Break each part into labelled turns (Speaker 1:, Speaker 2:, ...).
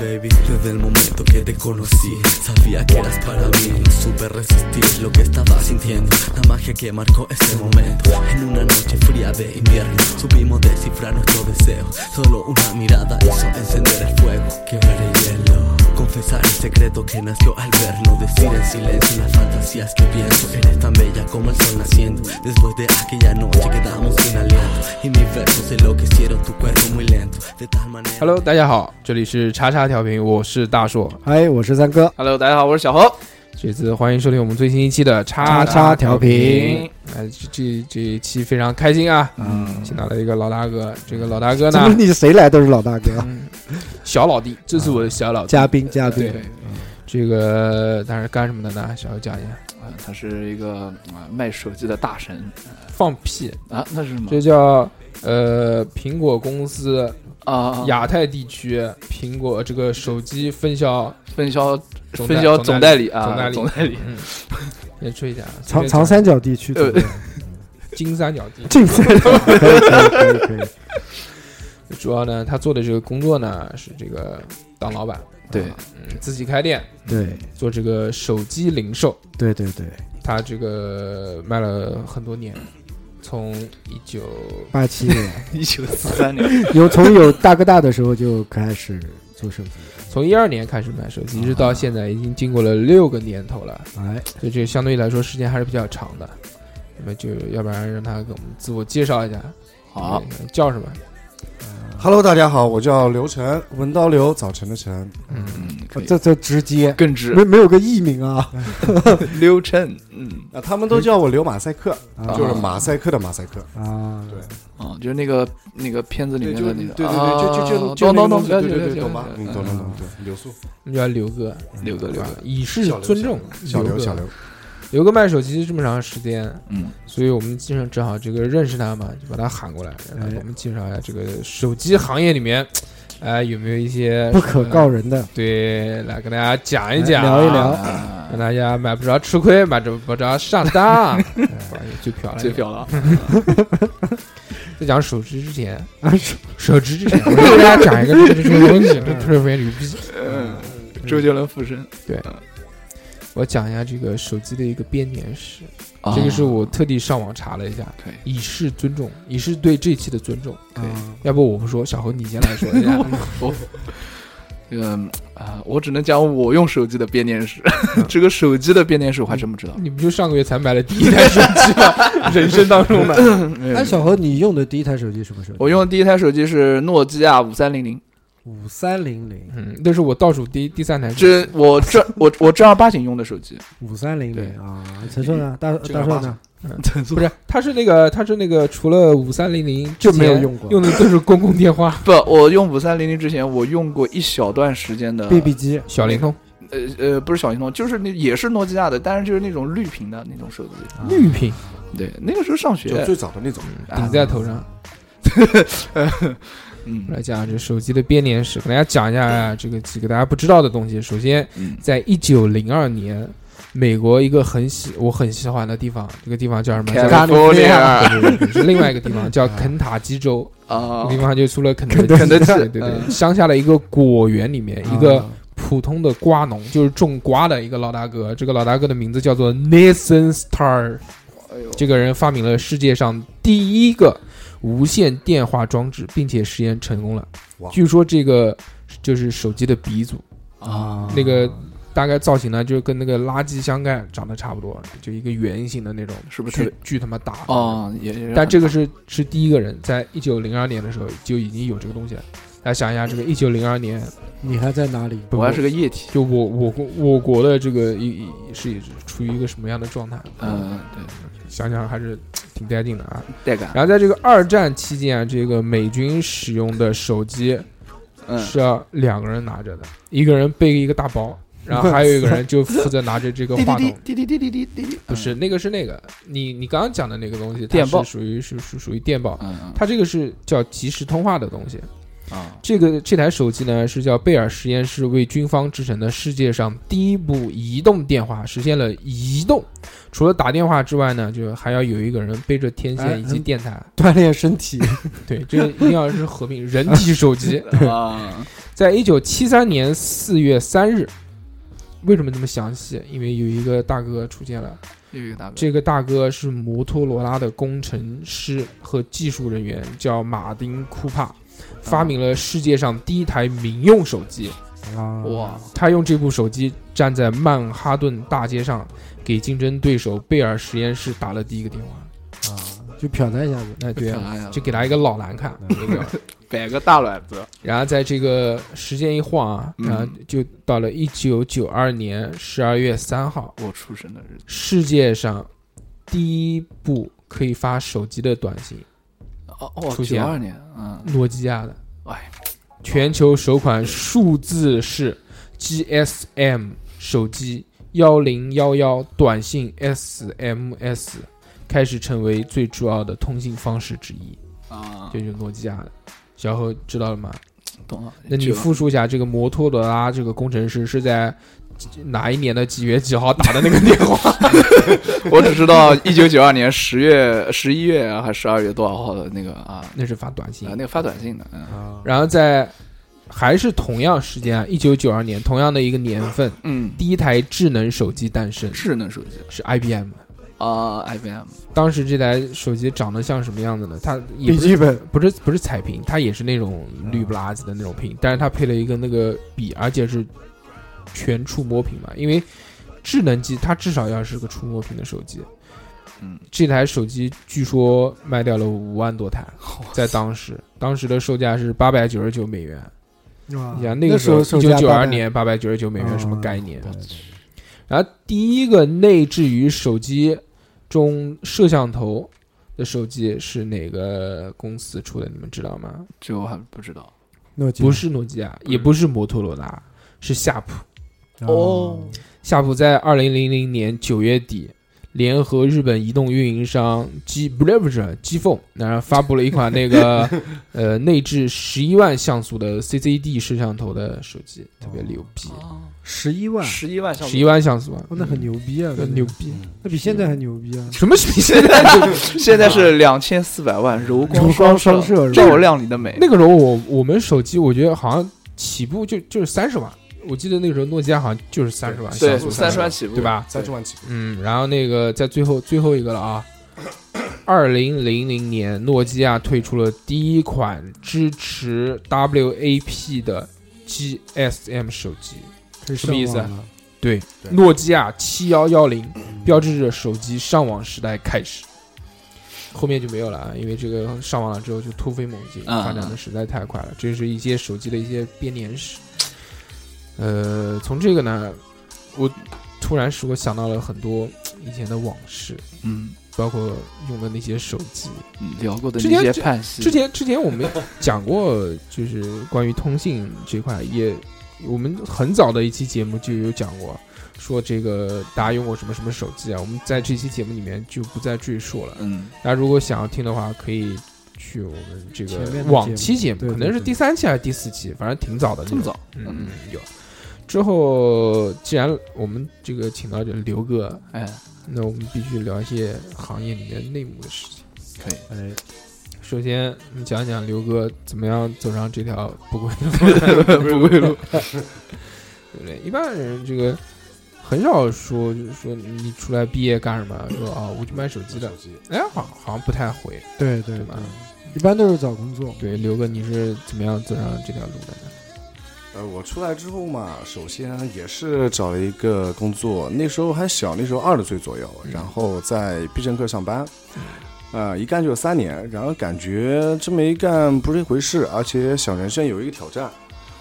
Speaker 1: Baby, desde el momento que te conocí, sabía que eras para mí. No supe resistir lo que estaba sintiendo, la magia que marcó ese momento. En una noche fría de invierno, supimos descifrar nuestro deseo. Solo una mirada hizo encender el fuego, quebrar el hielo. Confesar el secreto que nació al vernos Decir en silencio las fantasías que pienso Eres tan bella como el sol naciendo Después de aquella noche quedamos sin aliento Y mis versos enloquecieron tu cuerpo muy lento De tal manera
Speaker 2: Hello，大家好，这里是叉叉调频，我是大硕。
Speaker 3: 嗨，我是三哥，
Speaker 4: Hello，大家好，我是小侯。
Speaker 2: 这次欢迎收听我们最新一期的叉
Speaker 3: 叉
Speaker 2: 调
Speaker 3: 调频。
Speaker 2: 哎，这这这一期非常开心啊，
Speaker 3: 嗯，
Speaker 2: 请到了一个老大哥。这嗯个老大哥
Speaker 3: 怎么
Speaker 2: 呢，
Speaker 3: 你谁来都是老大哥，
Speaker 2: 嗯，小老弟，这是我的小老弟。
Speaker 3: 嘉宾嘉宾
Speaker 2: 对，，这个他是干什么的呢？小侯讲一下。
Speaker 4: 啊，他是一个啊、卖手机的大神
Speaker 2: 放屁，
Speaker 4: 啊，那是什么？
Speaker 2: 这叫呃苹果公司
Speaker 4: 啊，
Speaker 2: 亚太地区苹果呃这个手机分销
Speaker 4: 分销
Speaker 2: 总
Speaker 4: 分销
Speaker 2: 总
Speaker 4: 总
Speaker 2: 代
Speaker 4: 代理啊，
Speaker 2: 总代理
Speaker 4: 总代理。
Speaker 2: 嗯，先吹一下啊，
Speaker 3: 长
Speaker 2: 随便
Speaker 3: 长
Speaker 2: 讲
Speaker 3: 三角地区怎么样，
Speaker 2: 金三角地，
Speaker 3: 近三角可以可以可以可以，
Speaker 2: 主要呢，他做的这个工作呢是这个当老板，
Speaker 4: 对
Speaker 2: 嗯，自己开店
Speaker 3: 对
Speaker 2: 做这个手机零售，
Speaker 3: 对对对，
Speaker 2: 他这个卖了很多年，从一九
Speaker 3: 八七年
Speaker 4: 一九四三年，
Speaker 3: 有从有大哥大的时候就开始做手机，
Speaker 2: 从一二年开始卖手机，一直到现在已经经过了六个年头了，
Speaker 3: 哎，
Speaker 2: 所以这个相对来说时间还是比较长的。那么就要不然让他给我们自我介绍一下，
Speaker 4: 好，
Speaker 2: 对，叫什么？
Speaker 5: Hello，大家好，我叫刘晨，文刀刘，早晨的晨，
Speaker 2: 嗯，
Speaker 4: 嗯，可以
Speaker 3: 这这直接
Speaker 4: 更直
Speaker 3: 没没有个艺名啊，
Speaker 4: 溜称，嗯
Speaker 5: 啊，他们都叫我刘马赛克，
Speaker 3: 啊
Speaker 5: 就是马赛克的马赛克。
Speaker 3: 啊，
Speaker 5: 对
Speaker 4: 啊，就是那个那个片子里
Speaker 5: 对，
Speaker 4: 面
Speaker 5: 就
Speaker 4: 的
Speaker 5: 对
Speaker 4: 那个，
Speaker 5: 对
Speaker 4: 啊
Speaker 5: 对，就就就就
Speaker 4: 懂懂懂，
Speaker 5: 对
Speaker 4: 了解
Speaker 5: 对
Speaker 4: 了
Speaker 5: 对，
Speaker 4: 解，
Speaker 5: 懂吧？嗯，懂
Speaker 4: 了解
Speaker 5: 懂懂，对，柳素，
Speaker 2: 我们叫刘哥，啊
Speaker 4: 嗯刘哥刘哥，
Speaker 2: 以示尊重。
Speaker 5: 小刘
Speaker 2: 哥
Speaker 5: 小，刘，
Speaker 2: 刘哥卖手机这么长时间，
Speaker 4: 嗯，
Speaker 2: 所以我们经常正好这个认识他嘛，就把他喊过来，让他
Speaker 3: 哎
Speaker 2: 给我们介绍一下这个手机行业里面，哎，有没有一些呃
Speaker 3: 不可告人的，
Speaker 2: 对，来跟大家讲一讲，
Speaker 3: 哎聊一聊
Speaker 4: 啊
Speaker 2: 让大家买不着吃亏，买着不着上 当，哎最漂亮，
Speaker 4: 最漂了，
Speaker 2: 在讲手机之前，手机之前，我先给大家 讲一个手机这个东西，这特别牛逼。
Speaker 4: 嗯，周杰伦附身，
Speaker 2: 我讲一下这个手机的一个编年史，
Speaker 4: 啊
Speaker 2: 这个是我特地上网查了一下，
Speaker 4: 可以，
Speaker 2: 以示尊重，以示对这期的尊重。
Speaker 4: 可以
Speaker 3: 啊
Speaker 2: 要不我不说，小侯你先来说一下。
Speaker 4: 这个啊，我只能讲我用手机的编年史， 这个手机的编年史我还真不知道。
Speaker 2: 你不就上个月才买了第一台手机 吗？ 人生当中 的，
Speaker 3: 哎，小何，你用的第一台手机什么手机？
Speaker 4: 我用的第一台手机是诺基亚五三零零，
Speaker 3: 五三零零
Speaker 2: 嗯，那是我倒数第第三台手机。
Speaker 4: 这我正我我正儿八经用的手机，
Speaker 3: 五三零
Speaker 4: 对
Speaker 3: 零啊，陈硕呢？大
Speaker 5: 这
Speaker 3: 大
Speaker 5: 个
Speaker 3: 硕
Speaker 5: 八
Speaker 3: 呢？
Speaker 2: 不是，它是那个，它是那个，除了五三零零
Speaker 3: 就没有用过
Speaker 2: 用的都是公共电话、
Speaker 4: 不，我用五三零零之前，我用过一小段时间的
Speaker 3: BB 机
Speaker 2: 小灵通、
Speaker 4: 呃呃，不是小灵通，就是那也是诺基亚的，但是就是那种绿屏的那种手机。
Speaker 3: 啊
Speaker 2: 绿屏
Speaker 4: 嗯对，那个时候上
Speaker 5: 就
Speaker 4: 学，
Speaker 5: 最早的那种。
Speaker 4: 啊
Speaker 2: 顶在头上。
Speaker 4: 嗯
Speaker 2: 来讲这手机的编年史，给大家讲一下这个几个大家不知道的东西。首先，
Speaker 4: 嗯
Speaker 2: 在一九零二年，美国一个很喜我很喜欢的地方，这个地方叫什么？叫
Speaker 4: ，California
Speaker 2: 是另外一个地方 叫肯塔基州，
Speaker 4: 啊
Speaker 2: 地，方就出了肯德基，
Speaker 4: 肯德基
Speaker 2: 对对对，
Speaker 4: 嗯
Speaker 2: 乡下的一个果园里面，一个
Speaker 3: 啊
Speaker 2: 普通的瓜农，就是种瓜的一个老大哥。这个老大哥的名字叫做 Nathan Star，
Speaker 4: 哎呦
Speaker 2: 这个人发明了世界上第一个无线电话装置，并且实验成功了
Speaker 5: 哇。
Speaker 2: 据说这个就是手机的鼻祖，
Speaker 4: 啊，
Speaker 2: 那个大概造型呢，就跟那个垃圾箱盖长得差不多，就一个圆形的那种，
Speaker 4: 是不是特
Speaker 2: 巨
Speaker 4: 别？
Speaker 2: 巨他妈大
Speaker 4: 哦，也也，
Speaker 2: 但这个是是第一个人，在一九零二年的时候就已经有这个东西了。大家想一下，这个一九零二年，
Speaker 3: 你还在哪里？
Speaker 2: 不
Speaker 4: 我还是个液体，
Speaker 2: 就我我国我国的这个一一是处于一个什么样的状态？
Speaker 4: 嗯，对，
Speaker 2: 想想还是挺带劲的啊。
Speaker 4: 带感，
Speaker 2: 然后在这个二战期间啊，这个美军使用的手机
Speaker 4: 嗯，
Speaker 2: 是要两个人拿着的，一个人背一个大包，然后还有一个人就负责拿着这个话筒。
Speaker 4: 滴滴滴滴滴滴滴，
Speaker 2: 不是，那个是那个，你你刚刚讲的那个东西，它
Speaker 4: 电报
Speaker 2: 是属于是属属于电报，
Speaker 4: 嗯，嗯
Speaker 2: 它这个是叫即时通话的东西。
Speaker 4: 嗯啊，
Speaker 2: 这个这台手机呢是叫贝尔实验室为军方制成的世界上第一部移动电话，实现了移动。除了打电话之外呢，就还要有一个人背着天
Speaker 3: 哎
Speaker 2: 线以及电台。
Speaker 3: 锻炼身体，
Speaker 2: 对，这个一定要是合并人体手 机。
Speaker 4: 啊，
Speaker 2: 在一九七三年四月三日，为什么这么详细？因为有一个大哥出现了。
Speaker 4: 又一个大哥，
Speaker 2: 这个大哥是摩托罗拉的工程师和技术人员，叫马丁·库帕，发明了世界上第一台民用手机。
Speaker 4: 哇，
Speaker 2: 他用这部手机站在曼哈顿大街上，给竞争对手贝尔实验室打了第一个电话。
Speaker 3: 就瞟他一下子，
Speaker 2: 哎，对啊，
Speaker 4: 哎呀
Speaker 2: 就给他一个老难看。
Speaker 4: 摆个大卵子，
Speaker 2: 然后在这个时间一晃啊，
Speaker 4: 嗯
Speaker 2: 然后就到了一九九二年十二月三号，
Speaker 4: 我出生的日子
Speaker 2: 世界上第一部可以发手机的短信，
Speaker 4: 哦哦，
Speaker 2: 出
Speaker 4: 九
Speaker 2: 现
Speaker 4: 二年，嗯，
Speaker 2: 诺基亚的，
Speaker 4: 哎，
Speaker 2: 全球首款数字式 GSM 手机幺零幺幺短信 SMS 开始成为最主要的通信方式之一，
Speaker 4: 啊，
Speaker 2: 这就是诺基亚的。小何知道了吗？
Speaker 4: 懂了。
Speaker 2: 那你
Speaker 4: 就
Speaker 2: 复述一下这个摩托罗拉这个工程师是在哪一年的几月几号打的那 个电话？
Speaker 4: 我只知道一九九二年十月、十一月还是十二月多少号的那个啊，啊
Speaker 2: 那是发短信
Speaker 4: 那。个发短信的，嗯
Speaker 2: 然后在还是同样时间啊，一九九二年同样的一个年份，
Speaker 4: 嗯，
Speaker 2: 第一台智能手机诞生
Speaker 4: 智能手机
Speaker 2: 是 IBM。
Speaker 4: 啊，IBM
Speaker 2: 当时这台手机长得像什么样子呢？它也
Speaker 3: 笔
Speaker 2: 不是
Speaker 3: 记本
Speaker 2: 不是不是彩屏，它也是那种绿不拉几的那种屏，但是它配了一个那个笔，而且是全触摸屏嘛，因为智能机它至少要是个触摸屏的手机。
Speaker 4: 嗯，
Speaker 2: 这台手机据说卖掉了五万多 台，在当时，当时的售价是八百九十九美元。
Speaker 3: 哇
Speaker 2: 你想那个
Speaker 3: 时
Speaker 2: 时
Speaker 3: 候
Speaker 2: 候，
Speaker 3: 售
Speaker 2: 一
Speaker 3: 价
Speaker 2: 九九
Speaker 3: 大
Speaker 2: 二
Speaker 3: 概
Speaker 2: 年八百九十九美元什么
Speaker 3: 嗯
Speaker 2: 概念？
Speaker 3: 对
Speaker 2: 然后第一个内置于手机中摄像头的手机是哪个公司出的？你们知道吗？
Speaker 4: 这我还不知道。
Speaker 3: 诺基亚
Speaker 2: 不是诺基亚，
Speaker 3: 嗯
Speaker 2: 也不是摩托罗拉，是夏普。
Speaker 4: 哦，
Speaker 2: 夏普在二零零零年九月底，联合日本移动运营商 G 不是不是 G Phone，然后发布了一款那 个呃内置十一万像素的 CCD 摄像头的手机，特别牛逼，
Speaker 4: 哦
Speaker 3: 十一万，
Speaker 4: 十一万像素
Speaker 2: 十一万像素啊，
Speaker 3: 哦那很牛逼啊，
Speaker 2: 很牛逼。
Speaker 3: 那比现在还牛逼啊！
Speaker 2: 什么比现在就
Speaker 4: 现在是两千四百万柔光
Speaker 3: 柔光双摄
Speaker 4: 摄，
Speaker 3: 是吧
Speaker 4: 照亮你的美
Speaker 2: 那个时候我我们手机我觉得好像起步就就是三十万，我记得那个时候诺基亚好像就是三十万
Speaker 4: 对
Speaker 2: 像，素，
Speaker 4: 三
Speaker 2: 30
Speaker 4: 十万起步，
Speaker 2: 对？吧？
Speaker 5: 三十万起，
Speaker 2: 嗯，然后那个在最后最后一个了啊。二零零零年，诺基亚推出了第一款支持 WAP 的 GSM 手机。
Speaker 3: 可以
Speaker 2: 什么意思啊
Speaker 3: 上网了
Speaker 2: 对，
Speaker 5: 对
Speaker 2: 诺基亚七幺幺零标志着手机上网时代开始，后面就没有了啊，因为这个上网了之后就突飞猛进，
Speaker 4: 嗯
Speaker 2: 发展的实在太快了。这是一些手机的一些编年史。呃，从这个呢，我突然使我想到了很多以前的往事，
Speaker 4: 嗯
Speaker 2: 包括用的那些手机。
Speaker 4: 嗯，聊过的
Speaker 2: 之
Speaker 4: 那
Speaker 2: 前
Speaker 4: 些
Speaker 2: 之
Speaker 4: 叹息，
Speaker 2: 之前之前我们讲过，就是关于通信这块，也我们很早的一期节目就有讲过，说这个大家用过什么什么手机啊，我们在这期节目里面就不再赘述了。
Speaker 4: 嗯
Speaker 2: 大家如果想要听的话，可以去我们这个
Speaker 3: 前面的
Speaker 2: 往期节目，
Speaker 3: 节目对
Speaker 2: 可能是
Speaker 3: 对对
Speaker 2: 第三期还是第四期，反正挺早的那
Speaker 4: 这
Speaker 2: 种
Speaker 4: 么。早，
Speaker 2: 嗯嗯，有。之后，既然我们这个请到这刘哥，
Speaker 4: 哎，
Speaker 2: 那我们必须聊一些行业里面内幕的事情。
Speaker 4: 可以，
Speaker 3: 哎，
Speaker 2: 首先，你讲讲刘哥怎么样走上这条不归路，
Speaker 4: 不会录，
Speaker 2: 对不对？ 一般人这个很少说，就是说你出来毕业干什么？说啊、我去卖手机的
Speaker 5: 手。机
Speaker 2: 哎，好，好像不太会，
Speaker 3: 对
Speaker 2: 对
Speaker 3: 对对
Speaker 2: 吧，？
Speaker 3: 一般都是找工作，
Speaker 2: 对，刘哥，你是怎么样走上这条路的呢？
Speaker 5: 呃，我出来之后嘛，首先也是找了一个工作，那时候还小，那时候二十岁左右，然后在必胜客上班，呃，一干就三年，然后感觉这么一干不是一回事，而且想人生有一个挑战。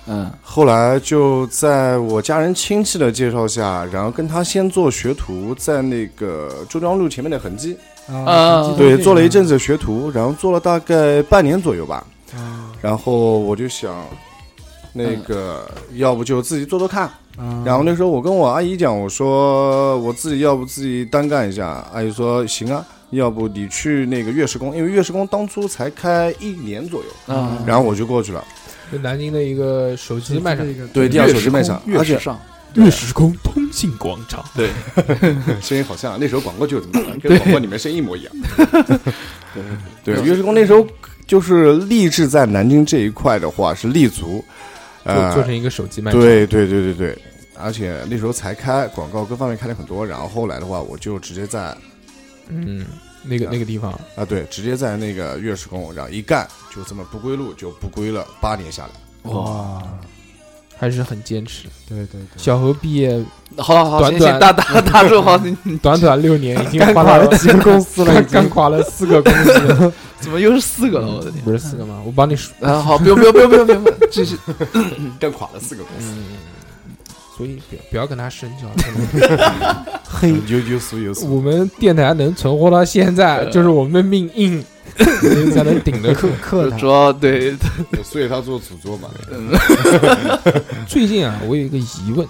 Speaker 4: 嗯
Speaker 5: 后来就在我家人亲戚的介绍下，然后跟他先做学徒，在那个周庄路前面的痕迹，
Speaker 4: 啊
Speaker 3: 手机通讯
Speaker 5: 对，做了一阵子学徒，然后做了大概半年左右吧。
Speaker 3: 啊
Speaker 5: 然后我就想，那个、要不就自己做做看。
Speaker 3: 啊，
Speaker 5: 然后那时候我跟我阿姨讲，我说我自己要不自己单干一下。阿姨说行啊，要不你去那个月石工，因为月石工当初才开一年左右。
Speaker 4: 啊，
Speaker 5: 然后我就过去了，
Speaker 2: 就南京的一个手机卖场
Speaker 3: 这，个
Speaker 5: 对，第二手机卖场，
Speaker 4: 越
Speaker 5: 而
Speaker 4: 时
Speaker 5: 且
Speaker 4: 尚，
Speaker 2: 月时空通信广场。
Speaker 5: 声音好像那时候广告就这么 打，跟广告里面声音一模 一样。对，月石工那时候就是立志在南京这一块的话是立足，
Speaker 2: 做
Speaker 5: 呃
Speaker 2: 做成一个手机卖场，
Speaker 5: 对对对对对，而且那时候才开广告各方面开了很多，然后后来的话，我就直接在
Speaker 2: 嗯，那个那个地方，
Speaker 5: 啊对，直接在那个月石工，然后一干就这么不归路，就不归了，八年下来。
Speaker 3: 哇，
Speaker 2: 还是很坚持。
Speaker 3: 对对对，
Speaker 2: 小何毕业
Speaker 4: 好了好了，
Speaker 2: 短
Speaker 4: 先
Speaker 2: 短
Speaker 4: 先打打 打住，好，你你
Speaker 2: 短短六年，已经
Speaker 3: 干
Speaker 2: 花
Speaker 3: 垮
Speaker 2: 了
Speaker 3: 了几个公司了，已
Speaker 2: 干
Speaker 3: 经
Speaker 2: 干垮了四个公司了，
Speaker 4: 怎么又是四个了？我的天！
Speaker 2: 不是四个吗？我帮你数。
Speaker 4: 啊，好，不用不用不用不用不用，继续。
Speaker 5: 干垮了四个公司，
Speaker 2: 嗯，所以不要不要跟他深交。
Speaker 3: 黑
Speaker 5: 有有俗有俗，
Speaker 2: 我们电台能存活到现在，就是我们的命 硬，所以才能顶得住。
Speaker 3: 克克他
Speaker 4: 主要 对，
Speaker 5: 所以他做主桌嘛。
Speaker 4: 嗯
Speaker 2: 最近啊，我有一个疑问，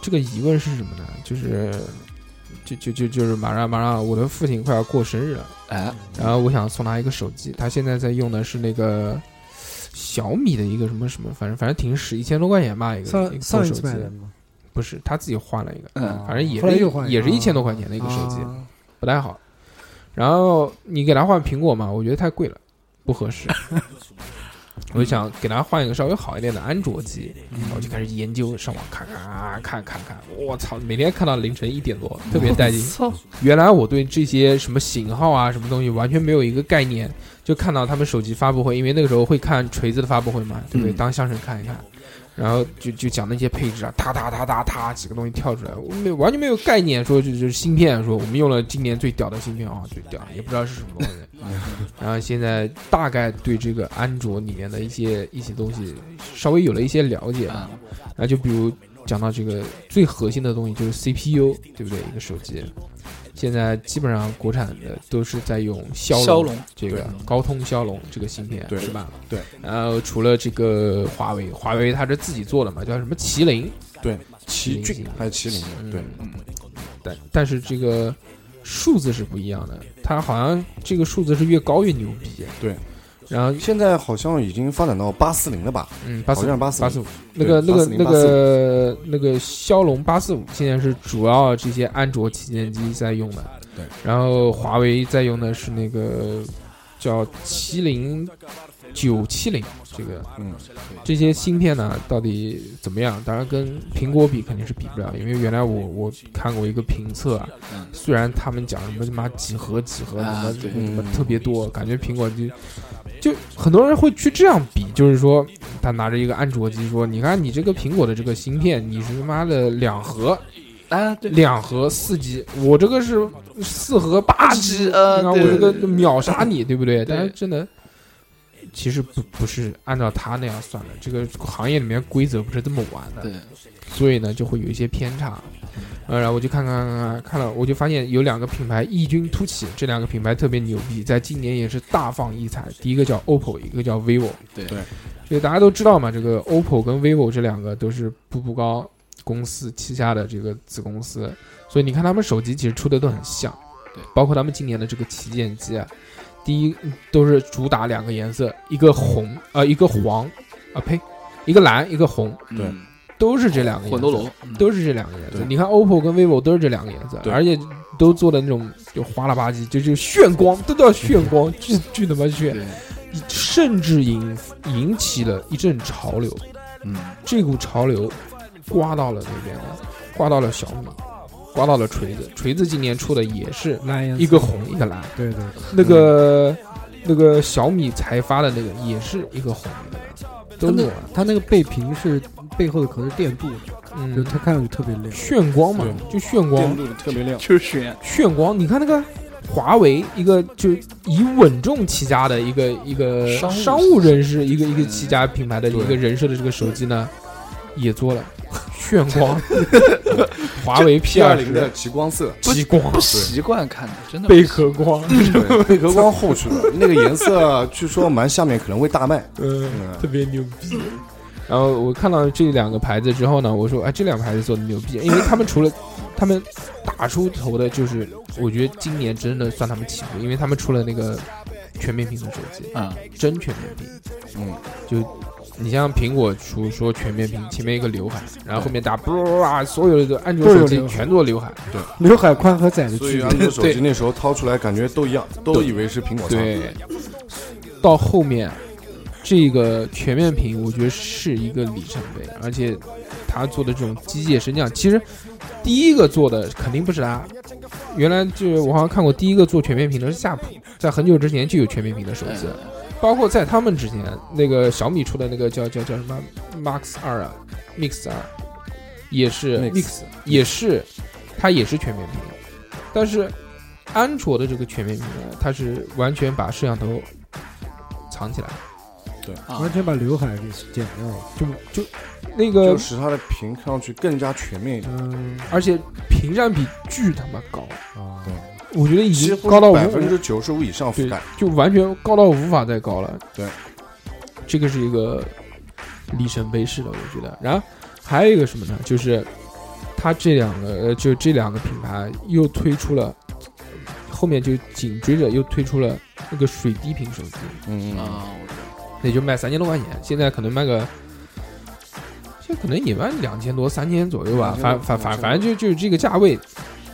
Speaker 2: 这个疑问是什么呢？就是，就就就就是马上马上我的父亲快要过生日了，
Speaker 4: 哎，
Speaker 2: 然后我想送他一个手机，他现在在用的是那个小米的一个什么什么，反正反正挺屎，一千多块钱吧，一个一
Speaker 3: 上
Speaker 2: 个
Speaker 3: 上
Speaker 2: 破
Speaker 3: 一
Speaker 2: 手
Speaker 3: 次
Speaker 2: 机
Speaker 3: 买的吗？啊
Speaker 2: 不是他自己换了一个，
Speaker 4: 嗯，
Speaker 2: 反正也
Speaker 3: 后来
Speaker 2: 是
Speaker 3: 又换
Speaker 2: 也是
Speaker 3: 个
Speaker 2: 一千多块钱的一个手机，
Speaker 3: 啊
Speaker 2: 不太好。然后你给他换苹果嘛，我觉得太贵了，不合适。我就想给他换一个稍微好一点的安卓机，然后就开始研究上网看看啊看看看，我操，每天看到凌晨一点多，特别带劲。
Speaker 4: 操，
Speaker 2: 原来我对这些什么型号啊、什么东西完全没有一个概念，就看到他们手机发布会，因为那个时候会看锤子的发布会嘛，对不对？
Speaker 4: 嗯
Speaker 2: 当相声看一看，然后就就讲那些配置啊，哒哒哒哒哒几个东西跳出来，我没有完全没有概念，说就就是芯片，说我们用了今年最屌的芯片啊，最屌，也不知道是什么东 西。然后现在大概对这个安卓里面的一些一些东西稍微有了一些了解吧，
Speaker 4: 嗯
Speaker 2: 那就比如讲到这个最核心的东西就是 CPU，对不对？一个手机，现在基本上国产的都是在用骁
Speaker 4: 骁
Speaker 2: 龙
Speaker 4: 龙
Speaker 2: 这个高通骁龙这个芯片，
Speaker 5: 对
Speaker 2: 是吧？
Speaker 5: 对。
Speaker 2: 然后除了这个华为，华为它是自己做的嘛，叫什么麒麟，
Speaker 5: 对，奇
Speaker 2: 麒麟
Speaker 5: 骏还有麒麟
Speaker 2: 嗯
Speaker 5: 的，对，
Speaker 2: 但但是这个数字是不一样的，它好像这个数字是越高越牛逼。
Speaker 5: 对。
Speaker 2: 然后
Speaker 5: 现在好像已经发展到八四零了吧？
Speaker 2: 嗯，八
Speaker 5: 好
Speaker 2: 四
Speaker 5: 像是
Speaker 2: 八
Speaker 5: 845
Speaker 2: 五，那个那个
Speaker 5: 对840
Speaker 2: 那个那个骁龙八四五现在是主要这些安卓旗舰机在用的，
Speaker 5: 对，
Speaker 2: 然后华为在用的是那个叫麒麟九七零，这个
Speaker 5: 嗯，
Speaker 2: 这些芯片呢到底怎么样？当然跟苹果比肯定是比不了，因为原来我我看过一个评测啊，虽然他们讲什么他妈几核几核什
Speaker 4: 嗯啊
Speaker 2: 么
Speaker 4: 对
Speaker 2: 什么特别多，感觉苹果就就很多人会去这样比，就是说他拿着一个安卓机说，你看你这个苹果的这个芯片，你是他妈的两核
Speaker 4: 啊，对，
Speaker 2: 两核四 G，我这个是四核八
Speaker 4: 八
Speaker 2: G，
Speaker 4: G，
Speaker 2: 你
Speaker 4: 呃，
Speaker 2: 看我
Speaker 4: 对
Speaker 2: 这个
Speaker 4: 对对
Speaker 2: 秒杀你，对不对？
Speaker 4: 对
Speaker 2: 但是真的，其实不不是按照他那样算的，这个行业里面规则不是这么玩的，
Speaker 4: 对，
Speaker 2: 所以呢就会有一些偏差。呃，然后我就看看看看看了，我就发现有两个品牌异军突起，这两个品牌特别牛逼，在今年也是大放异彩。第一个叫 OPPO，一个叫 vivo。
Speaker 4: 对
Speaker 5: 对，
Speaker 2: 所以大家都知道嘛，这个 OPPO 跟 vivo 这两个都是步步高公司旗下的这个子公司，所以你看他们手机其实出的都很像，
Speaker 4: 对，
Speaker 2: 包括他们今年的这个旗舰机啊，第一嗯都是主打两个颜色，一个红呃一个黄啊呸，一个蓝一个红，
Speaker 5: 对
Speaker 4: 嗯
Speaker 2: 都是这两个颜色
Speaker 4: 魂
Speaker 5: 哦
Speaker 4: 斗罗
Speaker 2: 都是这两个颜色
Speaker 5: 对。
Speaker 2: 你看 OPPO 跟 vivo 都是这两个颜色，
Speaker 5: 对
Speaker 2: 而且都做的那种就花了吧唧，就就炫光，都叫炫 光，巨巨他妈炫，
Speaker 4: 对，
Speaker 2: 甚至引引起了一阵潮流。
Speaker 4: 嗯，
Speaker 2: 这股潮流刮到了那边了，刮到了小米，刮到了锤子。锤子今年出的也是
Speaker 3: 蓝颜色
Speaker 2: 一个红一个蓝，
Speaker 3: 对对
Speaker 2: 那个那个小米才发的那个也是一个红一个蓝，都
Speaker 3: 它
Speaker 2: 是
Speaker 3: 那它那个背屏是背后的壳是电镀的，就
Speaker 2: 嗯，
Speaker 3: 它看上去特别亮。
Speaker 2: 炫光嘛，就炫光
Speaker 5: 电，路特别亮，
Speaker 4: 就是选
Speaker 2: 炫光。你看那个华为，一个就以稳重起家的一个一个
Speaker 4: 商务
Speaker 2: 商务人士，一个一个起家品牌的
Speaker 5: 对
Speaker 2: 一个人设的这个手机呢，也做了炫光， 华为 P 二零
Speaker 5: 的极光色，
Speaker 2: 激光
Speaker 4: 不、习惯看的，真的不
Speaker 2: 贝
Speaker 4: 习
Speaker 2: 壳光，
Speaker 5: 对贝壳光后去了，那个颜色据说蛮下面可能会大 卖。
Speaker 2: 嗯，特别牛逼。然后我看到这两个牌子之后呢，我说啊，这两个牌子做的牛逼，因为他们除了他们打出头的，就是我觉得今年真的算他们起步，因为他们出了那个全面屏的手机，
Speaker 4: 啊，
Speaker 2: 真全面屏。
Speaker 5: 嗯，
Speaker 2: 就你像苹果出说全面屏，前面一个刘海，然后后面打啵啊，所有的安卓手
Speaker 3: 都有
Speaker 2: 机
Speaker 3: 刘海
Speaker 2: 全做刘海。
Speaker 3: 刘海宽和窄的
Speaker 5: 所
Speaker 3: 区
Speaker 5: 以啊
Speaker 3: 别
Speaker 5: 安。卓手
Speaker 2: 对
Speaker 5: 机那时候掏出来，感觉都一样，都以为是苹果叉。
Speaker 2: 对，到后面这个全面屏，我觉得是一个里程碑，而且他做的这种机械升降，其实第一个做的肯定不是他。原来就是我好像看过第一个做全面屏的是夏普，在很久之前就有全面屏的手
Speaker 5: 嗯
Speaker 2: 机，包括在他们之前，那个小米出的那个叫叫叫什么 Max 二啊，Mix 二，也是
Speaker 5: Mix
Speaker 2: 也是它也是全面屏，但是安卓的这个全面屏呢，它是完全把摄像头藏起来，
Speaker 4: 啊
Speaker 3: 完全把刘海给剪掉了，
Speaker 2: 就就那
Speaker 5: 就
Speaker 3: 呃
Speaker 2: 个，
Speaker 5: 使它的屏看上去更加全面一点，
Speaker 3: 嗯
Speaker 2: 而且屏占比巨他妈高，
Speaker 3: 啊，
Speaker 2: 我觉得已
Speaker 5: 几
Speaker 2: 经
Speaker 5: 乎
Speaker 2: 高到无
Speaker 5: 百分之九十五以上覆
Speaker 2: 对
Speaker 5: 盖。，
Speaker 2: 就完全高到无法再高了。
Speaker 5: 对，
Speaker 2: 这个是一个里程碑式的，我觉得。然后还有一个什么呢？就是它这两个，呃，就这两个品牌又推出了，后面就紧追着又推出了那个水滴屏手机，
Speaker 5: 嗯，嗯
Speaker 4: 啊，我知道
Speaker 2: 那就卖三千多块钱，现在可能卖个。现在可能也卖两千多、三千左右吧，
Speaker 5: 2000
Speaker 2: 反反反反正就就是这个价位。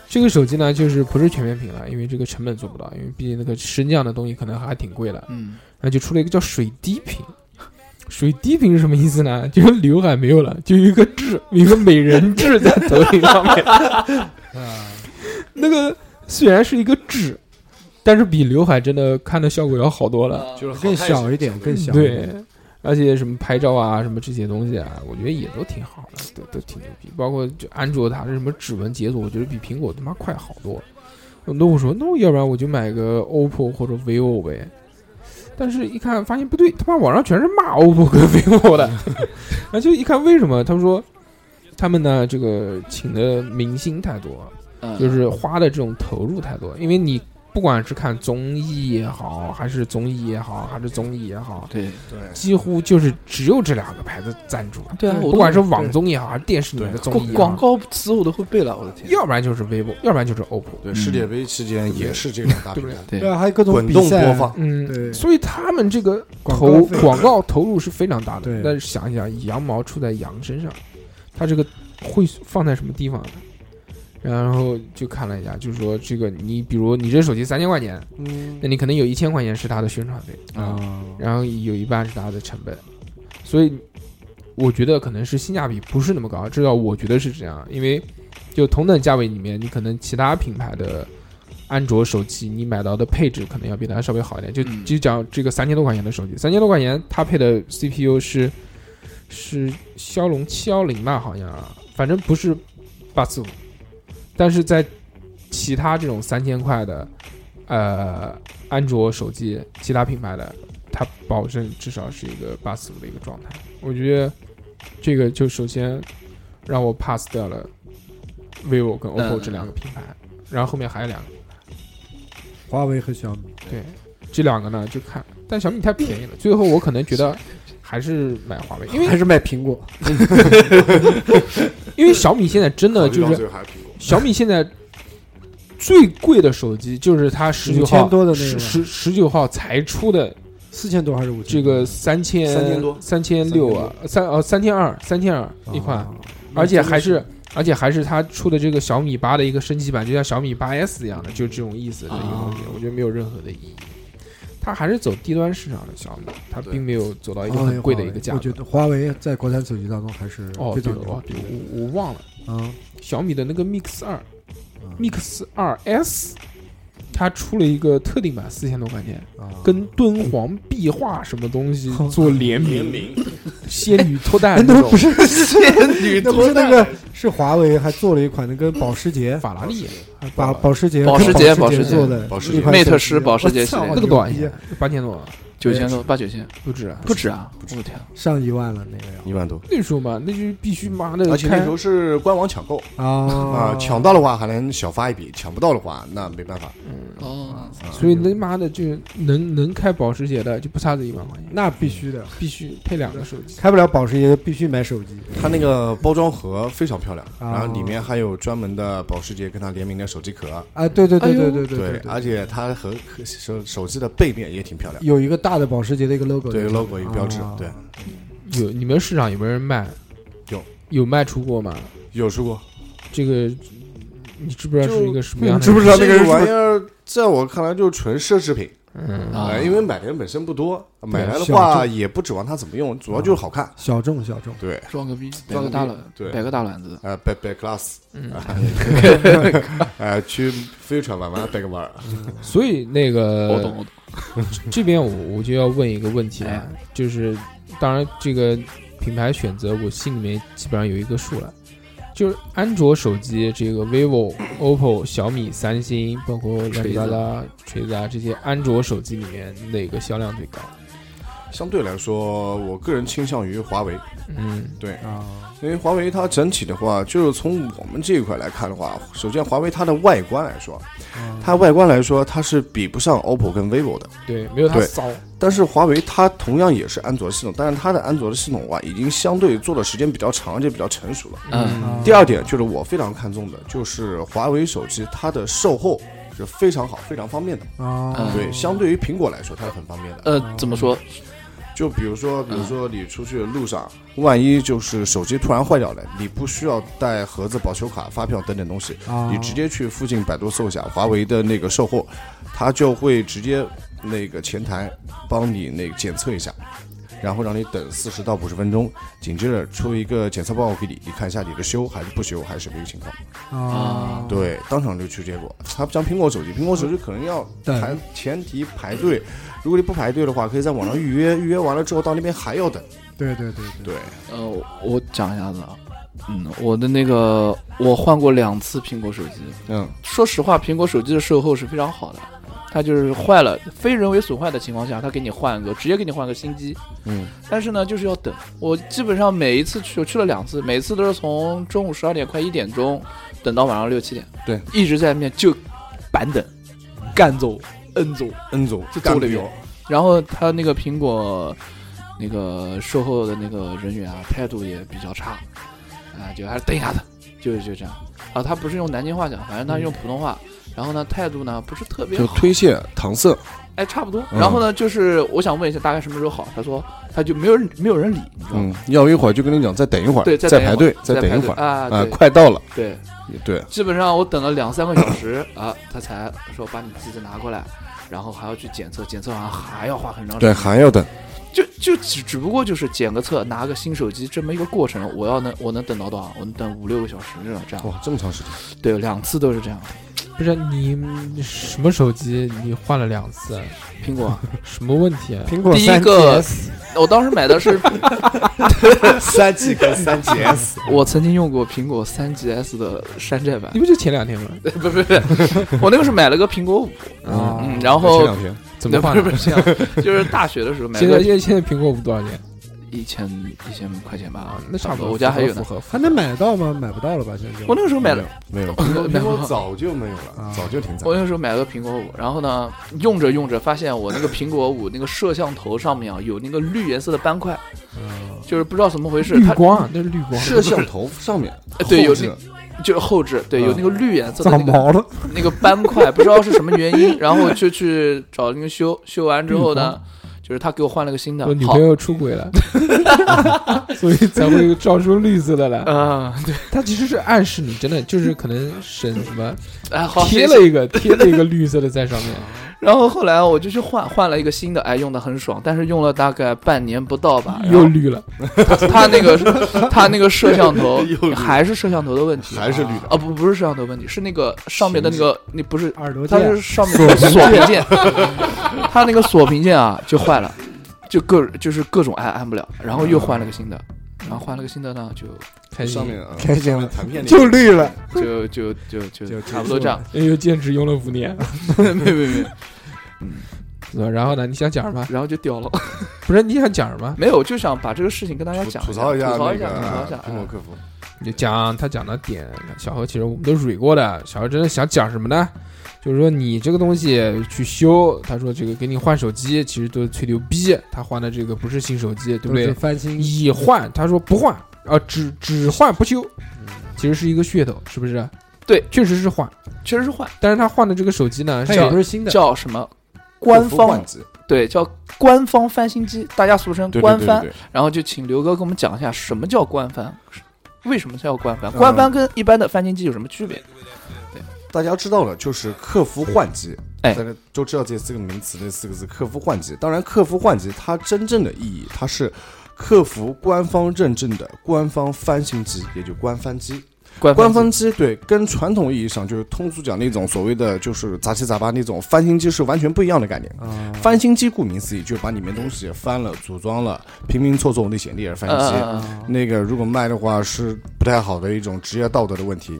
Speaker 2: 这个手机呢，就是不是全面屏了，因为这个成本做不到，因为毕竟那个升降的东西可能还挺贵的。
Speaker 4: 嗯，
Speaker 2: 然后就出了一个叫水滴屏。水滴屏是什么意思呢？就是刘海没有了，就一个痣，一个美人痣在头顶上面。那个虽然是一个痣，但是比刘海真的看的效果要好多
Speaker 4: 呃
Speaker 2: 了。
Speaker 5: 就是好
Speaker 3: 更
Speaker 5: 看
Speaker 3: 小
Speaker 5: 一嗯
Speaker 3: 一点，更小一
Speaker 2: 对
Speaker 3: 点。，
Speaker 2: 而且什么拍照啊，什么这些东西啊，我觉得也都挺好的，都都挺牛逼。包括就安卓它是什么指纹解锁，我觉得比苹果他妈快好多。那我说，那我要不然我就买个 OPPO 或者 vivo 呗。但是，一看发现不对，他妈网上全是骂 OPPO 跟 vivo 的，而且一看为什么？他们说，他们呢这个请的明星太多，
Speaker 4: 嗯
Speaker 2: 就是花的这种投入太多，因为你不管是看综艺也好，还是综艺也好，还是综艺也好，
Speaker 4: 对
Speaker 5: 对，
Speaker 2: 几乎就是只有这两个牌子赞助，
Speaker 4: 对啊，我
Speaker 2: 不管是网综也好，还是电视里面的综艺
Speaker 4: 广
Speaker 2: 也好
Speaker 4: 广，告词我都会背了，我的天，
Speaker 2: 要不然就是 vivo，要不然就是 OPPO，
Speaker 5: 对，
Speaker 4: 嗯
Speaker 5: 世界杯期间也是这两大
Speaker 2: 对
Speaker 5: 品
Speaker 2: 不对
Speaker 5: 牌？
Speaker 4: 对
Speaker 3: 对啊，还有各种
Speaker 5: 滚
Speaker 3: 比
Speaker 5: 动
Speaker 3: 赛
Speaker 5: 播
Speaker 3: 啊，
Speaker 5: 放。
Speaker 2: 嗯，
Speaker 3: 对，
Speaker 2: 所以他们这个
Speaker 3: 广
Speaker 2: 投
Speaker 3: 告费
Speaker 2: 广告投入是非常大的
Speaker 3: 对。
Speaker 2: 但是想一想，羊毛出在羊身上，它这个会放在什么地方呢？然后就看了一下，就是说这个你比如你这手机三千块钱，
Speaker 3: 嗯
Speaker 2: 那你可能有一千块钱是它的宣传费，
Speaker 3: 啊，
Speaker 2: 然后有一半是它的成本，所以我觉得可能是性价比不是那么高，至少我觉得是这样，因为就同等价位里面，你可能其他品牌的安卓手机你买到的配置可能要比它稍微好一点，就
Speaker 4: 嗯
Speaker 2: 就讲这个三千多块钱的手机，三千多块钱它配的 CPU 是是骁龙七幺零吧，好像啊，反正不是八四五，但是在其他这种三千块的呃安卓手机，其他品牌的它保证至少是一个八四五的一个状态。我觉得这个就首先让我 pass 掉了 vivo 跟
Speaker 4: 嗯
Speaker 2: OPPO 这两个品牌，然后后面还有两个，
Speaker 3: 华为和小米，
Speaker 2: 对，这两个呢就看，但小米太便宜了，最后我可能觉得还是买华为，因 为
Speaker 3: 还是卖苹果，
Speaker 2: 因为小米现在真的
Speaker 5: 考虑
Speaker 2: 就
Speaker 5: 到
Speaker 2: 是
Speaker 5: 最后还是苹果。
Speaker 2: 小米现在最贵的手机就是它十九号
Speaker 3: 5000多的那
Speaker 2: 十
Speaker 3: 个
Speaker 2: 十十九号才出的
Speaker 3: 四千多还是五千？
Speaker 2: 这个三千
Speaker 5: 3000多
Speaker 2: 三千六哦啊三哦三千二三千二一款，
Speaker 3: 啊，
Speaker 2: 而且还是而且还是它出的这个小米八的一个升级版，就像小米八 S 一样的，就这种意思的一个东西，我觉得没有任何的意义。它还是走低端市场的小米，它
Speaker 5: 对
Speaker 2: 并没有走到一个
Speaker 3: 华为
Speaker 2: 很贵的一个价
Speaker 3: 哦我觉
Speaker 2: 格。
Speaker 3: 得华为在国产手机当中还是
Speaker 2: 哦，
Speaker 3: 非
Speaker 2: 对
Speaker 3: 常
Speaker 2: 了
Speaker 3: 牛
Speaker 2: 哦，对，我我忘了
Speaker 3: 啊。
Speaker 2: 小米的那个 Mix 二
Speaker 3: 嗯
Speaker 2: ，Mix 二 S，它出了一个特定版，四千多块钱，
Speaker 3: 啊
Speaker 2: 跟敦煌壁画什么东 西做联名，仙女脱单哎那
Speaker 3: 哎那
Speaker 2: 种
Speaker 3: 不 是
Speaker 4: 女
Speaker 3: 那不是那个是华为还做了一款那跟保时捷
Speaker 2: 法拉利，还是
Speaker 3: 把
Speaker 2: 宝马
Speaker 3: 保时捷
Speaker 4: 保时捷
Speaker 3: 保
Speaker 4: 保时捷
Speaker 3: 做的
Speaker 5: 保时捷
Speaker 3: 一款手机
Speaker 4: Mate 10保时捷
Speaker 3: 我操
Speaker 4: 系列
Speaker 2: 哦那个多少
Speaker 3: 牛逼
Speaker 2: 钱？八千多，
Speaker 4: 九千多，八九千，
Speaker 2: 不止啊，
Speaker 4: 不止啊！我的天，
Speaker 3: 上一万了那个要
Speaker 5: 一万多。
Speaker 2: 那时候嘛，那就必须妈的
Speaker 5: 而且那
Speaker 2: 开
Speaker 5: 时候是官网抢购 啊、
Speaker 3: 呃啊
Speaker 5: 抢到的话还能小发一笔，抢不到的话那没办法。
Speaker 4: 哦，
Speaker 2: 所以那妈的就能能开保时捷的就不差这一万块钱，
Speaker 3: 那必须的，
Speaker 2: 必须配两个手机。
Speaker 3: 开不了保时捷必须买手机。
Speaker 5: 它那个包装盒非常漂亮，
Speaker 3: 啊
Speaker 5: 然后里面还有专门的保时捷跟它联名的手机壳。
Speaker 3: 啊，对对
Speaker 4: 哎
Speaker 3: 对
Speaker 4: 呦
Speaker 3: 对对对
Speaker 5: 而且它和和手手机的背面也挺漂亮，
Speaker 3: 有一个大的保时捷的一个 logo，
Speaker 5: 对
Speaker 3: 在上面
Speaker 5: logo 一个标志，对，
Speaker 3: 啊
Speaker 2: 有你们市场有没有人卖？
Speaker 5: 有
Speaker 2: 有卖出过吗？
Speaker 5: 有出过。
Speaker 2: 这个你知不知道是一个什么样
Speaker 3: 你
Speaker 2: 的？
Speaker 3: 知不知道那
Speaker 5: 这
Speaker 3: 个人是
Speaker 5: 玩意儿在我看来就是纯奢侈品，
Speaker 2: 嗯，
Speaker 4: 啊
Speaker 5: 呃因为买的人本身不多，买来的
Speaker 3: 小
Speaker 5: 话也不指望它怎么用，主要就是好看。
Speaker 3: 小众小众？
Speaker 5: 对，
Speaker 4: 装个逼，装个大卵，
Speaker 5: 对
Speaker 4: 摆个大卵子，
Speaker 5: 呃，摆摆 class，呃，去飞船玩玩摆个玩儿。
Speaker 2: 所以那个
Speaker 4: 我懂，我懂。
Speaker 2: 这边我我就要问一个问题了，就是当然这个品牌选择我心里面基本上有一个数了，就是安卓手机这个 vivo、OPPO、小米、三星，包括乱七八糟锤子啊这些安卓手机里面哪个销量最高？
Speaker 5: 相对来说，我个人倾向于华为，
Speaker 2: 嗯，
Speaker 5: 对，
Speaker 3: 啊，
Speaker 5: 因为华为它整体的话，就是从我们这一块来看的话，首先华为它的外观来说，它外观来说它是比不上 OPPO 跟 vivo 的，
Speaker 2: 对，没有它
Speaker 5: 对
Speaker 2: 骚。
Speaker 5: 但是华为它同样也是安卓系统，但是它的安卓的系统的话，已经相对做的时间比较长，而且比较成熟了。
Speaker 4: 嗯，
Speaker 5: 第二点就是我非常看重的，就是华为手机它的售后是非常好、非常方便的。
Speaker 3: 啊，
Speaker 5: 对，相对于苹果来说，它是很方便的。
Speaker 4: 呃，怎么说？
Speaker 5: 就比如说，比如说你出去的路上，万一就是手机突然坏掉了，你不需要带盒子、保修卡、发票等等东西，
Speaker 3: 啊
Speaker 5: 你直接去附近百度搜一下华为的那个售后，它就会直接那个前台帮你那个检测一下。然后让你等四十到五十分钟，紧接着出一个检测报告给你，你看一下你的修还是不修，还是什么一个情况。
Speaker 3: 啊，
Speaker 5: 对，当场就出结果。它不像苹果手机，苹果手机可能要
Speaker 3: 等
Speaker 5: 排前提排队，如果你不排队的话，可以在网上预约，预约完了之后到那边还要等。
Speaker 3: 对对对对，
Speaker 5: 对，
Speaker 4: 呃，我讲一下子啊，嗯，我的那个我换过两次苹果手机，
Speaker 5: 嗯，
Speaker 4: 说实话，苹果手机的售后是非常好的，它就是坏了，非人为损坏的情况下，它给你换个，直接给你换个新机。
Speaker 5: 嗯，
Speaker 4: 但是呢，就是要等。我基本上每一次去，我去了两次，每次都是从中午十二点快一点钟等到晚上六七点，
Speaker 5: 对，
Speaker 4: 一直在那边就板等，干走，摁走。
Speaker 5: 恩总
Speaker 4: 就
Speaker 5: 干
Speaker 4: 坐
Speaker 5: 得
Speaker 4: 里面
Speaker 5: 了，
Speaker 4: 然后他那个苹果那个售后的那个人员啊，态度也比较差，啊、就还是等一下子，就就这样。啊，他不是用南京话讲，反正他用普通话。然后呢，态度呢不是特别
Speaker 5: 就
Speaker 4: 好，
Speaker 5: 推卸搪塞。
Speaker 4: 哎，差不多。
Speaker 5: 嗯
Speaker 4: 然后呢，就是我想问一下，大概什么时候好？他说他就没有人没有人理，你知道吗？
Speaker 5: 嗯，要一会儿就跟你讲，再等一会儿，
Speaker 4: 对再
Speaker 5: 再
Speaker 4: 等一
Speaker 5: 排
Speaker 4: 会儿
Speaker 5: 队，再等
Speaker 4: 排
Speaker 5: 一
Speaker 4: 队
Speaker 5: 会儿
Speaker 4: 啊，
Speaker 5: 啊，
Speaker 4: 对
Speaker 5: 快到了。
Speaker 4: 对，
Speaker 5: 对，
Speaker 4: 基本上我等了两三个小时啊，他才说把你机子拿过来，然后还要去检测，检测完还要花很长时
Speaker 5: 对，
Speaker 4: 间。
Speaker 5: 还要等。
Speaker 4: 就就只只不过就是检个测，拿个新手机这么一个过程，我要能我能等到多少？我能等五六个小时这样这样。
Speaker 5: 哇，这么长时间，
Speaker 4: 对，两次都是这样。
Speaker 2: 不是你你什么手机你换了两次，
Speaker 4: 苹果啊，
Speaker 2: 什么问题啊？
Speaker 3: 苹果
Speaker 4: 第一个
Speaker 3: 3GS
Speaker 4: 我当时买的是，
Speaker 5: 三 G 跟三 GS，
Speaker 4: 我曾经用过苹果三 GS 的山寨版
Speaker 2: 你，不就前两天 吗？
Speaker 4: 不是不是，我那个是买了个苹果五，
Speaker 2: 啊
Speaker 4: 嗯，然
Speaker 5: 前
Speaker 4: 后
Speaker 5: 两天
Speaker 2: 怎么换
Speaker 4: 不是
Speaker 2: 的？
Speaker 4: 不是这样，就是大学的时候买
Speaker 2: 现在
Speaker 4: 了
Speaker 2: 现在现在苹果五多少钱
Speaker 4: 一千一千块钱吧
Speaker 2: 啊？，那差不多。
Speaker 4: 我家还有
Speaker 2: 符
Speaker 4: 呢。
Speaker 2: 合符合
Speaker 3: 还能买得到吗？买不到了吧？现在就
Speaker 4: 我那个时候买了，
Speaker 5: 没有，
Speaker 4: 没
Speaker 5: 苹
Speaker 4: 有
Speaker 5: 果早就没有了
Speaker 3: 啊，
Speaker 5: 早就停在
Speaker 4: 我。那个时候买了个苹果五，然后呢，用着用着发现我那个苹果五那个摄像头上面啊有那个绿颜色的斑块，
Speaker 2: 嗯
Speaker 4: 就是不知道怎么回事，
Speaker 2: 绿
Speaker 4: 它
Speaker 2: 光啊，那是绿光。
Speaker 5: 摄像头上 面
Speaker 4: 哎，对有
Speaker 5: 后置
Speaker 4: 就是后置，对，有
Speaker 2: 嗯
Speaker 4: 那个绿颜色的
Speaker 3: 长
Speaker 4: 那个
Speaker 3: 毛了，
Speaker 4: 那个斑块，不知道是什么 原因，然后就去找那个修，修完之后呢，就是他给我换了个新的，
Speaker 2: 我女
Speaker 4: 好
Speaker 2: 朋，友出轨 了，所以才会照出绿色的来。
Speaker 4: 嗯，对，
Speaker 2: 它其实是暗示你，真的就是可能省什么
Speaker 4: 哎，好，
Speaker 2: 贴了一个贴了一个绿色的在上面。
Speaker 4: 然后后来啊我就去换换了一个新的，哎，用的很爽，但是用了大概半年不到吧，然后
Speaker 2: 又绿了，
Speaker 4: 他那个他那个摄像头还是摄像头的问题，
Speaker 5: 还是绿的
Speaker 4: 啊不不是摄像头问题，是那个上面的那个那不是，
Speaker 3: 耳朵
Speaker 4: 它
Speaker 3: 尖
Speaker 4: 是上面的锁屏键，它那个锁屏键啊就坏了，就各就是各种按按不了，然后又换了个新的，然后换了个新的呢 就
Speaker 2: 开心
Speaker 5: 上。面啊，
Speaker 3: 开心了，
Speaker 5: 弹片那
Speaker 3: 就
Speaker 5: 个
Speaker 3: 绿了，
Speaker 4: 就就就就
Speaker 3: 就
Speaker 4: 差不多这样，
Speaker 2: 哎呦，坚持用了五年，
Speaker 4: 没没没，嗯，
Speaker 2: 对吧？然后呢，你想讲什么？
Speaker 4: 然后就掉了。
Speaker 2: 不是你想讲什么？
Speaker 4: 没有，就想把这个事情跟大家
Speaker 5: 吐
Speaker 4: 讲
Speaker 5: 吐槽
Speaker 4: 一
Speaker 5: 一下
Speaker 4: 吐槽
Speaker 5: 那
Speaker 4: 一下，吐槽一
Speaker 5: 个嗯
Speaker 4: 下。
Speaker 5: 苹
Speaker 4: 哎
Speaker 5: 果客服，
Speaker 2: 你讲他讲的点，小何其实我们都蕊过的。小何真的想讲什么呢？就是说你这个东西去修，他说这个给你换手机，其实都是吹牛逼。他换的这个不是新手机，对不
Speaker 3: 都是
Speaker 2: 对？
Speaker 3: 翻新
Speaker 2: 已换，他说不换啊、只只换不修，其实是一个噱头，是不是？
Speaker 4: 对，
Speaker 2: 确实是换，
Speaker 4: 确实是换，
Speaker 2: 但是他换的这个手机呢，
Speaker 3: 它
Speaker 2: 是
Speaker 3: 也不是新的，
Speaker 4: 叫什么？官
Speaker 5: 客服
Speaker 4: 方
Speaker 5: 换机
Speaker 4: 对，叫官方翻新机，大家俗称
Speaker 5: 对对
Speaker 4: 官
Speaker 5: 对
Speaker 4: 翻
Speaker 5: 对。
Speaker 4: 然后就请刘哥给我们讲一下什么叫官翻，为什么叫官翻？
Speaker 5: 嗯
Speaker 4: 官翻跟一般的翻新机有什么区别？
Speaker 5: 大家知道了，就是客服换机，
Speaker 4: 哎
Speaker 5: 大家都知道这四个名词，这四个字“客服换机”。当然，客服换机它真正的意义，它是客服官方认证的官方翻新机，也就官翻机。
Speaker 4: 官
Speaker 5: 官
Speaker 4: 翻
Speaker 5: 方机对，跟传统意义上就是通俗讲那种所谓的就是杂七杂八那种翻新机是完全不一样的概念。翻新机顾名思义，就把里面东西翻了、组装了、拼拼凑凑那些，那也是翻新机。
Speaker 4: 呃，
Speaker 5: 那个如果卖的话是不太好的一种职业道德的问题。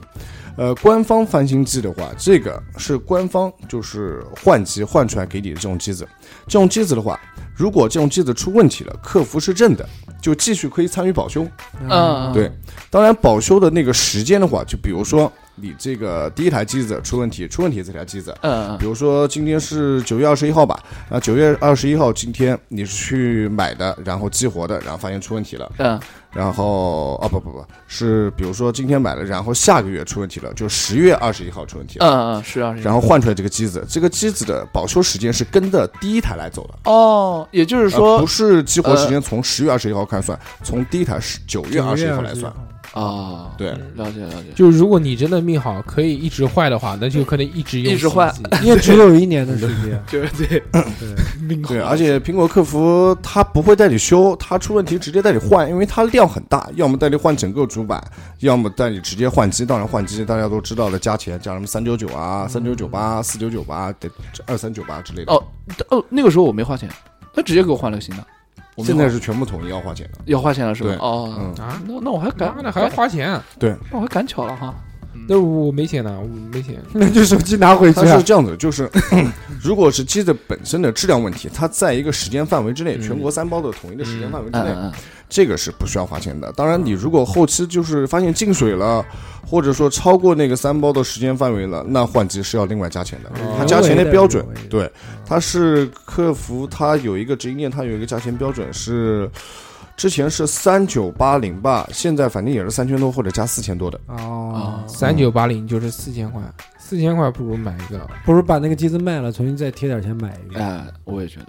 Speaker 5: 呃，官方翻新机的话，这个是官方就是换机换出来给你的这种机子。这种机子的话，如果这种机子出问题了，客服是认的，就继续可以参与保修。
Speaker 4: 嗯，
Speaker 5: 对，当然保修的那个时间的话，就比如说你这个第一台机子出问题，出问题这台机子，
Speaker 4: 嗯，
Speaker 5: 比如说今天是九月二十一号吧，啊，九月二十一号今天你是去买的，然后激活的，然后发现出问题了。
Speaker 4: 嗯，
Speaker 5: 然后啊不不不是，比如说今天买了，然后下个月出问题了，就十月二十一号出问题了，
Speaker 4: 嗯嗯，是啊，是啊。
Speaker 5: 然后换出来这个机子，这个机子的保修时间是跟着第一台来走的，
Speaker 4: 哦，也就是
Speaker 5: 呃
Speaker 4: 说
Speaker 5: 不是激活时间从十月二十一号开算，从第一台是九月二十一号嗯来算，
Speaker 4: 啊，
Speaker 5: 对。
Speaker 4: 了解了解。
Speaker 2: 就是如果你真的命好，可以一直坏的话，那就可能一直用
Speaker 4: 一直换，
Speaker 2: 新机。
Speaker 3: 因为只有一年的时间
Speaker 4: 就是对，
Speaker 3: 对，
Speaker 5: 对，而且苹果客服他不会带你修，他出问题直接带你换，因为它量很大，要么带你换整个主板，要么带你直接换机。当然换机大家都知道的，加钱加什么三九九啊、三九九八、四九九八、得二三九八之类的。
Speaker 4: 哦哦，那个时候我没花钱，他直接给我换了个新的，我没
Speaker 5: 现
Speaker 4: 花
Speaker 5: 在是全部统一要花钱的。
Speaker 4: 要花钱了是吧
Speaker 5: 对？
Speaker 4: 哦
Speaker 5: 嗯，
Speaker 2: 啊，
Speaker 4: 那那我还赶
Speaker 2: 妈的还要花钱啊、
Speaker 4: 那我还赶巧了哈。
Speaker 2: 那我没钱呢，我没钱。
Speaker 3: 那就手机拿回去
Speaker 5: 它是
Speaker 3: 啊。
Speaker 5: 这样子，就是 如果是机子本身的质量问题，它在一个时间范围之内，
Speaker 2: 嗯
Speaker 5: 全国三包的统一的时间范围之
Speaker 4: 嗯
Speaker 5: 内，
Speaker 4: 嗯
Speaker 5: 这个是不需要花钱的。当然，你如果后期就是发现进水了，或者说超过那个三包的时间范围了，那换机是要另外加钱的。
Speaker 2: 哦
Speaker 5: 它加钱的标准
Speaker 3: 人为的，
Speaker 5: 对，它是客服，它有一个直营店，它有一个加钱标准是。之前是三九八零吧，现在反正也是三千多或者加四千多的。
Speaker 3: 哦，
Speaker 2: 三九八零就是四千块，四千块不如买一个。
Speaker 3: 不如把那个机子卖了，重新再贴点钱买
Speaker 4: 嗯，
Speaker 3: 一个。
Speaker 4: 哎，我也觉得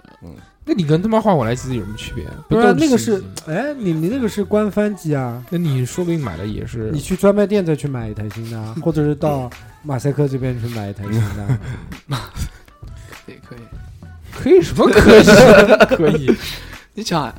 Speaker 2: 那你跟他妈换我来机子有什么区别？
Speaker 3: 不
Speaker 2: 都
Speaker 3: 是啊那
Speaker 2: 新
Speaker 3: 个是
Speaker 2: 机吗，
Speaker 3: 哎，你你那个是官翻机啊，
Speaker 2: 那你说不定买的也是
Speaker 3: 你去专卖店再去买一台新的啊，或者是到马赛克这边去买一台新的啊。
Speaker 4: 也可以。
Speaker 2: 可以什 么可以可以。
Speaker 4: 你讲啊，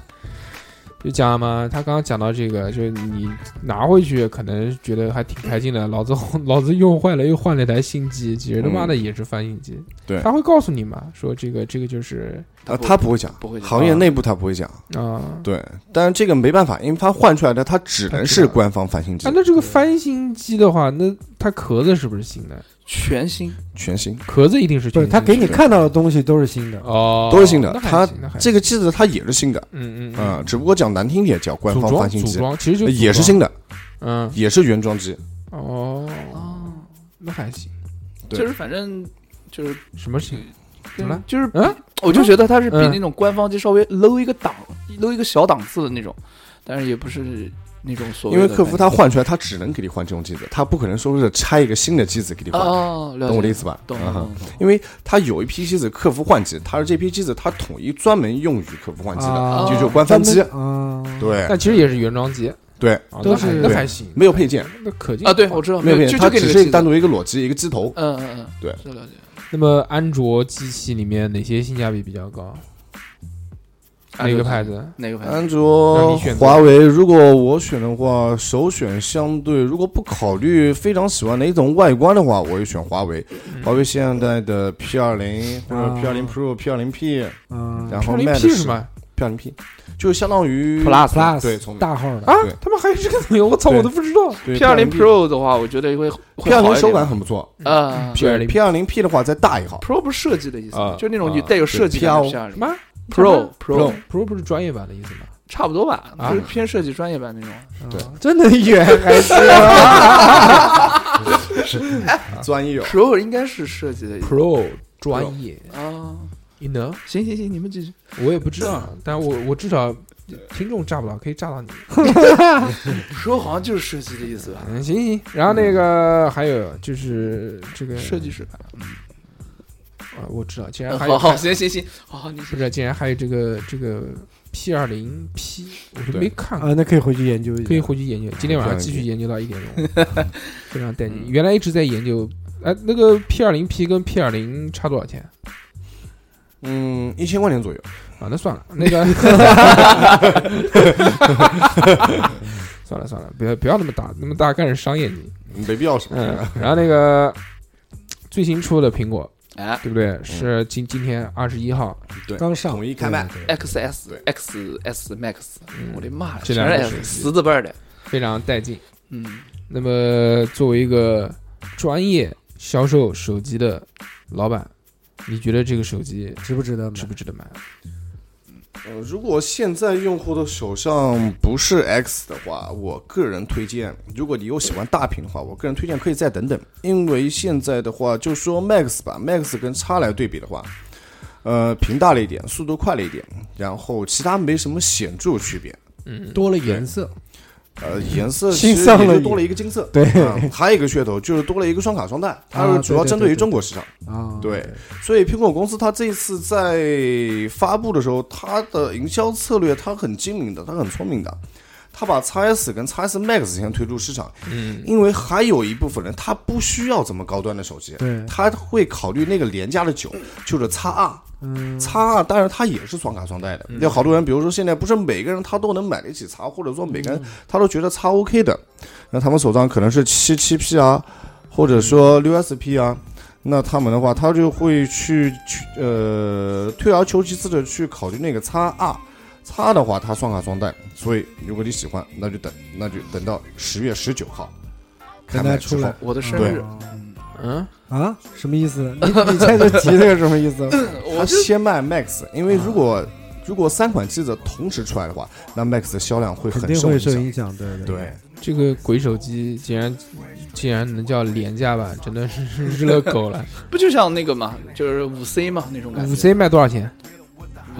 Speaker 2: 就讲嘛，他刚刚讲到这个，就是你拿回去可能觉得还挺开心的，老子 老子用坏了又换了台新机，其实他妈的也是翻新机。
Speaker 5: 对
Speaker 2: 他会告诉你嘛，说这个这个就是
Speaker 5: 啊，他不会讲，
Speaker 4: 不会讲
Speaker 5: 行业内部他不会讲。
Speaker 2: 啊，
Speaker 5: 对，但是这个没办法，因为它换出来的它只能是官方翻新机
Speaker 2: 啊，，那这个翻新机的话，那它壳子是不是新的？
Speaker 4: 全新
Speaker 5: 全新。
Speaker 2: 壳子一定是
Speaker 3: 不
Speaker 2: 全
Speaker 3: 是，
Speaker 2: 新
Speaker 3: 他
Speaker 2: 的
Speaker 3: 给你看到的东西都是新的，
Speaker 2: 哦，
Speaker 5: 都是新的
Speaker 2: 那
Speaker 5: 它
Speaker 2: 还行那还行
Speaker 5: 这个机子它也是新的，
Speaker 2: 嗯嗯
Speaker 5: 啊、只不过讲难听点叫官
Speaker 2: 组
Speaker 5: 方
Speaker 2: 装
Speaker 5: 翻新
Speaker 2: 组
Speaker 5: 机，
Speaker 2: 装其实就
Speaker 5: 呃
Speaker 2: 组
Speaker 5: 也是
Speaker 2: 装
Speaker 5: 新的，
Speaker 2: 嗯
Speaker 5: 也是原装机。
Speaker 2: 哦那还行，
Speaker 5: 对
Speaker 4: 就是反正就是
Speaker 2: 什么事情？怎么了
Speaker 4: 就是
Speaker 2: 嗯，
Speaker 4: 我就觉得它是比
Speaker 2: 嗯
Speaker 4: 那种官方机稍微 low 一个档，low 一个小档次的那种，但是也不是那种所谓
Speaker 5: 因
Speaker 4: 的
Speaker 5: 为客服他换出来，他只能给你换这种机子，他不可能说是拆一个新的机子给你换，
Speaker 4: 哦，了解
Speaker 5: 懂我的意思吧？
Speaker 4: 懂
Speaker 5: 嗯
Speaker 4: 懂
Speaker 5: 哼
Speaker 4: 懂懂
Speaker 5: 因为他有一批机子客服换机，他是这批机子他统一专门用于客服换机的，
Speaker 3: 啊
Speaker 5: 就就官方机。
Speaker 3: 啊，
Speaker 5: 对
Speaker 2: 但其实也是原装机，
Speaker 5: 哎对，
Speaker 2: 啊
Speaker 3: 都
Speaker 2: 那还
Speaker 3: 是
Speaker 2: 那还行，
Speaker 5: 没有配件，
Speaker 2: 那可劲
Speaker 4: 啊，对，我知道，
Speaker 5: 没有配
Speaker 4: 就
Speaker 5: 件，
Speaker 4: 就
Speaker 5: 它
Speaker 4: 给
Speaker 5: 只
Speaker 4: 你个
Speaker 5: 是
Speaker 4: 机
Speaker 5: 单
Speaker 4: 子
Speaker 5: 独一个裸机，一个机头。
Speaker 4: 嗯嗯嗯，
Speaker 5: 对
Speaker 4: 是了解。
Speaker 2: 那么安卓机器里面哪些性价比比较高？哪个牌？子？
Speaker 4: 哪个牌子？
Speaker 5: 安卓
Speaker 2: 让你选、择
Speaker 5: 华为，如果我选的话，首选相对如果不考虑非常喜欢哪一种外观的话，我会选华为。华为现在的 P 二零或者
Speaker 3: 啊
Speaker 5: P 二零 Pro、P 二零 P，
Speaker 3: 嗯，
Speaker 5: 然
Speaker 2: 超
Speaker 5: 后
Speaker 2: 零
Speaker 5: 卖
Speaker 2: P
Speaker 5: 的
Speaker 2: 是
Speaker 5: 是
Speaker 2: 吗？
Speaker 5: 飘零 P，就相当于
Speaker 4: Plus
Speaker 3: Plus
Speaker 5: 对，从
Speaker 3: 大号的
Speaker 2: 啊
Speaker 5: 对，
Speaker 2: 他们还有这个东西，我操，
Speaker 5: 对
Speaker 2: 我都不知道。
Speaker 5: 对
Speaker 4: P 二零
Speaker 5: P20P
Speaker 4: Pro 的话，我觉得会会
Speaker 5: P 二
Speaker 4: 好
Speaker 5: 零
Speaker 4: 一
Speaker 5: 手
Speaker 4: 点
Speaker 5: 感很不错
Speaker 4: 啊
Speaker 2: P 二零
Speaker 5: ，P 二零 P 的话再大一号，
Speaker 4: ，Pro 不是设计的意思
Speaker 5: 啊
Speaker 4: 吗，就是那种
Speaker 5: 啊
Speaker 4: 你带有设计感的
Speaker 5: 对
Speaker 4: P 二
Speaker 2: 什
Speaker 4: 零
Speaker 2: 么
Speaker 4: Pro Pro
Speaker 5: Pro
Speaker 2: Pro 不是专业版的意思吗？
Speaker 4: 差不多吧，
Speaker 2: 啊
Speaker 4: 就是偏设计专业版那种。
Speaker 5: 对
Speaker 2: 啊， 真的远还是
Speaker 5: 专业
Speaker 4: Pro 应该是设计的意 思
Speaker 2: Pro 专业
Speaker 4: 啊。
Speaker 2: ，you know，
Speaker 4: 行行行，你们继续。
Speaker 2: 我也不知道，
Speaker 5: 嗯
Speaker 2: 但我我至少听众炸不了，可以炸到你。
Speaker 4: Pro 好像就是设计的意思吧？
Speaker 2: 嗯，行行。然后那个还有就是这个
Speaker 4: 设计师吧。
Speaker 2: 啊，我知道，竟哎然还有
Speaker 4: 好好，行行行，好好，你
Speaker 2: 不是，竟然还有这个这个 P 二零 P，我都没看过。
Speaker 4: 嗯
Speaker 3: 啊，那可以回去研究一下。
Speaker 2: 可以回去研究。今天晚上继续研究到一点 钟，非常带
Speaker 4: 嗯
Speaker 2: 劲。原来一直在研究，哎，那个 P 二零 P 跟 P 二零差多少钱
Speaker 5: 嗯，一千块钱左右，
Speaker 2: 啊？那算了，那个 算了算了，不要不要那么大，那么大干是伤眼睛。
Speaker 5: 没必要什
Speaker 2: 嗯
Speaker 5: 么。，
Speaker 2: 然后那个最新出的苹果，
Speaker 4: 哎
Speaker 2: 对不对？是今今天二十一号，
Speaker 5: 对，
Speaker 3: 刚上
Speaker 5: 统一开卖，
Speaker 4: 哎
Speaker 3: 对
Speaker 4: XS
Speaker 3: 对
Speaker 4: XS Max，
Speaker 2: 嗯
Speaker 4: 我的妈呀，
Speaker 2: 这
Speaker 4: 全
Speaker 2: 两个
Speaker 4: 是
Speaker 2: 手
Speaker 4: S
Speaker 2: 机
Speaker 4: 十字辈儿的。
Speaker 2: 非常带劲。
Speaker 4: 嗯，
Speaker 2: 那么作为一个专业销售手机的老板，你觉得这个手机
Speaker 3: 值不值得买
Speaker 2: 值？不值得买？
Speaker 5: 呃，如果现在用户的手上不是 X 的话，我个人推荐，如果你又喜欢大屏的话，我个人推荐可以再等等，因为现在的话，就说 Max 吧，Max 跟 X 来对比的话，呃，屏大了一点，速度快了一点，然后其他没什么显著区别。
Speaker 3: 多了颜色，
Speaker 5: 呃，颜 色
Speaker 3: 新
Speaker 5: 其实
Speaker 3: 上
Speaker 5: 也
Speaker 3: 了
Speaker 5: 就
Speaker 3: 一
Speaker 5: 多了一个金色，
Speaker 3: 对
Speaker 5: 啊还有一个噱头就是多了一个双卡双待，它
Speaker 3: 啊
Speaker 5: 是主要
Speaker 3: 对对
Speaker 5: 针对于
Speaker 3: 对对
Speaker 5: 中国市场。
Speaker 3: 啊，
Speaker 5: 对，所以苹果公司它这一次在发布的时候，它的营销策略它很精明的，它很聪明的。它把 XS 跟 XS Max 先推出市场，嗯，因为还有一部分人他不需要这么高端的手机，
Speaker 3: 对
Speaker 5: 他会考虑那个廉价的九，就是 XR，嗯，XR 当然它也是双卡双待的。
Speaker 3: 嗯
Speaker 5: 有好多人，比如说现在不是每个人他都能买得起 X，或者说每个人
Speaker 3: 嗯
Speaker 5: 他都觉得 X OK 的，那他们手上可能是七七 P 啊，或者说
Speaker 3: 嗯
Speaker 5: 六 SP 啊，那他们的话，他就会去去呃退而求其次的去考虑那个 x R。x 的话，它双卡双待，所以如果你喜欢，那就等，那就等到十月十九号开
Speaker 3: 等
Speaker 5: 卖
Speaker 3: 它
Speaker 5: 之
Speaker 3: 出
Speaker 5: 后
Speaker 3: 来。
Speaker 4: 我的生
Speaker 5: 对
Speaker 4: 日，
Speaker 2: 嗯，
Speaker 3: 啊，什么意思？你 你猜这题这个什么意思？
Speaker 5: 它先卖 Max，因为如果、如果三款机子同时出来的话，那 Max 的销量会
Speaker 3: 肯
Speaker 5: 很
Speaker 3: 定
Speaker 5: 受
Speaker 3: 会
Speaker 5: 影
Speaker 3: 受
Speaker 5: 响。
Speaker 3: 影响，对
Speaker 5: 对，
Speaker 2: 这个鬼手机竟然竟然能叫廉价版，真的是日了狗了。
Speaker 4: 不就像那个嘛，就是五 C 嘛那种感觉。
Speaker 2: 五 C 卖多少钱？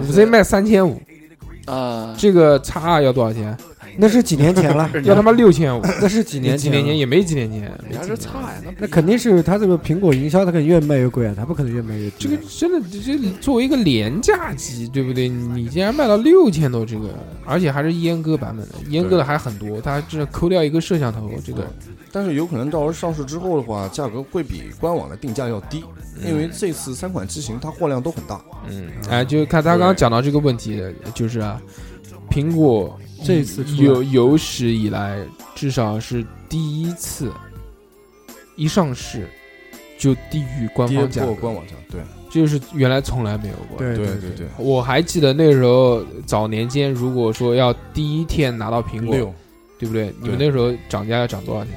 Speaker 2: 五 C 卖三千五，
Speaker 4: 啊，
Speaker 2: 这个叉二要多少钱？
Speaker 3: 那是几年前了，
Speaker 2: 要他妈六千五。
Speaker 3: 那是几年
Speaker 2: 几年
Speaker 3: 前
Speaker 2: 前
Speaker 3: 了。
Speaker 2: 也没几年前，
Speaker 4: 人家是差呀，
Speaker 3: 那肯定是他这个苹果营销，它可能越卖越贵啊，它不可能越卖越低。
Speaker 2: 这个真的，这这作为一个廉价机，对不对？你竟然卖到六千多，这个，而且还是阉割版本的，阉割的还很多，它这抠掉一个摄像头，
Speaker 3: 哦
Speaker 2: 这个
Speaker 5: 但是有可能到时候上市之后的话，价格会比官网的定价要低，
Speaker 3: 嗯
Speaker 5: 因为这次三款机型它货量都很大。
Speaker 2: 嗯，哎，就看他刚刚讲到这个问题，就是啊，苹果
Speaker 3: 这次出来
Speaker 2: 有有史以来至少是第一次一上市就低于官
Speaker 5: 跌
Speaker 2: 方价
Speaker 5: 破
Speaker 2: 格，
Speaker 5: 官网价，对
Speaker 2: 这就是原来从来没有过。
Speaker 3: 对
Speaker 5: 对
Speaker 3: 对
Speaker 5: 对，
Speaker 2: 我还记得那时候早年间，如果说要第一天拿到苹果，
Speaker 5: 六
Speaker 2: 对不对？你们
Speaker 5: 对
Speaker 2: 那时候涨价要涨多少钱？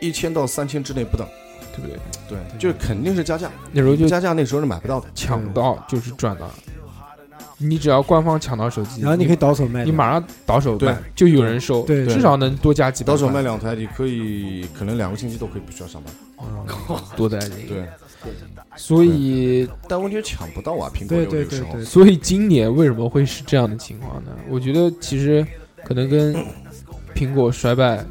Speaker 5: 一千到三千之内不等，
Speaker 2: 对不对？
Speaker 5: 对，就肯定是加价，
Speaker 2: 那时候就
Speaker 5: 加价那时候是买不到的。
Speaker 2: 抢到就是赚到，你只要官方抢到手机，
Speaker 3: 然后你可以倒手卖掉，
Speaker 2: 你马上倒手
Speaker 5: 对
Speaker 2: 卖，就有人收，
Speaker 3: 对
Speaker 2: 至少能多加几百
Speaker 5: 到
Speaker 2: 块。
Speaker 5: 手卖两台，你可以可能两个星期都可以不需要上班。
Speaker 2: 哦多带劲。
Speaker 5: 对，
Speaker 2: 所以
Speaker 5: 但问题是抢不到啊，苹果
Speaker 3: 对
Speaker 5: 有
Speaker 3: 对
Speaker 5: 的
Speaker 3: 对
Speaker 5: 时候
Speaker 3: 对，
Speaker 2: 所以今年为什么会是这样的情况呢？我觉得其实可能跟苹果衰败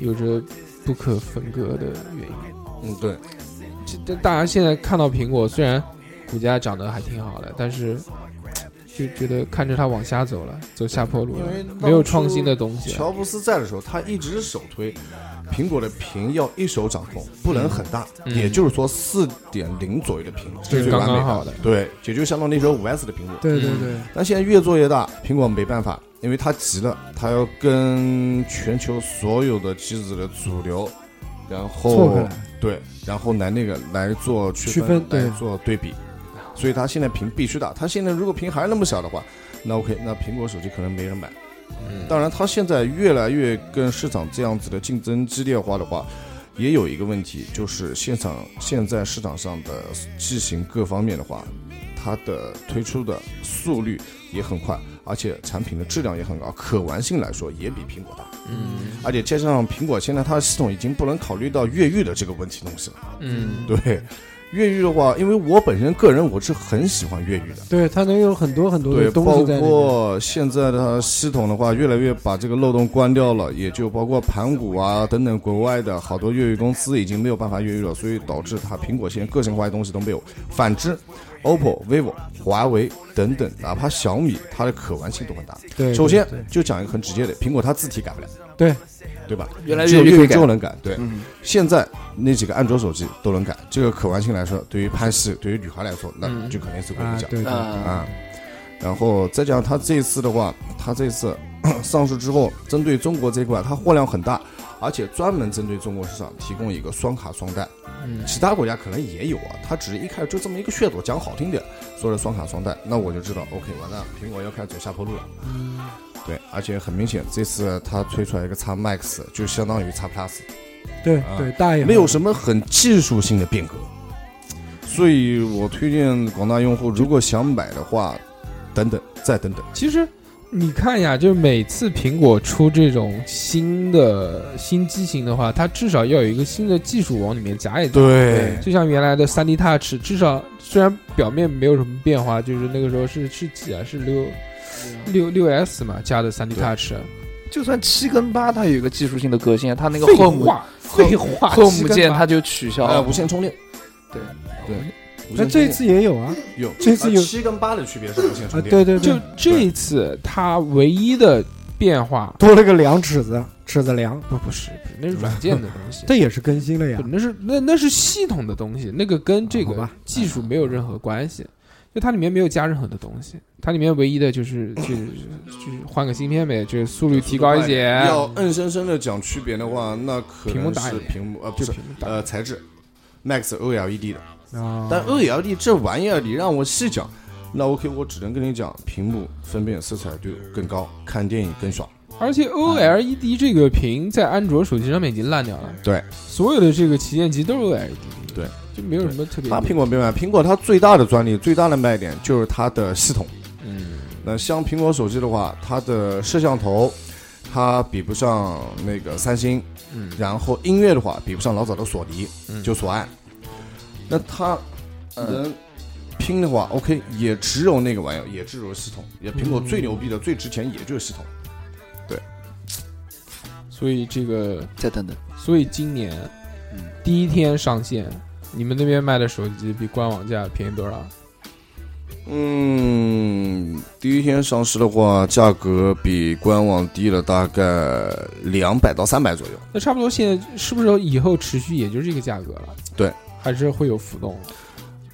Speaker 2: 有着不可分割的原因。
Speaker 5: 嗯对，
Speaker 2: 这这大家现在看到苹果虽然股价涨得还挺好的，但是就觉得看着它往下走了，走下坡路了
Speaker 5: 因为当，初
Speaker 2: 没有创新的东西了。
Speaker 5: 乔布斯在的时候，他一直是首推苹果的屏要一手掌控，不能很大，
Speaker 2: 嗯
Speaker 5: 也就是说四点零左右的屏
Speaker 2: 这
Speaker 5: 是
Speaker 2: 是
Speaker 5: 最完美
Speaker 2: 刚刚好的
Speaker 5: 对，也就相当于那时候五 S 的屏幕。
Speaker 3: 对对
Speaker 2: 嗯
Speaker 3: 对，
Speaker 5: 但现在越做越大，苹果没办法，因为它急了，它要跟全球所有的机子的主流，然
Speaker 3: 错
Speaker 5: 后哦
Speaker 3: 开来，
Speaker 5: 对，然后来那个来做区
Speaker 3: 区分对
Speaker 5: 来做对比。所以它现在屏必须大。它现在如果屏还是那么小的话，那 OK，那苹果手机可能没人买。
Speaker 2: 嗯
Speaker 5: 当然，它现在越来越跟市场这样子的竞争激烈化的话，也有一个问题，就是现场现在市场嗯上的机型各方面的话，它的推出的速率也很快，而且产品的质量也很高，可玩性来说也比苹果大。
Speaker 2: 嗯
Speaker 5: 而且加上苹果现在它的系统已经不能考虑到越狱的这个问题东西了。
Speaker 2: 嗯，
Speaker 5: 对，越狱的话，因为我本身个人我是很喜欢越狱的。
Speaker 3: 对，它能有很多很多
Speaker 5: 对，
Speaker 3: 的东西
Speaker 5: 包
Speaker 3: 在里面。
Speaker 5: 括现在的系统的话，越来越把这个漏洞关掉了，也就包括盘古啊等等，国外的好多越狱公司已经没有办法越狱了，所以导致它苹果现在个性化的东西都没有。反之，OPPO、vivo、华为等等，哪怕小米，它的可玩性都很大。
Speaker 3: 对，
Speaker 5: 首先
Speaker 3: 对
Speaker 5: 就讲一个很直接的，苹果它字体改不了，
Speaker 3: 对
Speaker 5: 对吧？
Speaker 4: 原来
Speaker 5: 只有
Speaker 4: 越狱
Speaker 5: 越
Speaker 4: 可
Speaker 5: 狱
Speaker 4: 以
Speaker 5: 之
Speaker 4: 改
Speaker 5: 后能改，对。
Speaker 4: 嗯，
Speaker 5: 现在那几个安卓手机都能改，这个可玩性来说，对于潘西，对于女孩来说，那
Speaker 2: 嗯
Speaker 5: 就肯定是不
Speaker 3: 啊
Speaker 5: 会讲。
Speaker 3: 对对，
Speaker 4: 那
Speaker 5: 啊。然后再加上它这次的话，它这次嗯上市之后，针对中国这一块，它货量很大，而且专门针对中国市场提供一个双卡双待。
Speaker 2: 嗯
Speaker 5: 其他国家可能也有啊，它只是一开始就这么一个噱头，讲好听点，说是双卡双待，那我就知道，OK，完了，苹果要开始走下坡路了。
Speaker 3: 嗯
Speaker 5: 对，而且很明显，这次它推出来一个 X Max，就相当于 X Plus，
Speaker 3: 对
Speaker 5: 啊
Speaker 3: 对，大一
Speaker 5: 没有什么很技术性的变革，所以我推荐广大用户，如果想买的话，等等，再等等。
Speaker 2: 其实你看呀，就是每次苹果出这种新的新机型的话，它至少要有一个新的技术往里面加一加。
Speaker 5: 对
Speaker 2: 就像原来的三 D Touch，至少虽然表面没有什么变化，就是那个时候是是几啊？是六六六 S 嘛加的三 D
Speaker 5: 对
Speaker 2: Touch，
Speaker 4: 就算七跟八，它有一个技术性的革新，它那个
Speaker 2: 废
Speaker 4: home
Speaker 2: 话废话
Speaker 4: home 键
Speaker 2: 它
Speaker 4: 它就取消
Speaker 2: 哎
Speaker 5: 呃，
Speaker 4: 了
Speaker 5: 无。线充电，
Speaker 4: 对
Speaker 5: 对，无线充电
Speaker 3: 那这次也有啊
Speaker 5: 有，
Speaker 3: 这次有
Speaker 5: 呃七跟八的区别是无线
Speaker 3: 啊，
Speaker 5: 充电，
Speaker 3: 对对对，
Speaker 2: 就这一次它唯一的变化，
Speaker 3: 多了个量尺子，尺子量，
Speaker 2: 不不是不是，那是软件的东西。
Speaker 3: 这也是更新了呀
Speaker 2: 不，。那是那那是系统的东西，那个跟这
Speaker 3: 好
Speaker 2: 个
Speaker 3: 吧
Speaker 2: 技术没有任何关系，就它里面没有加任何的东西，它里面唯一的就是就是就是换个芯片呗，就是速率提高一些，
Speaker 5: 要硬生生的讲区别的话，那可
Speaker 2: 屏幕
Speaker 5: 能
Speaker 2: 大
Speaker 5: 是
Speaker 2: 一点
Speaker 5: 屏幕，呃，不，
Speaker 2: 就是屏幕大
Speaker 5: 呃，材质，Max OLED E 的，嗯
Speaker 3: 啊，
Speaker 5: 但 OLED 这玩意儿你让我细讲，那 OK，我只能跟你讲，屏幕分辨色彩度更高，看电影更爽。
Speaker 2: 而且 OLED 这个屏在安卓手机上面已经烂掉了，
Speaker 5: 对，
Speaker 2: 所有的这个旗舰机都是 OLED，
Speaker 5: 对，
Speaker 2: 就没有什么特别
Speaker 5: 它。苹果没买，苹果它最大的专利、最大的卖点就是它的系统。
Speaker 2: 嗯，
Speaker 5: 那像苹果手机的话，它的摄像头，它比不上那个三星，
Speaker 2: 嗯，
Speaker 5: 然后音乐的话比不上老早的索尼，
Speaker 2: 嗯
Speaker 5: 就索爱。那它
Speaker 4: 嗯
Speaker 5: 能拼的话，OK，也只有那个玩意儿，也只有系统。也苹果最牛逼的、最值钱也就是系统。
Speaker 2: 所以这个，
Speaker 4: 再等等，
Speaker 2: 所以今年
Speaker 4: 嗯
Speaker 2: 第一天上线，你们那边卖的手机比官网价便宜多少？
Speaker 5: 嗯，第一天上市的话，价格比官网低了大概两百到三百左右。
Speaker 2: 那差不多现在是不是以后持续也就这个价格了？
Speaker 5: 对，
Speaker 2: 还是会有浮动，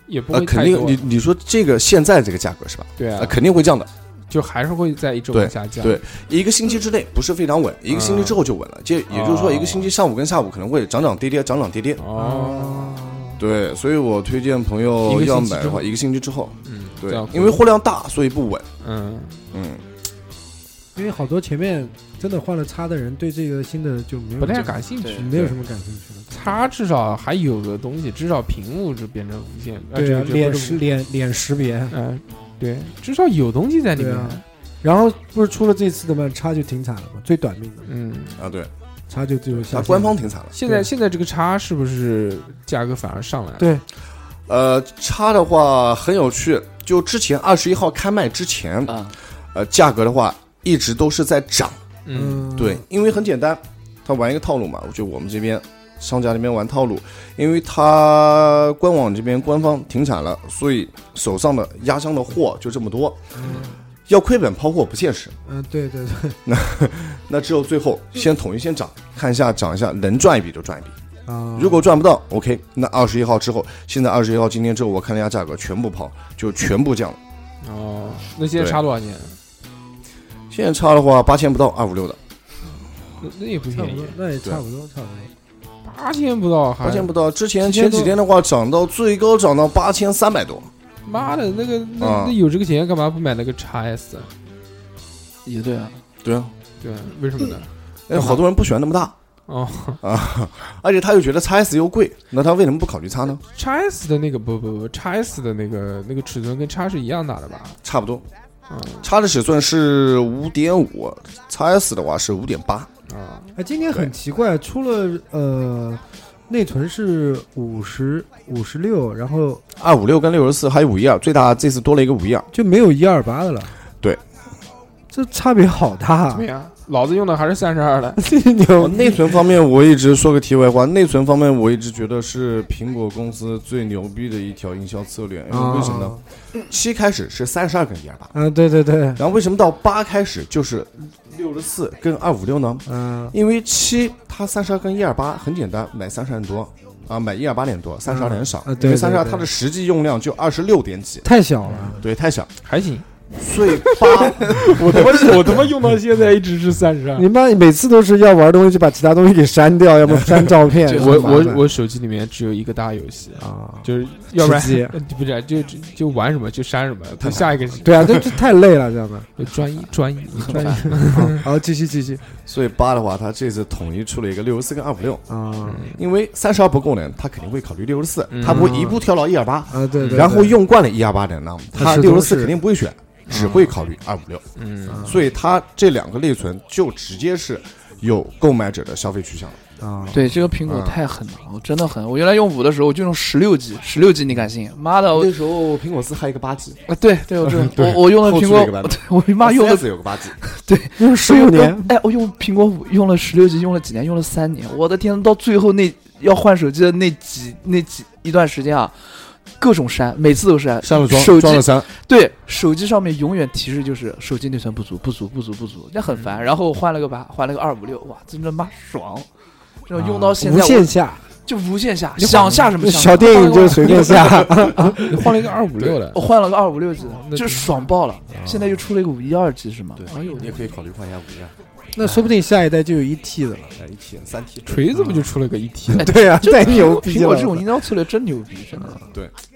Speaker 2: 也不
Speaker 5: 呃，
Speaker 2: 会
Speaker 5: 肯
Speaker 2: 太多。
Speaker 5: 定，你你说这个现在这个价格是吧？
Speaker 2: 对啊
Speaker 5: 呃，，肯定会降的，
Speaker 2: 就还是会在一周
Speaker 5: 对
Speaker 2: 下降。
Speaker 5: 对，一个星期之内不是非常稳，一个星期之后就稳了。这也就是
Speaker 2: 啊
Speaker 5: 说，一个星期上午跟下午可能会涨涨跌跌，涨涨跌跌。
Speaker 2: 哦，
Speaker 5: 对，所以我推荐朋
Speaker 2: 一
Speaker 5: 友
Speaker 2: 个星期
Speaker 5: 要买
Speaker 2: 之
Speaker 5: 的
Speaker 2: 后
Speaker 5: 话，一个星期之后，
Speaker 2: 嗯，
Speaker 5: 对
Speaker 2: 这样，会
Speaker 5: 因为货量大，所以不稳。
Speaker 2: 嗯
Speaker 5: 嗯，
Speaker 3: 因为好多前面真的换了叉的人，对这个新的就没有
Speaker 2: 不太
Speaker 3: 这
Speaker 2: 感兴趣
Speaker 4: 对。
Speaker 3: 没有什么感兴趣了。
Speaker 2: 它至少还有个东西，至少屏幕就变成无线，啊
Speaker 3: 对啊，
Speaker 2: 这个
Speaker 3: 脸
Speaker 2: 就不
Speaker 3: 识
Speaker 2: 是
Speaker 3: 脸脸识别，
Speaker 2: 无呃，对，至少有东西在里面。
Speaker 3: 对啊然后不是出了这次的嘛，叉就停产了嘛，最短命的
Speaker 2: 嗯，
Speaker 5: 啊，对，
Speaker 3: 叉就只有下
Speaker 5: 它
Speaker 3: 线。
Speaker 5: 啊官方停产了。
Speaker 2: 现在
Speaker 3: 对
Speaker 2: 现在这个叉是不是价格反而上来了？
Speaker 3: 对
Speaker 5: 呃，差的话很有趣，就之前二十一号开卖之前，
Speaker 4: 啊，
Speaker 5: 呃，价格的话一直都是在涨。
Speaker 2: 嗯，
Speaker 5: 对，因为很简单，他玩一个套路嘛，就我们这边商家那边玩套路，因为他官网这边官方停产了，所以手上的压箱的货就这么多，要亏本抛货不现实，
Speaker 3: 嗯，对对对
Speaker 5: 那只有最后先统一先涨，看一下涨一下，能赚一笔就赚一笔，
Speaker 3: 啊，
Speaker 5: 如果赚不到，OK，那二十一号之后，现在二十一号今天之后，我看了一下价格，全部抛，就全部降了，
Speaker 2: 哦，那现在差多少钱？
Speaker 5: 现在差的话八千不到二五六的，
Speaker 2: 那那也不
Speaker 3: 差不
Speaker 2: 便宜
Speaker 3: 多，，那也差不多，差不多。
Speaker 2: 八千不到还
Speaker 5: 八千不到，之前
Speaker 2: 之前
Speaker 5: 前
Speaker 2: 都
Speaker 5: 几天的话涨到最高涨到八千三百多。
Speaker 2: 妈的，那个那
Speaker 5: 啊
Speaker 2: 那有这个钱干嘛不买那个叉 S？啊
Speaker 4: 也对
Speaker 2: 嗯
Speaker 4: 啊，
Speaker 5: 对啊，
Speaker 2: 对，为什么呢？
Speaker 5: 哎，好多人不喜欢那么大
Speaker 2: 哦，
Speaker 5: 啊，而且他又觉得 x S 又贵，那他为什么不考虑叉呢？
Speaker 2: 叉 S 的那个不不不，叉 S 的那个那个尺寸跟叉是一样大的吧？
Speaker 5: 差不多
Speaker 2: 嗯。
Speaker 5: 叉的尺寸是五点五，x S 的话是五点八，
Speaker 2: 啊，
Speaker 3: 哎，今年很奇怪，出了呃，内存是五十五十六，然后
Speaker 5: 二五六跟六十四还有五一二，最大这次多了一个五一二，
Speaker 3: 就没有一二八的了。
Speaker 5: 对，
Speaker 3: 这差别好大啊
Speaker 2: 怎么，样？老子用的还是三十二的，
Speaker 5: 哦内存方面，我一直说个题外话，内存方面我一直觉得是苹果公司最牛逼的一条营销策略，因为为什么呢？七开始是三十二跟一二八，
Speaker 3: 嗯，对对对，
Speaker 5: 然后为什么到八开始就是六十四跟二五六呢？
Speaker 3: 嗯，
Speaker 5: 因为七它三十二跟一二八很简单，买三十二多啊，买一二八点多，三十二点少
Speaker 3: 啊，对
Speaker 5: 因为三十二
Speaker 3: 对对
Speaker 5: 它的实际用量就二十六点几，
Speaker 3: 太小了，
Speaker 5: 对，太小，
Speaker 2: 还行。
Speaker 5: 所以八
Speaker 2: 我他妈我他妈用到现在一直是三十二。
Speaker 3: 你妈每次都是要玩东西就把其他东西给删掉，要么删照片
Speaker 4: 这，
Speaker 2: 我
Speaker 3: 很麻烦
Speaker 2: 我我手机里面只有一个大游戏，
Speaker 3: 啊，
Speaker 2: 就是要不然
Speaker 3: 吃鸡
Speaker 2: 呃不是就就就玩什么就删什么，它下一个是
Speaker 3: 对啊，这这太累了，这样的。
Speaker 2: 专一专 一专一。
Speaker 3: 好，继续继续
Speaker 5: 所以八的话，它这次统一出了一个六十四跟二五六，
Speaker 3: 啊
Speaker 5: 因为三十二不够呢，它肯定会考虑六十四，它不会一步跳到一二八。
Speaker 3: 啊，嗯对对，
Speaker 5: 然后用惯了一二八点呢，它
Speaker 3: 它始
Speaker 5: 六
Speaker 3: 终
Speaker 5: 十
Speaker 3: 是嗯
Speaker 5: 四肯定不会选，只会考虑二五六，
Speaker 2: 嗯，
Speaker 5: 所以它这两个内存就直接是有购买者的消费取向了。
Speaker 3: 啊，
Speaker 4: 对这个苹果
Speaker 5: 嗯
Speaker 4: 太狠了，我真的狠。我原来用五的时候，我就用十六 G，十六 G 你敢信？妈的，
Speaker 3: 哦
Speaker 4: 我
Speaker 5: 时候苹果四还有一个八 G，
Speaker 4: 啊对对，我知道我我用了
Speaker 5: 后
Speaker 4: 苹
Speaker 5: 出
Speaker 4: 果
Speaker 5: 了一个版本， 啊
Speaker 4: 我他妈用了
Speaker 5: 四有个八 G，
Speaker 3: 用十五年，
Speaker 4: 哎，我用苹果五用了十六 G，用了几年？用了三年。我的天，到最后那要换手机的那几那几一段时间啊，各种删，每次都删。
Speaker 5: 删了
Speaker 4: 手机
Speaker 5: 装装了删，
Speaker 4: 对，手机上面永远提示就是手机内存不足，不足，不足，不足，那很烦。然后我换了个八，换了个二五六，哇，真他妈爽！这种用到现
Speaker 3: 无
Speaker 4: 在，
Speaker 3: 限下，
Speaker 4: 我就无限下，
Speaker 2: 你
Speaker 4: 想
Speaker 2: 换
Speaker 4: 下什么下什
Speaker 3: 小
Speaker 4: 么。
Speaker 3: 电影就随便下，
Speaker 2: 你
Speaker 3: 嗯
Speaker 2: 换了一个二五六的
Speaker 4: 我，换了个二五六 G，
Speaker 2: 那
Speaker 4: 的，就
Speaker 2: 真
Speaker 4: 爽爆了。现在又出了一个五一二 G 是吗？哎呦，
Speaker 5: 你也可以考虑换一下五一二，
Speaker 3: 那说不定下一代就有一 T 的了。
Speaker 5: 一 T 三 T，
Speaker 2: 锤子不就出了个一 T 的？
Speaker 3: 对啊，
Speaker 4: 这
Speaker 3: 太
Speaker 4: 苹
Speaker 3: 牛
Speaker 4: 果
Speaker 3: 逼
Speaker 4: 苹
Speaker 3: 了！
Speaker 4: 果这种营销策略真牛逼，真的。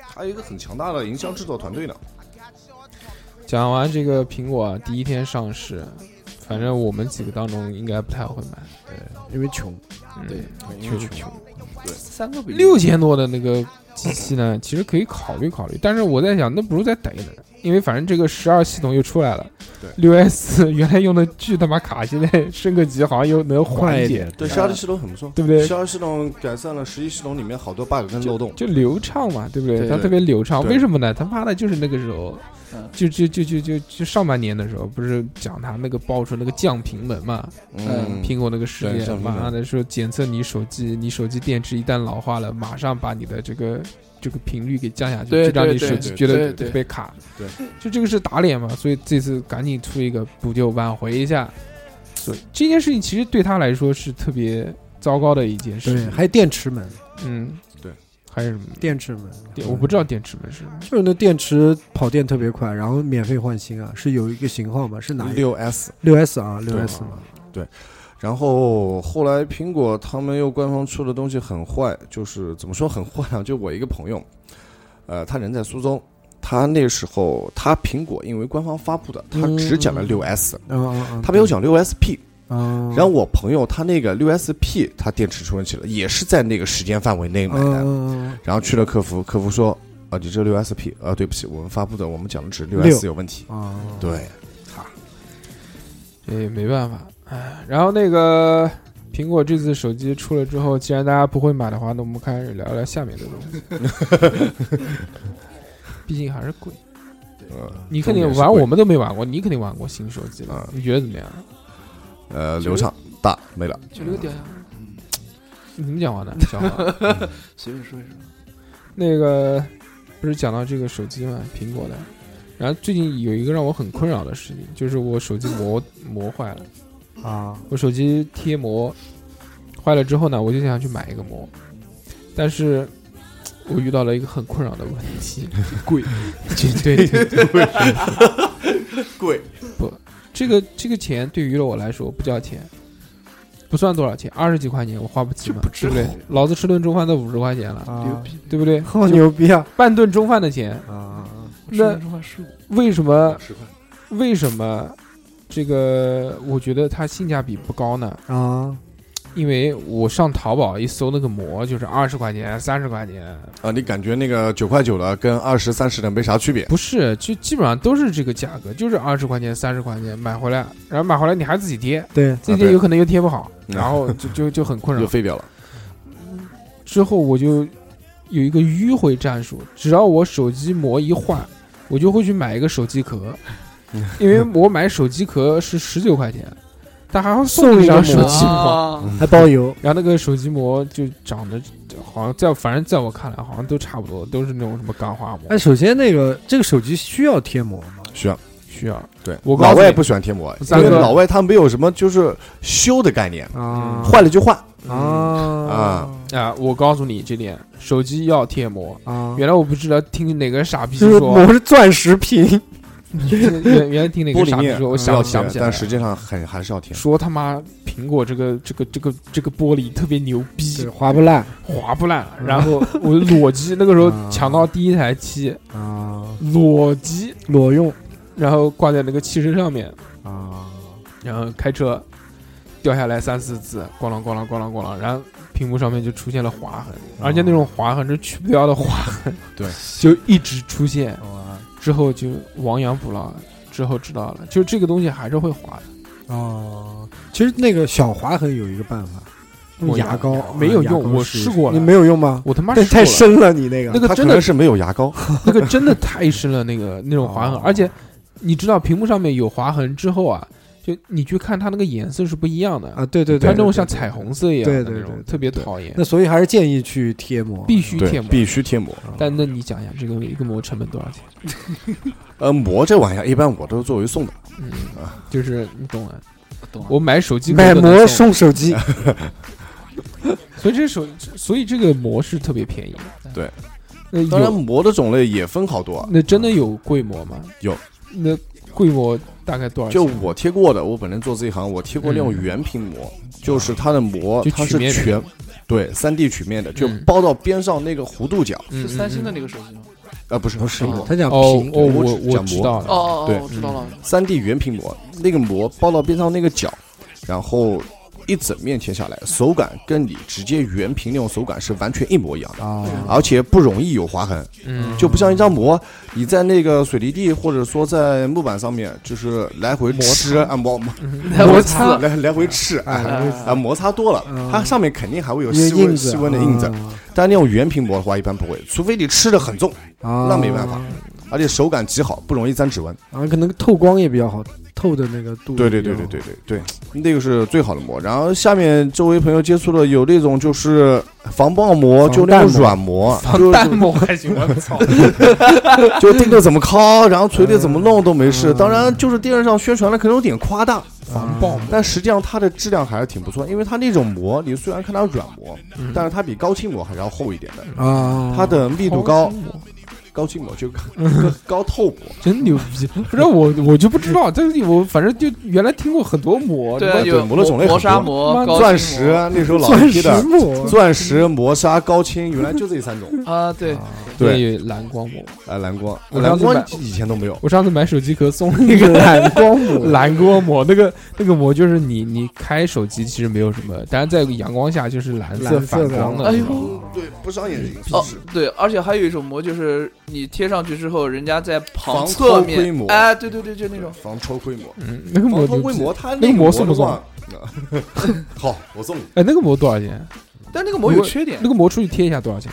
Speaker 5: 还有一个很强大的营销制作团队呢。
Speaker 2: 讲完这个苹果啊第一天上市，反正我们几个当中应该不太会买。
Speaker 3: 因为穷，
Speaker 2: 嗯
Speaker 4: 对，
Speaker 2: 确实穷。
Speaker 4: 三个不一样
Speaker 2: 六千多的那个机器呢，其实可以考虑考虑，但是我在想，那不如再等一等，因为反正这个十二系统又出来了。
Speaker 5: 对
Speaker 2: 六 S 原来用的巨他妈卡，现在升个级好像又能
Speaker 3: 快
Speaker 2: 缓
Speaker 3: 一
Speaker 2: 解
Speaker 3: 点，，
Speaker 5: 对，十二的系统很不错，
Speaker 2: 对不对
Speaker 5: 十二系统改善了十一系统里面好多 bug 跟漏洞。
Speaker 2: 就流畅嘛，对不对？
Speaker 4: 对
Speaker 2: 它特别流畅，
Speaker 5: 对
Speaker 2: 为什么呢？他妈的就是那个时候
Speaker 4: 嗯，
Speaker 2: 就就就就就就上半年的时候，不是讲他那个爆出那个降频门嘛，
Speaker 4: 嗯
Speaker 2: 哎苹果那个实
Speaker 5: 对
Speaker 2: 验
Speaker 5: 降，频门
Speaker 2: 妈的说检测你手机，你手机电池一旦老化了，马上把你的这个这个频率给降下去，
Speaker 4: 对
Speaker 2: 就让
Speaker 4: 对
Speaker 2: 你
Speaker 4: 对
Speaker 2: 手机觉
Speaker 5: 对
Speaker 2: 得
Speaker 4: 对对
Speaker 2: 被卡。
Speaker 5: 对，
Speaker 2: 就这个是打脸嘛，所以这次赶紧出一个补救，挽回一下。所以这件事情其实对他来说是特别糟糕的一件事
Speaker 3: 对，
Speaker 2: 情。
Speaker 3: 还有电池门，
Speaker 2: 嗯，
Speaker 5: 对，
Speaker 2: 还有什么？
Speaker 3: 电池门，
Speaker 2: 电我不知道电池门是什么。
Speaker 3: 就是那电池跑电特别快，然后免费换新啊，是有一个型号吗？是哪一个？
Speaker 5: 六 S，
Speaker 3: 六 S 啊，六
Speaker 5: 对
Speaker 3: S 嘛，
Speaker 5: 然后后来苹果他们又官方出的东西很坏，就是怎么说很坏啊？就我一个朋友，呃，他人在苏州，他那时候他苹果因为官方发布的，他只讲了六 S，、
Speaker 3: 嗯嗯嗯，
Speaker 5: 他没有讲六 SP。
Speaker 3: 嗯，
Speaker 5: 然后我朋友他那个六 SP，他电池出问题了，也是在那个时间范围内买的，
Speaker 3: 嗯，
Speaker 5: 然后去了客服，客服说啊，你这六 SP，啊，对不起，我们发布的我们讲的只是六 S 有问题。
Speaker 3: 啊，
Speaker 5: 对，
Speaker 2: 这也没办法，唉。然后那个苹果这次手机出了之后，既然大家不会买的话，那我们开始聊聊下面的东西。毕竟还是贵，
Speaker 5: 嗯，
Speaker 2: 你肯定
Speaker 5: 重点是
Speaker 2: 玩，
Speaker 5: 贵
Speaker 2: 我们都没玩过，你肯定玩过新手机了
Speaker 5: 啊，
Speaker 2: 你觉得怎么样？
Speaker 5: 呃，流畅大没了，
Speaker 4: 就这个屌呀，
Speaker 2: 你怎么讲完的？小黄
Speaker 4: 随便说一说。
Speaker 2: 那个不是讲到这个手机嘛，苹果的。然后最近有一个让我很困扰的事情，就是我手机磨磨坏了，
Speaker 3: 啊，
Speaker 2: 我手机贴膜坏了之后呢，我就想去买一个膜，但是我遇到了一个很困扰的问题，贵， 对对对，
Speaker 5: 贵。
Speaker 2: 这个这个钱对于我来说不叫钱，不算多少钱，二十几块钱我花不起嘛，对不对？老子吃顿中饭都五十块钱了，
Speaker 3: 啊
Speaker 4: 牛逼！
Speaker 2: 对不对？
Speaker 3: 好牛逼啊
Speaker 2: 半顿中饭的钱
Speaker 3: 啊！
Speaker 4: 十
Speaker 2: 那
Speaker 4: 分钟还是十五，
Speaker 2: 为什么
Speaker 5: 十块，
Speaker 2: 为什么这个我觉得它性价比不高呢？
Speaker 3: 啊，
Speaker 2: 因为我上淘宝一搜那个膜，就是二十块钱、三十块钱，
Speaker 5: 啊，你感觉那个九块九的跟二十三十的没啥区别？
Speaker 2: 不是，就基本上都是这个价格，就是二十块钱、三十块钱买回来，然后买回来你还自己贴，
Speaker 3: 对，
Speaker 2: 自己
Speaker 5: 对
Speaker 2: 贴有可能又贴不好，
Speaker 5: 嗯
Speaker 2: 然后就就就很困
Speaker 5: 就
Speaker 2: 扰。
Speaker 5: 废掉了。
Speaker 2: 之后我就有一个迂回战术，只要我手机膜一换，我就会去买一个手机壳，因为我买手机壳是十九块钱，他还会
Speaker 3: 送
Speaker 2: 一
Speaker 3: 一
Speaker 2: 张
Speaker 3: 张
Speaker 2: 手
Speaker 3: 膜
Speaker 2: 机膜，
Speaker 4: 啊
Speaker 3: 还包邮，
Speaker 2: 然后那个手机膜就长得好像在反正在我看来好像都差不多，都是那种什么钢化膜
Speaker 3: 哎，，首先那个这个手机需要贴膜吗？
Speaker 5: 需要
Speaker 2: 需要
Speaker 5: 对，
Speaker 2: 我告
Speaker 5: 老
Speaker 2: 诉
Speaker 5: 外
Speaker 2: 你
Speaker 5: 不喜欢贴膜，因
Speaker 2: 三
Speaker 5: 为
Speaker 2: 哥
Speaker 5: 老外他没有什么就是修的概念，
Speaker 2: 嗯
Speaker 3: 啊
Speaker 5: 坏了就换。
Speaker 3: 啊
Speaker 2: 啊！我告诉你这点，手机要贴膜。
Speaker 3: 啊，
Speaker 2: 原来我不知道听哪个傻逼
Speaker 3: 就是
Speaker 2: 说，
Speaker 3: 膜是钻石屏，
Speaker 2: 原原来听哪
Speaker 5: 玻
Speaker 2: 个
Speaker 5: 璃
Speaker 2: 傻逼
Speaker 5: 面
Speaker 2: 说，我
Speaker 3: 嗯
Speaker 2: 想
Speaker 5: 要
Speaker 3: 要
Speaker 2: 想
Speaker 5: 贴
Speaker 2: 不，起来了。
Speaker 5: 但实际上很还是要贴。
Speaker 2: 说他妈苹果这个这个这个这个玻璃特别牛逼，
Speaker 3: 划不烂
Speaker 2: 划不烂。
Speaker 3: 嗯
Speaker 2: 然后我裸机那个时候
Speaker 3: 啊
Speaker 2: 抢到第一台机，
Speaker 3: 啊，
Speaker 2: 裸机，
Speaker 3: 裸用
Speaker 2: 然后挂在那个汽车上面，
Speaker 3: 啊，
Speaker 2: 然后开车掉下来三四次，咣啷咣啷咣啷咣啷，然后屏幕上面就出现了划痕，而且那种划痕是去不掉的划痕，
Speaker 5: 对，
Speaker 2: 就一直出现，之后就亡羊补牢，之后知道了，就这个东西还是会划的。
Speaker 3: 哦，其实那个小划痕有一个办法，用
Speaker 2: 我
Speaker 3: 牙膏啊
Speaker 2: 没有
Speaker 3: 牙
Speaker 2: 用，
Speaker 3: 膏
Speaker 2: 我
Speaker 3: 试一
Speaker 2: 试
Speaker 3: 试
Speaker 2: 过了，
Speaker 3: 你没有用吗？
Speaker 2: 我他妈
Speaker 3: 但
Speaker 2: 试
Speaker 3: 太
Speaker 2: 过了
Speaker 3: 深了，你那个
Speaker 2: 那个
Speaker 5: 他可
Speaker 2: 真的
Speaker 5: 能是没有牙膏，
Speaker 2: 那个真的太深了，那个那种划 痕，而且你知道屏幕上面有划痕之后啊，就你去看它那个颜色是不一样的，
Speaker 3: 啊，对对
Speaker 2: 它
Speaker 3: 对，
Speaker 2: 那种
Speaker 3: 对
Speaker 2: 像
Speaker 3: 对对
Speaker 2: 彩虹色一样的
Speaker 3: 对
Speaker 2: 那
Speaker 3: 对
Speaker 2: 种
Speaker 3: 对，对
Speaker 2: 特别讨厌
Speaker 3: 那，所以还是建议去贴膜，啊
Speaker 2: 必须贴
Speaker 5: 对，
Speaker 2: 膜。
Speaker 5: 必须贴膜。
Speaker 2: 但那你讲一下这个一个膜成本多少钱？
Speaker 5: 呃，膜这玩意儿一般我都是作为送的，
Speaker 2: 嗯，就是你懂啊，
Speaker 4: 懂了
Speaker 2: 我买手机壳
Speaker 3: 买
Speaker 2: 都能
Speaker 3: 膜
Speaker 2: 送，
Speaker 3: 送手机，
Speaker 2: 所以这手所以这个膜是特别便宜。
Speaker 5: 对，
Speaker 2: 那
Speaker 5: 当然
Speaker 2: 有
Speaker 5: 膜的种类也分好多啊。
Speaker 2: 那真的有贵膜吗？
Speaker 5: 有，
Speaker 2: 那贵膜大概多少
Speaker 5: 就
Speaker 2: 钱？
Speaker 5: 我贴过的，我本身做这一行，我贴过那种
Speaker 2: 嗯
Speaker 5: 圆屏膜，就是它的膜
Speaker 2: 就，
Speaker 5: 它
Speaker 2: 曲
Speaker 5: 是
Speaker 2: 面
Speaker 5: 全对三 D 曲面的，就
Speaker 2: 嗯
Speaker 5: 包到边上那个弧度角。
Speaker 2: 嗯
Speaker 4: 是三星的那
Speaker 2: 个
Speaker 4: 个手机吗？
Speaker 5: 啊，不是，不是
Speaker 4: 哦
Speaker 3: 他 讲
Speaker 2: 哦
Speaker 3: 屏
Speaker 2: 哦，
Speaker 5: 我
Speaker 2: 我
Speaker 5: 只
Speaker 2: 我
Speaker 5: 讲
Speaker 2: 知
Speaker 5: 膜
Speaker 2: 道了。
Speaker 4: 哦哦
Speaker 5: 对
Speaker 4: 哦，我知道了，
Speaker 5: 三 D 原屏膜，那个膜包到边上那个角，然后一整面贴下来，手感跟你直接原屏那种手感是完全一模一样
Speaker 2: 哦
Speaker 5: 的，
Speaker 3: 啊，
Speaker 5: 而且不容易有划痕，
Speaker 2: 嗯，
Speaker 5: 就不像一张膜，你在那个水泥地或者说在木板上面，就是来回吃啊磨磨
Speaker 2: 嗯
Speaker 3: 摩擦嗯
Speaker 5: 来来回吃
Speaker 3: 哎
Speaker 5: 啊啊
Speaker 4: 哎
Speaker 5: 摩擦多了，它上面肯定还会有细
Speaker 3: 印
Speaker 5: 纹
Speaker 3: 子
Speaker 5: 细纹的印
Speaker 3: 嗯
Speaker 5: 子，但那种原屏膜的话一般不会，除非你吃的很重，
Speaker 3: 啊，
Speaker 5: 那没办法，而且手感极好，不容易沾指纹。
Speaker 3: 啊，可能透光也比较好，透的那个度，
Speaker 5: 对对对对对，对对，那个是最好的膜。然后下面周围朋友接触的有那种就是防爆膜，
Speaker 3: 防
Speaker 5: 就那
Speaker 3: 弹
Speaker 5: 种
Speaker 3: 膜
Speaker 5: 软膜，就
Speaker 2: 弹幕还行，我操！
Speaker 5: 就定个怎么敲，然后锤子怎么弄都没事。当然，就是电视上宣传的可能有点夸大，
Speaker 2: 防爆
Speaker 5: 但实际上它的质量还是挺不错，因为它那种膜，你虽然看它软膜，但是它比高清膜还是要厚一点的，
Speaker 3: 啊，
Speaker 5: 它的密度高，高清膜就 高透膜。
Speaker 2: 真 牛逼！不是我，我就不知道，但是我反正就原来听过很多膜，
Speaker 4: 对啊，
Speaker 5: 对
Speaker 4: 有
Speaker 5: 膜的种类很
Speaker 4: 磨砂
Speaker 5: 多
Speaker 2: 妈
Speaker 4: 膜、高
Speaker 5: 钻
Speaker 4: 清
Speaker 5: 石
Speaker 4: 膜
Speaker 5: 啊那时候老
Speaker 3: 钻
Speaker 5: 贴
Speaker 3: 石
Speaker 5: 的
Speaker 3: 膜，
Speaker 5: 钻石、磨砂、高清，原来就这三种。
Speaker 4: 啊，对，
Speaker 5: 对，
Speaker 2: 有蓝光膜。
Speaker 5: 啊，蓝光，
Speaker 2: 我
Speaker 5: 蓝
Speaker 2: 上次
Speaker 5: 光
Speaker 2: 买
Speaker 5: 以前都没有。
Speaker 2: 我上次买手机壳送了 一个蓝光 膜，蓝光膜那个那个膜就是你你开手机其实没有什么，但是在阳光下就是蓝色
Speaker 3: 蓝色
Speaker 2: 反
Speaker 3: 的
Speaker 2: 光的
Speaker 4: 哎
Speaker 2: 那
Speaker 4: 呦
Speaker 2: 种。，
Speaker 5: 哦对，不伤眼睛
Speaker 4: 哦，对，而且还有一种膜，就是你贴上去之后，人家在
Speaker 5: 防
Speaker 4: 旁
Speaker 5: 偷
Speaker 4: 侧
Speaker 5: 窥
Speaker 4: 面
Speaker 5: 膜，
Speaker 4: 哎，对对对，就那
Speaker 5: 那
Speaker 4: 种
Speaker 5: 种防偷窥膜，
Speaker 2: 嗯，那个膜
Speaker 5: 防偷窥
Speaker 2: 就
Speaker 5: 膜它
Speaker 2: 那个膜
Speaker 5: 膜
Speaker 2: 送不
Speaker 5: 的
Speaker 2: 送
Speaker 5: 话， 好，我送你
Speaker 2: 哎，那个膜多少钱？
Speaker 4: 但那个膜有缺点
Speaker 2: 那，个膜出去贴一下多少钱？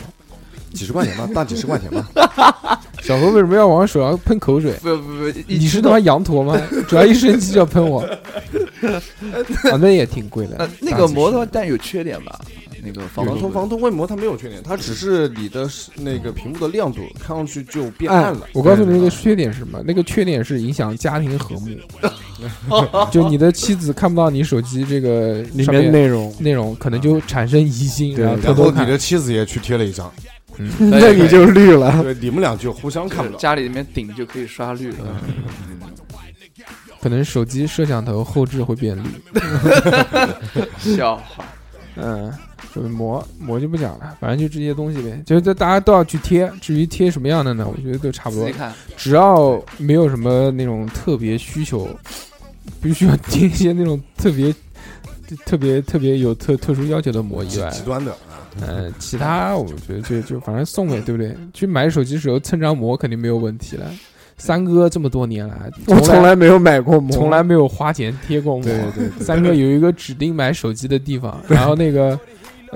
Speaker 5: 几十块钱吧，大几十块钱 吧。
Speaker 2: 小何为什么要往手上喷口水？
Speaker 4: 不不不，
Speaker 2: 你是他
Speaker 4: 的
Speaker 2: 妈羊驼吗？只要一生气就要 喷我。啊，那也挺贵的
Speaker 4: 呃。那个膜
Speaker 2: 大几
Speaker 4: 的话，但有缺点吧？那个防
Speaker 5: 防偷
Speaker 4: 偷
Speaker 5: 防偷窥膜它没有缺点，它只是你的是那个屏幕的亮度看上去就变
Speaker 2: 哎
Speaker 5: 暗了。
Speaker 2: 我告诉你那个缺点是什么？那个缺点是影响家庭和 睦，就你的妻子看不到你手机这个
Speaker 3: 里
Speaker 2: 上
Speaker 3: 面
Speaker 2: 面
Speaker 3: 内容，
Speaker 2: 内容，可能就产生疑心，
Speaker 3: 对
Speaker 2: 然后偷
Speaker 5: 然
Speaker 2: 偷
Speaker 5: 后你
Speaker 2: 看。
Speaker 5: 的妻子也去贴了一张，
Speaker 3: 那你就绿了，
Speaker 5: 对，你们俩就互相看不到。
Speaker 4: 家里面顶就可以刷绿了。
Speaker 2: 嗯可能手机摄像头后置会变绿。
Speaker 4: 笑话，
Speaker 2: 嗯，就是膜膜就不讲了，反正就这些东西呗，就是这大家都要去贴。至于贴什么样的呢，我觉得都差不
Speaker 4: 自
Speaker 2: 多
Speaker 4: 己，看，
Speaker 2: 只要没有什么那种特别需求，必须要贴一些那种特别、特别、特别有特特殊要求的膜以外，
Speaker 5: 极端的啊，
Speaker 2: 嗯，其他我觉得就就反正送呗，对不对？去买手机时候蹭张膜肯定没有问题了。三哥这么多年来，
Speaker 3: 我从来没有买过膜，
Speaker 2: 从来没有花钱贴过膜。
Speaker 5: 对对对，
Speaker 2: 三哥有一个指定买手机的地方，然后那个。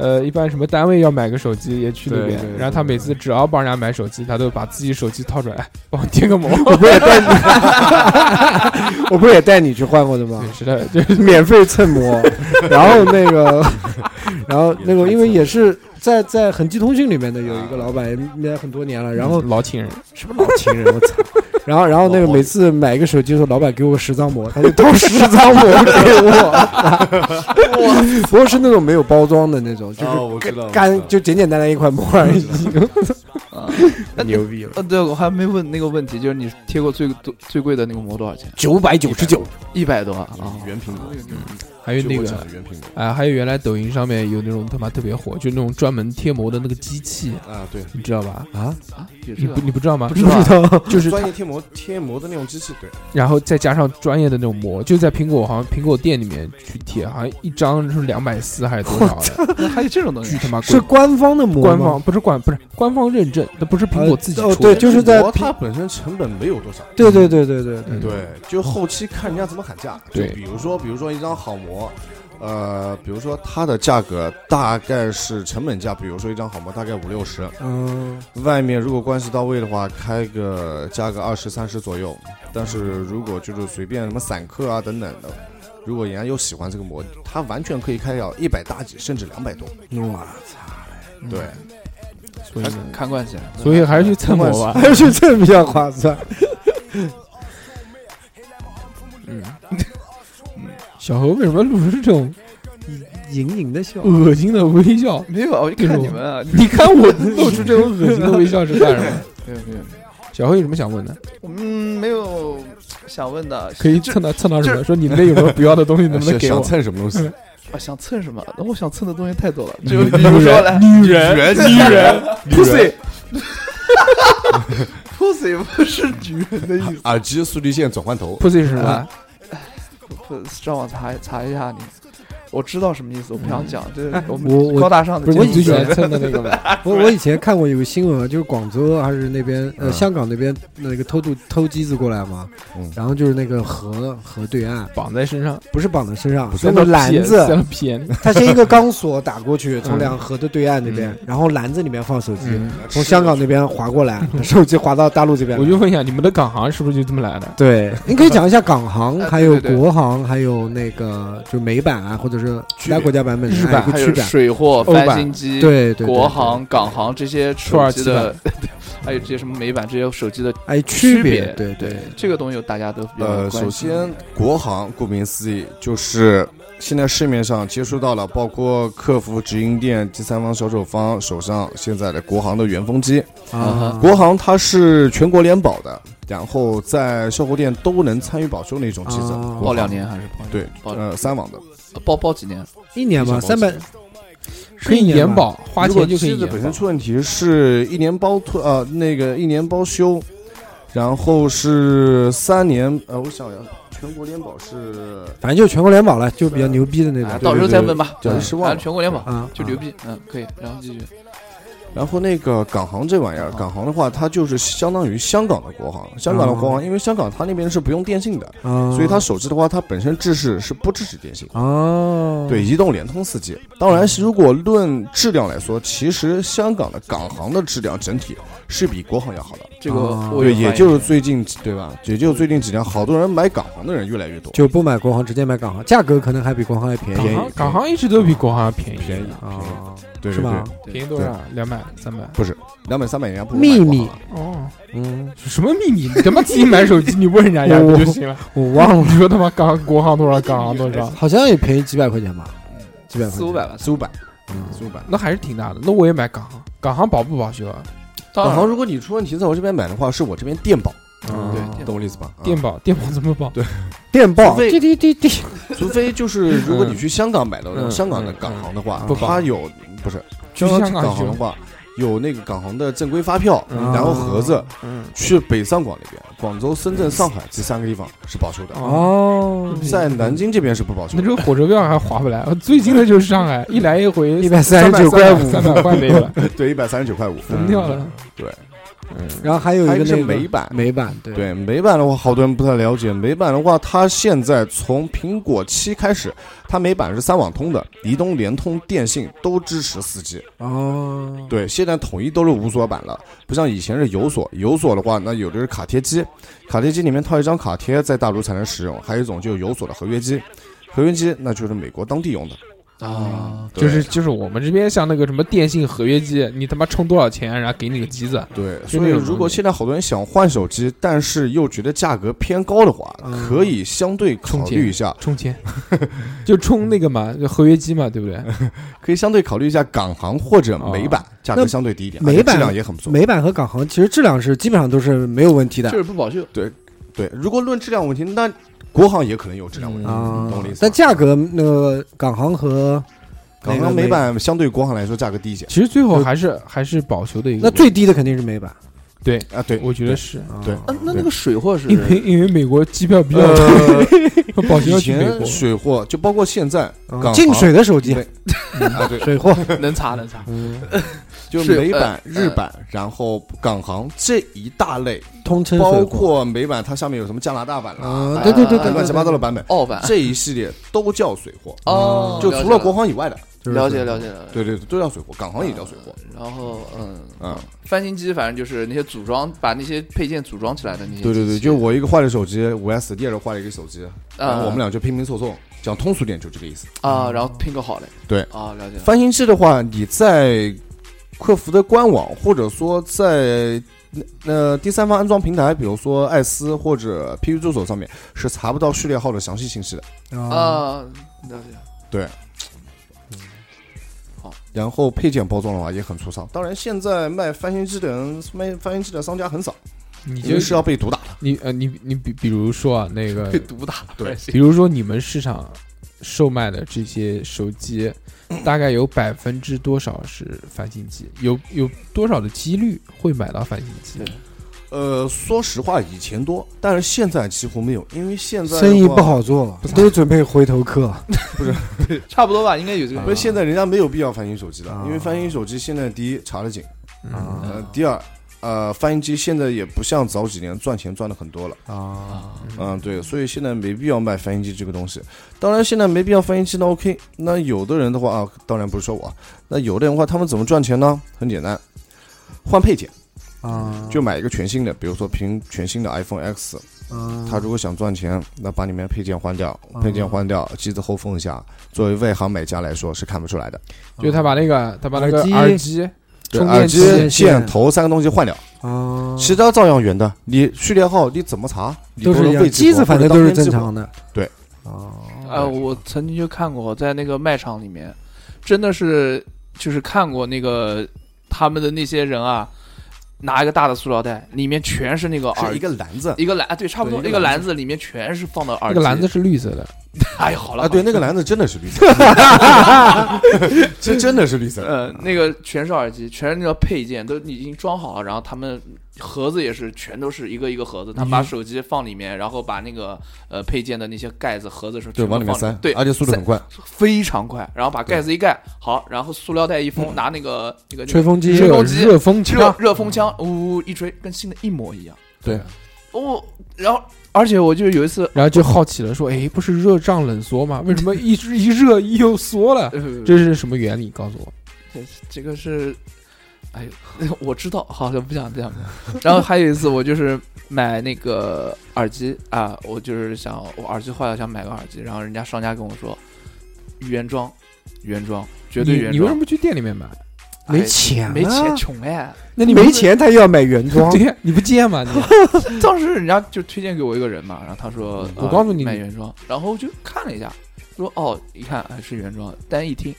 Speaker 2: 呃，一般什么单位要买个手机也去那边
Speaker 5: 对对，对
Speaker 2: 然后他每次只要帮人家买手机，他都把自己手机掏出来，哎 帮我贴个膜。
Speaker 3: 我不也带你，我不也带你去换过的吗？
Speaker 2: 对是的，就
Speaker 3: 免费蹭 膜，然后那个， 然后那个，因为也是在在恒基通讯里面的有一个老板，应该很多年了，然后
Speaker 2: 老请人，
Speaker 3: 什么老情人，我 操！然后，然后那个每次买一个手机的时候，老板给我个十张膜，他就掏十张膜给我，不过是那种没有包装的那种，就
Speaker 5: 哦，我
Speaker 3: 是
Speaker 5: 知道，
Speaker 3: 干就简简单单一块膜而已。
Speaker 4: 啊，
Speaker 2: 嗯
Speaker 3: 牛逼 了，
Speaker 4: 呃，对，我还没问那个问题，就是你贴过最多最贵的那个膜多少钱？
Speaker 3: 九百九十九，
Speaker 4: 一百多啊，啊
Speaker 5: 原苹果，
Speaker 2: 还哎有那
Speaker 5: 就我
Speaker 2: 个
Speaker 5: 讲的原苹果
Speaker 2: 啊，还有原来抖音上面有那种他妈特别火，就那种专门贴膜的那个机器，
Speaker 5: 啊，对，
Speaker 2: 你知道吧？
Speaker 3: 啊，
Speaker 4: 啊，也
Speaker 2: 你
Speaker 4: 是
Speaker 2: 不你不知道吗
Speaker 4: 不？
Speaker 3: 不
Speaker 4: 知道
Speaker 3: 知道，
Speaker 2: 就是
Speaker 5: 专
Speaker 2: 它，
Speaker 5: 业贴膜贴膜的那种机器，对，
Speaker 2: 然后再加上专业的那种膜，就在苹果好像苹果店里面去贴，好像一张是两百四还是多少的，
Speaker 4: 那还有这种东
Speaker 2: 巨
Speaker 4: 西？啊
Speaker 2: 他妈贵
Speaker 3: 是。官方的膜吗，
Speaker 2: 官方不是官不是官方认证，那不是苹果自己
Speaker 3: 呃哦
Speaker 2: 出的。
Speaker 3: 对就是在
Speaker 5: 膜它本身成本没有多少，
Speaker 3: 对对对对对，
Speaker 2: 嗯，
Speaker 5: 对，就后期看人家怎么喊价。就
Speaker 2: 对
Speaker 5: 比如说，比如说一张好膜，呃，比如说它的价格大概是成本价，比如说一张好膜大概五六十，
Speaker 3: 嗯，
Speaker 5: 外面如果关系到位的话，开个加个二十三十左右。但是如果就是随便什么散客啊等等的，如果人家又喜欢这个膜，它完全可以开到一百大几，甚至两百多。
Speaker 3: 哇，嗯
Speaker 5: 对，
Speaker 2: 所以呢
Speaker 4: 看看惯起来，
Speaker 2: 所以还是去蹭膜吧。
Speaker 3: 还是这比较划算。
Speaker 2: 嗯，小何为什么露出这种
Speaker 3: 隐隐的笑，
Speaker 2: 恶心的微笑？
Speaker 4: 没有，我就看你们啊，
Speaker 2: 你看我露出这种恶心的微笑是干什么？
Speaker 4: 没有没有，
Speaker 2: 小何有什么想问的？
Speaker 4: 嗯，没有想问的，
Speaker 2: 可以
Speaker 4: 这
Speaker 2: 蹭到蹭到什
Speaker 4: 这
Speaker 2: 么？说你那有没有不要的东西，能不能
Speaker 5: 想
Speaker 2: 给我
Speaker 5: 想？蹭什么东 西？
Speaker 4: 啊想蹭什么？那我想蹭的东西太多了，就比如说来
Speaker 2: 女人，
Speaker 5: 女人
Speaker 4: pussy。pussy 不是女人的意思，
Speaker 5: 耳机速率线转换头，
Speaker 2: pussy 是什么？
Speaker 4: 不上网查查一下你，我知道什么意思，我不想讲，这是我
Speaker 3: 我我
Speaker 4: 们高大上的
Speaker 2: 不是
Speaker 4: 见
Speaker 2: 你
Speaker 4: 解。
Speaker 2: 最喜欢蹭的那个吗？
Speaker 3: 我我以前看过有个新闻，啊就是广州还是那边呃香港那边那个偷渡偷机子过来嘛
Speaker 5: 嗯，
Speaker 3: 然后就是那个河河对岸，
Speaker 2: 绑在身上，
Speaker 3: 不是绑在身上，
Speaker 2: 塞到
Speaker 3: 那个
Speaker 2: 屁
Speaker 3: 篮
Speaker 2: 塞
Speaker 3: 子
Speaker 2: 到，屁眼里。
Speaker 3: 它先一个钢索打过去，从
Speaker 2: 嗯
Speaker 3: 两河的对岸那边
Speaker 2: 嗯，
Speaker 3: 然后篮子里面放手机，
Speaker 2: 嗯，
Speaker 3: 从香港那边划过来，手机划到大陆这边
Speaker 2: 我。就问一下，你们的港行是不是就这么来的？
Speaker 3: 对，你可以讲一下港行，
Speaker 4: 哎
Speaker 3: 还有
Speaker 4: 对对对
Speaker 3: 国行，还有那个就美版啊，或者是其他国家版本
Speaker 2: 日
Speaker 3: 是
Speaker 2: 版
Speaker 3: 一个
Speaker 4: 还
Speaker 3: 区
Speaker 4: 有
Speaker 3: 版，
Speaker 4: 水货、
Speaker 2: 欧版
Speaker 4: 翻新机、
Speaker 3: 对对对，
Speaker 4: 国行、港行这些
Speaker 2: 土
Speaker 4: 手
Speaker 2: 耳
Speaker 4: 机
Speaker 2: 其
Speaker 4: 的， 还有这些什么美版这些手机的
Speaker 3: 对哎
Speaker 4: 区
Speaker 3: 区别，对
Speaker 4: 对，这个东西大家都比较
Speaker 5: 呃，
Speaker 4: 关心。
Speaker 5: 首先，国行顾名思义就是现在市面上接触到了，包括客服、直营店、第三方销售方手上现在的国行的原风机。
Speaker 4: 嗯
Speaker 3: 啊，
Speaker 5: 国行它是全国联保的，然后在售后店都能参与保修的一种机子。
Speaker 2: 啊
Speaker 3: 哦
Speaker 4: 报两年还是报
Speaker 5: 对，
Speaker 4: 报
Speaker 5: 呃，三网的。
Speaker 4: 报报几年？
Speaker 3: 一年吧，
Speaker 5: 一
Speaker 3: 三
Speaker 5: 年
Speaker 3: 百
Speaker 5: 保
Speaker 2: 可以延保，花
Speaker 5: 如果
Speaker 2: 钱就可以
Speaker 5: 机子
Speaker 2: 延
Speaker 5: 本身
Speaker 2: 保。
Speaker 5: 出问题是一年包退，呃，那个一年包修，然后是三年，呃，我想想，全国联保是
Speaker 3: 反正就全国联保了，就比较牛逼的那
Speaker 4: 啊
Speaker 3: 种。
Speaker 4: 到时候再问吧。
Speaker 5: 对对对
Speaker 4: 嗯
Speaker 5: 失望了
Speaker 4: 反正全国联保
Speaker 3: 啊，
Speaker 4: 就牛逼，嗯，可以，然后继续。
Speaker 5: 然后那个港行这玩意儿，港行的话，它就是相当于香港的国行。香港的国行，因为香港它那边是不用电信的，
Speaker 3: 啊，
Speaker 5: 所以它手机的话，它本身制式是不支持电信。
Speaker 3: 哦，
Speaker 5: 对，移动、联通四 G。当然，如果论质量来说，其实香港的港行的质量整体是比国行要好的。
Speaker 4: 这个
Speaker 3: 啊
Speaker 4: 我
Speaker 5: 对，
Speaker 4: 有
Speaker 5: 也
Speaker 4: 发
Speaker 5: 就
Speaker 4: 言
Speaker 5: 是最近对吧？也就是最近几年，好多人买港行的人越来越多。
Speaker 3: 就不买国行，直接买港行，价格可能还比国行还便
Speaker 2: 港
Speaker 3: 宜
Speaker 2: 行港行一直都比国行便宜，便宜
Speaker 3: 啊，
Speaker 5: 对
Speaker 3: 是
Speaker 5: 对
Speaker 3: 吧
Speaker 5: 对，？
Speaker 2: 便宜多少？两百、三百。
Speaker 5: 两百三百人家不如
Speaker 3: 秘
Speaker 5: 买国
Speaker 3: 密
Speaker 5: 行了
Speaker 2: 哦，
Speaker 3: 嗯，
Speaker 2: 什么秘密？你他妈自己买手机，你问人家一下不就行了？
Speaker 3: 我忘了，
Speaker 2: 你说他妈港国行多少，港行多少？
Speaker 3: 好像也便宜几百块钱吧，几百块钱
Speaker 4: 四五百。吧。
Speaker 5: 四五百，
Speaker 3: 嗯
Speaker 5: 四五百。
Speaker 2: 那还是挺大的。那我也买港行，港行保不保修啊？
Speaker 4: 当
Speaker 5: 港行
Speaker 4: 然，
Speaker 5: 如果你出问题在我这边买的话，是我这边电保。
Speaker 2: 嗯
Speaker 4: 对电
Speaker 5: 懂我意思吧？啊
Speaker 2: 电保，电保怎么保？
Speaker 6: 电报，
Speaker 5: 除非
Speaker 6: 滴滴滴滴，
Speaker 5: 除非就是如果你去香港买到那种
Speaker 2: 嗯
Speaker 5: 香港的港航的话
Speaker 2: 嗯不，保
Speaker 5: 它有不是
Speaker 2: 去
Speaker 5: 香港
Speaker 2: 香港
Speaker 5: 港航的
Speaker 2: 去
Speaker 5: 话，有那个港航的正规发票，
Speaker 2: 嗯
Speaker 5: 然后盒子
Speaker 2: 嗯，
Speaker 5: 去北上广那边，广州、深圳、上海这三个地方是保修的，
Speaker 2: 哦
Speaker 5: 在南京这边是不保修
Speaker 2: 那
Speaker 5: 的
Speaker 2: 这。个火车票还划不来，我最近的就是上 海，一来一回
Speaker 6: 一百三十九块五。
Speaker 2: 三百块没 了，
Speaker 5: 对，一百三十九块五，
Speaker 2: 疯掉了。
Speaker 5: 对，
Speaker 2: 嗯，
Speaker 6: 然后还有一
Speaker 5: 还
Speaker 6: 个
Speaker 5: 有一个
Speaker 6: 那
Speaker 5: 是
Speaker 6: 个
Speaker 5: 美版
Speaker 6: 美版对
Speaker 5: 对美版的话，好多人不太了解。美版的话，它现在从苹果七开始，它美版是三网通的，移动、联通、电信都支持 4G。
Speaker 6: 哦，
Speaker 5: 对，现在统一都是无锁版了，不像以前是有锁。有锁的话，那有的是卡贴机，卡贴机里面套一张卡贴，在大陆才能使用；还有一种就是有锁的合约机，合约机那就是美国当地用的。
Speaker 4: 啊，
Speaker 5: 对
Speaker 2: 就是就是我们这边像那个什么电信合约机，你他妈充多少钱，然后给你个机子，
Speaker 5: 对，
Speaker 2: 就
Speaker 5: 所以
Speaker 2: 那种
Speaker 5: 如果现在好多人想换手机，但是又觉得价格偏高的话，可以相对考虑一下，
Speaker 2: 充钱， 就充那个嘛，就合约机嘛，对不对？
Speaker 5: 可以相对考虑一下港行或者美版，价格相对低一点，
Speaker 6: 那
Speaker 5: 而且
Speaker 6: 美版
Speaker 5: 质量也很不错。
Speaker 6: 美版和港行其实质量是基本上都是没有问
Speaker 3: 嗯
Speaker 6: 题的
Speaker 4: 就是不保修，
Speaker 5: 对，如果论质量问题，那国行也可能有质量问题，
Speaker 3: 嗯
Speaker 6: 啊
Speaker 5: 嗯懂我的意，思
Speaker 6: 但
Speaker 5: 吗？
Speaker 6: 价格那个港行和那
Speaker 5: 港
Speaker 6: 个
Speaker 5: 行美版相对国行来说价格低一些
Speaker 2: 其实最后还是还是保修的一个
Speaker 6: 那
Speaker 2: 问题，
Speaker 6: 最低的肯定是美版，
Speaker 5: 啊。对，
Speaker 2: 我觉得是
Speaker 6: 啊
Speaker 5: 对
Speaker 4: 啊那那个水货是
Speaker 2: 因为因为美国机票 比较贵，
Speaker 5: 呃，
Speaker 2: 保修
Speaker 5: 以
Speaker 2: 要去美
Speaker 5: 前
Speaker 2: 国，
Speaker 5: 水货就包括现在港行
Speaker 6: 进水的手机嗯
Speaker 5: 对啊，对，
Speaker 6: 水货，
Speaker 4: 能查能查，
Speaker 5: 就是美版、
Speaker 4: 呃
Speaker 5: 日版，然后港行这一大类，
Speaker 6: 通称水
Speaker 5: 包
Speaker 6: 货
Speaker 5: 括美版，它下面有什么加拿大版啦呃
Speaker 6: 啊，对对对
Speaker 4: 啊
Speaker 6: 对
Speaker 5: 乱七
Speaker 6: 对，
Speaker 5: 八糟的版本，
Speaker 4: 澳版
Speaker 5: 这一系列都叫水货，
Speaker 4: 哦，
Speaker 5: 就除了国
Speaker 4: 行，
Speaker 5: 行以外的，
Speaker 4: 了解了解了解，
Speaker 5: 对对对，都叫水货，港行也叫水货，
Speaker 4: 然后嗯，
Speaker 5: 嗯，
Speaker 4: 翻新机反正就是那些组装，把那些配件组装起来的那些机器。
Speaker 5: 对对对，就我一个坏了手机，五 S 第二个坏了一个手机，然后我们俩就拼拼凑凑，讲通俗点就这个意思。
Speaker 4: 啊，然后拼个好嘞。
Speaker 5: 对
Speaker 4: 啊，了解了。
Speaker 5: 翻新机的话，你在客服的官网，或者说在呃第三方安装平台，比如说爱思或者 PU 助手上面，是查不到序列号的详细信息的。
Speaker 6: 啊，
Speaker 4: 啊，了解。
Speaker 5: 然后配件包装的话也很粗糙，当然现在卖翻新机的人，卖翻新机的商家很少，
Speaker 6: 嗯
Speaker 2: 你
Speaker 5: 因
Speaker 2: 就
Speaker 5: 为是要被毒打的。
Speaker 2: 你呃你你比比如说啊那个
Speaker 4: 被毒打，
Speaker 5: 嗯对
Speaker 2: 比如说你们市场售卖的这些手机，
Speaker 5: 嗯
Speaker 2: 大概有百分之多少是翻新机？有有多少的几率会买到翻新机？
Speaker 5: 呃，说实话，以前多，但是现在几乎没有，因为现在的
Speaker 6: 生意
Speaker 5: 话
Speaker 6: 不，好做了，都准备回头客，啊
Speaker 4: 差不多吧，应该有这个。
Speaker 5: 不是现在人家没有必要翻新手机了，
Speaker 6: 啊
Speaker 5: 因为翻新手机现在第一查得紧，
Speaker 2: 啊，
Speaker 5: 呃，第二。呃，翻新机现在也不像早几年赚钱赚的很多了，
Speaker 6: 啊，
Speaker 5: 嗯，对，所以现在没必要卖翻译机这个东西。当然，现在没必要翻译机，那 OK。那有的人的话啊，当然不是说我啊，那有的人的话，他们怎么赚钱呢？很简单，换配件，
Speaker 6: 啊，
Speaker 5: 就买一个全新的，比如说苹全新的 iPhone X，他
Speaker 2: 嗯
Speaker 6: 他
Speaker 5: 如果想赚钱，那把里面配件换掉，
Speaker 2: 啊
Speaker 5: 配件换掉，机子后缝一下，作为外行买家来说是看不出来的。
Speaker 2: 就他把那个他把那个
Speaker 6: 耳机
Speaker 2: 耳机
Speaker 5: 对，
Speaker 2: 充
Speaker 5: 耳
Speaker 2: 电器
Speaker 5: 机、线头三个东西换掉，
Speaker 6: 啊，
Speaker 5: 其他照样原的。你序列号你怎么查？你
Speaker 6: 都是
Speaker 5: 能
Speaker 6: 一
Speaker 5: 喂
Speaker 6: 样，机
Speaker 5: 过
Speaker 6: 子反
Speaker 5: 或者
Speaker 6: 正都是
Speaker 5: 当天
Speaker 6: 正
Speaker 5: 寄过
Speaker 6: 常的，
Speaker 5: 对
Speaker 6: 啊，
Speaker 4: 呃，我曾经就看过，在那个卖场里面，真的是就是看过那个他们的那些人啊，拿一个大的塑料袋，里面全是那个耳
Speaker 5: 是一个篮子
Speaker 4: 一个篮，啊对，差不多
Speaker 5: 对
Speaker 4: 一
Speaker 5: 一
Speaker 4: 个
Speaker 5: 个
Speaker 4: 篮子里面全是放的耳
Speaker 2: 那
Speaker 4: 机。
Speaker 2: 个篮子，是绿色的，
Speaker 4: 哎，好了
Speaker 5: 啊，对，，那个篮子真的是绿 色的，这真的是绿色的。
Speaker 4: 呃，那个全是耳机，全是那个配件，都已经装好了，然后他们盒子也是全都是一个一个盒子，他把手机放里面，然后把那个呃配件的那些盖子盒子是
Speaker 5: 对，往里面塞啊
Speaker 4: 放，对，
Speaker 5: 而且速度很快。
Speaker 4: 非常快，然后把盖子一盖好，然后塑料袋一
Speaker 5: 嗯
Speaker 4: 封，拿那个那个那个
Speaker 6: 吹风机
Speaker 4: 吹
Speaker 2: 热
Speaker 4: 风机
Speaker 2: 热风
Speaker 4: 热
Speaker 2: 枪，
Speaker 4: 热风枪，呜呜一吹，跟新的一模一样。
Speaker 5: 对，
Speaker 4: 哦，然后而且我就有一 次，
Speaker 2: 然后就好奇了，说，哎，不是热胀冷缩吗？为什么一一热又缩了？
Speaker 4: 呃
Speaker 2: 这是什么原理？告诉我。
Speaker 4: 这这个是，哎呦， 我知道，好像不想这样。然后还有一次，我就是买那个耳机啊，我就是想我耳机坏了，想买个耳机，然后人家商家跟我说原装，原装，绝对
Speaker 2: 你
Speaker 4: 原
Speaker 2: 你为什么
Speaker 4: 装，
Speaker 2: 不去店里面买？
Speaker 6: 没
Speaker 4: 哎
Speaker 6: 钱，
Speaker 4: 没钱，穷哎。
Speaker 6: 那你没钱他又要买原装
Speaker 2: 对，呀，你不见吗？你
Speaker 4: 当时人家就推荐给我一个人嘛，然后他说，
Speaker 2: 嗯我
Speaker 4: 呃
Speaker 2: 告诉你
Speaker 4: 买原装，然后我就看了一下，说哦，一看哎是原装，但一听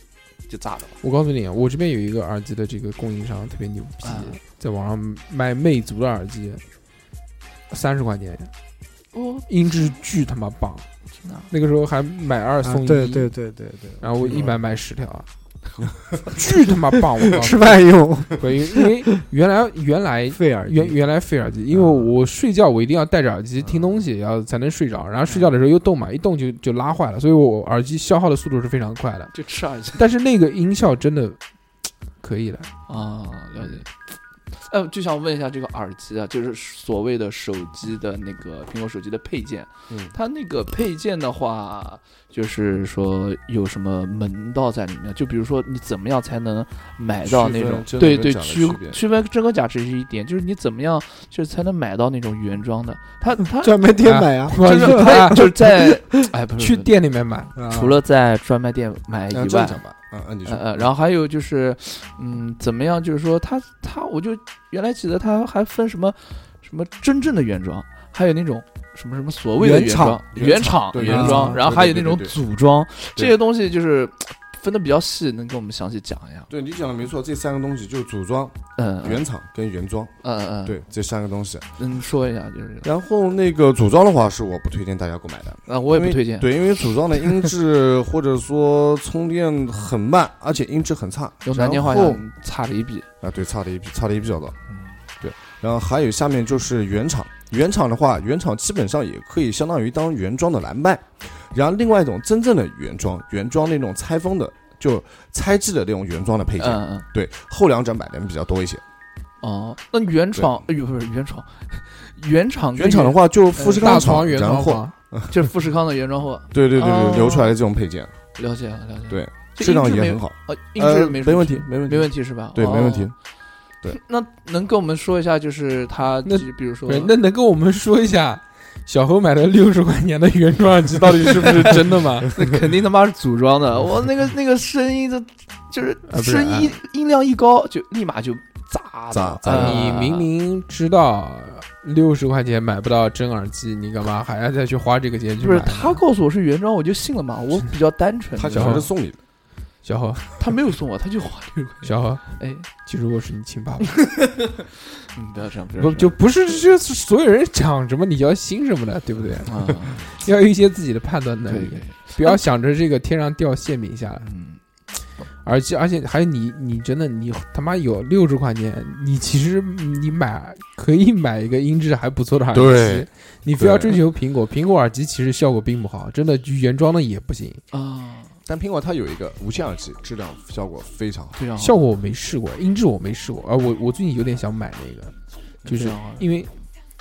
Speaker 4: 就炸了。
Speaker 2: 我告诉你，我这边有一个耳机的这个供应商特别牛逼
Speaker 4: 啊，
Speaker 2: 在网上卖魅族的耳机，三十块钱，
Speaker 4: 哦，
Speaker 2: 音质巨他妈棒。
Speaker 4: 真的啊，
Speaker 2: 那个时候还买二
Speaker 3: 啊
Speaker 2: 送一，
Speaker 3: 对对对对对，
Speaker 2: 然后我一买买十条 啊，巨他妈棒！我告 诉
Speaker 6: 吃饭用
Speaker 2: 你，对因为因为原来原来
Speaker 3: 费尔
Speaker 2: 原原来费耳机，因为我睡觉我一定要戴着耳机听东西，然后才能睡着。然后睡觉的时候又动嘛，一动就就拉坏了，所以我耳机消耗的速度是非常快的。
Speaker 4: 就吃耳机
Speaker 2: 但是那个音效真的可以的，
Speaker 4: 啊，了解。呃，就想问一下这个耳机啊，就是所谓的手机的那个苹果手机的配件，
Speaker 5: 嗯
Speaker 4: 它那个配件的话，就是说有什么门道在里面？就比如说你怎么样才能买到那种
Speaker 5: 区分真
Speaker 4: 对
Speaker 5: 和
Speaker 4: 对
Speaker 5: 假的
Speaker 4: 区
Speaker 5: 区别
Speaker 4: 区分真和假只是一点，就是你怎么样就是才能买到那种原装的？ 它它
Speaker 6: 专门店买啊，
Speaker 2: 我
Speaker 4: 就是 它就 是在哎不是
Speaker 2: 去
Speaker 4: 不是
Speaker 2: 店里面买，
Speaker 6: 啊
Speaker 4: 除了在专卖店买
Speaker 5: 啊
Speaker 4: 以
Speaker 5: 正
Speaker 4: 外，
Speaker 5: 常吧？啊啊，你说
Speaker 4: 呃，呃，然后还有就是，嗯，怎么样？就是说它它，我就原来记得它还分什么什么真正的原装，还有那种什么什么所谓的
Speaker 6: 原
Speaker 4: 原
Speaker 6: 厂
Speaker 4: 装、
Speaker 5: 原
Speaker 4: 原
Speaker 5: 厂
Speaker 4: 厂、
Speaker 5: 对
Speaker 4: 原
Speaker 6: 原
Speaker 4: 装，
Speaker 6: 厂
Speaker 4: 然后
Speaker 5: 对
Speaker 4: 还
Speaker 5: 对
Speaker 4: 有那
Speaker 5: 对
Speaker 4: 种
Speaker 5: 对对
Speaker 4: 组装，这
Speaker 5: 对
Speaker 4: 些东西就是分的比较细，能给我们详细讲一下？
Speaker 5: 对你讲的没错，这三个东西就是组装、
Speaker 4: 嗯，
Speaker 5: 原厂跟原装，
Speaker 4: 嗯嗯，
Speaker 5: 对这三个东西。
Speaker 4: 嗯，说一下就是，
Speaker 5: 然后那个组装的话，是我不推荐大家购买的，
Speaker 4: 啊，我也不
Speaker 5: 因为
Speaker 4: 推荐，
Speaker 5: 对，因为组装的音质或者说充电很慢，而且音质很差。
Speaker 4: 用南京话
Speaker 5: 然后
Speaker 4: 讲差了一笔，
Speaker 5: 啊，对，差了一批，差了一比较多。对，然后还有下面就是原厂，原厂的话，原厂基本上也可以相当于当原装的来卖。然后另外一种真正的原装，原装那种拆封的，就拆制的那种原装的配件，
Speaker 4: 嗯嗯，
Speaker 5: 对，后两者买的人比较多一些。
Speaker 4: 哦，那原厂，哎呦，不是原厂，原厂跟
Speaker 5: 原厂的话就富士
Speaker 2: 大
Speaker 5: 康
Speaker 2: 床
Speaker 5: 厂，
Speaker 2: 原
Speaker 5: 然
Speaker 2: 装
Speaker 5: 后
Speaker 2: 房，
Speaker 4: 就是富士康的原装货，
Speaker 5: 对对对
Speaker 4: 哦
Speaker 5: 对，流出来的这种配件，
Speaker 4: 了解了了解，
Speaker 5: 对
Speaker 4: 这
Speaker 5: 质量
Speaker 4: 音质
Speaker 5: 也
Speaker 4: 没
Speaker 5: 很好，
Speaker 4: 哦，音质
Speaker 5: 呃，
Speaker 4: 没
Speaker 5: 没问
Speaker 4: 题
Speaker 5: 题，，没问题
Speaker 4: 没，问题是吧？
Speaker 5: 对，没问题
Speaker 4: 哦。。那能跟我们说一下，就是它，
Speaker 2: 那
Speaker 4: 比如说
Speaker 2: 不，是那能跟我们说一下小何买的 六十块钱的原装耳机到底是不是真的吗？
Speaker 4: 那肯定他妈是组装 的。我那个那个声音的，就是
Speaker 2: 不是
Speaker 4: 声音音量一高，就立马就炸
Speaker 5: 炸
Speaker 4: 的
Speaker 5: 炸
Speaker 4: 呃
Speaker 2: 啊你明明知道六十块钱买不到真耳机，你干嘛还要再去花这个钱去
Speaker 4: 不
Speaker 2: 买
Speaker 4: 是
Speaker 2: 呢？
Speaker 4: 他告诉我是原装，我就信了嘛。我比较单纯，
Speaker 5: 他
Speaker 4: 你知道
Speaker 5: 小
Speaker 4: 吗
Speaker 5: 孩是送你的，
Speaker 2: 小何，
Speaker 4: 他没有送我，他就花六块钱。
Speaker 2: 小何，
Speaker 4: 哎，
Speaker 2: 记住我是你亲爸爸，
Speaker 4: 嗯，不要这样，不要
Speaker 2: 不
Speaker 4: 这
Speaker 2: 就
Speaker 4: 样
Speaker 2: 不是就是所有人讲什么你要信什么的，对不对？
Speaker 4: 啊，
Speaker 2: 要有一些自己的判断
Speaker 4: 对
Speaker 2: 能
Speaker 4: 对
Speaker 2: 力
Speaker 4: 对，，
Speaker 2: 不要想着这个天上掉馅饼下来。
Speaker 4: 嗯，
Speaker 2: 而且而且还有你你真的你他妈有六十块钱，你其实你买可以买一个音质还不错的耳机，
Speaker 5: 对
Speaker 2: 你非要
Speaker 5: 对
Speaker 2: 追求苹果，苹果耳机其实效果并不好，真的原装的也不行。
Speaker 4: 啊，
Speaker 5: 但苹果它有一个无线耳机，质量效果非 常好。
Speaker 4: 非常好
Speaker 2: 效果我没试过，音质我没试过，啊，我我最近有点想买那个，就是
Speaker 4: 非常好
Speaker 2: 因为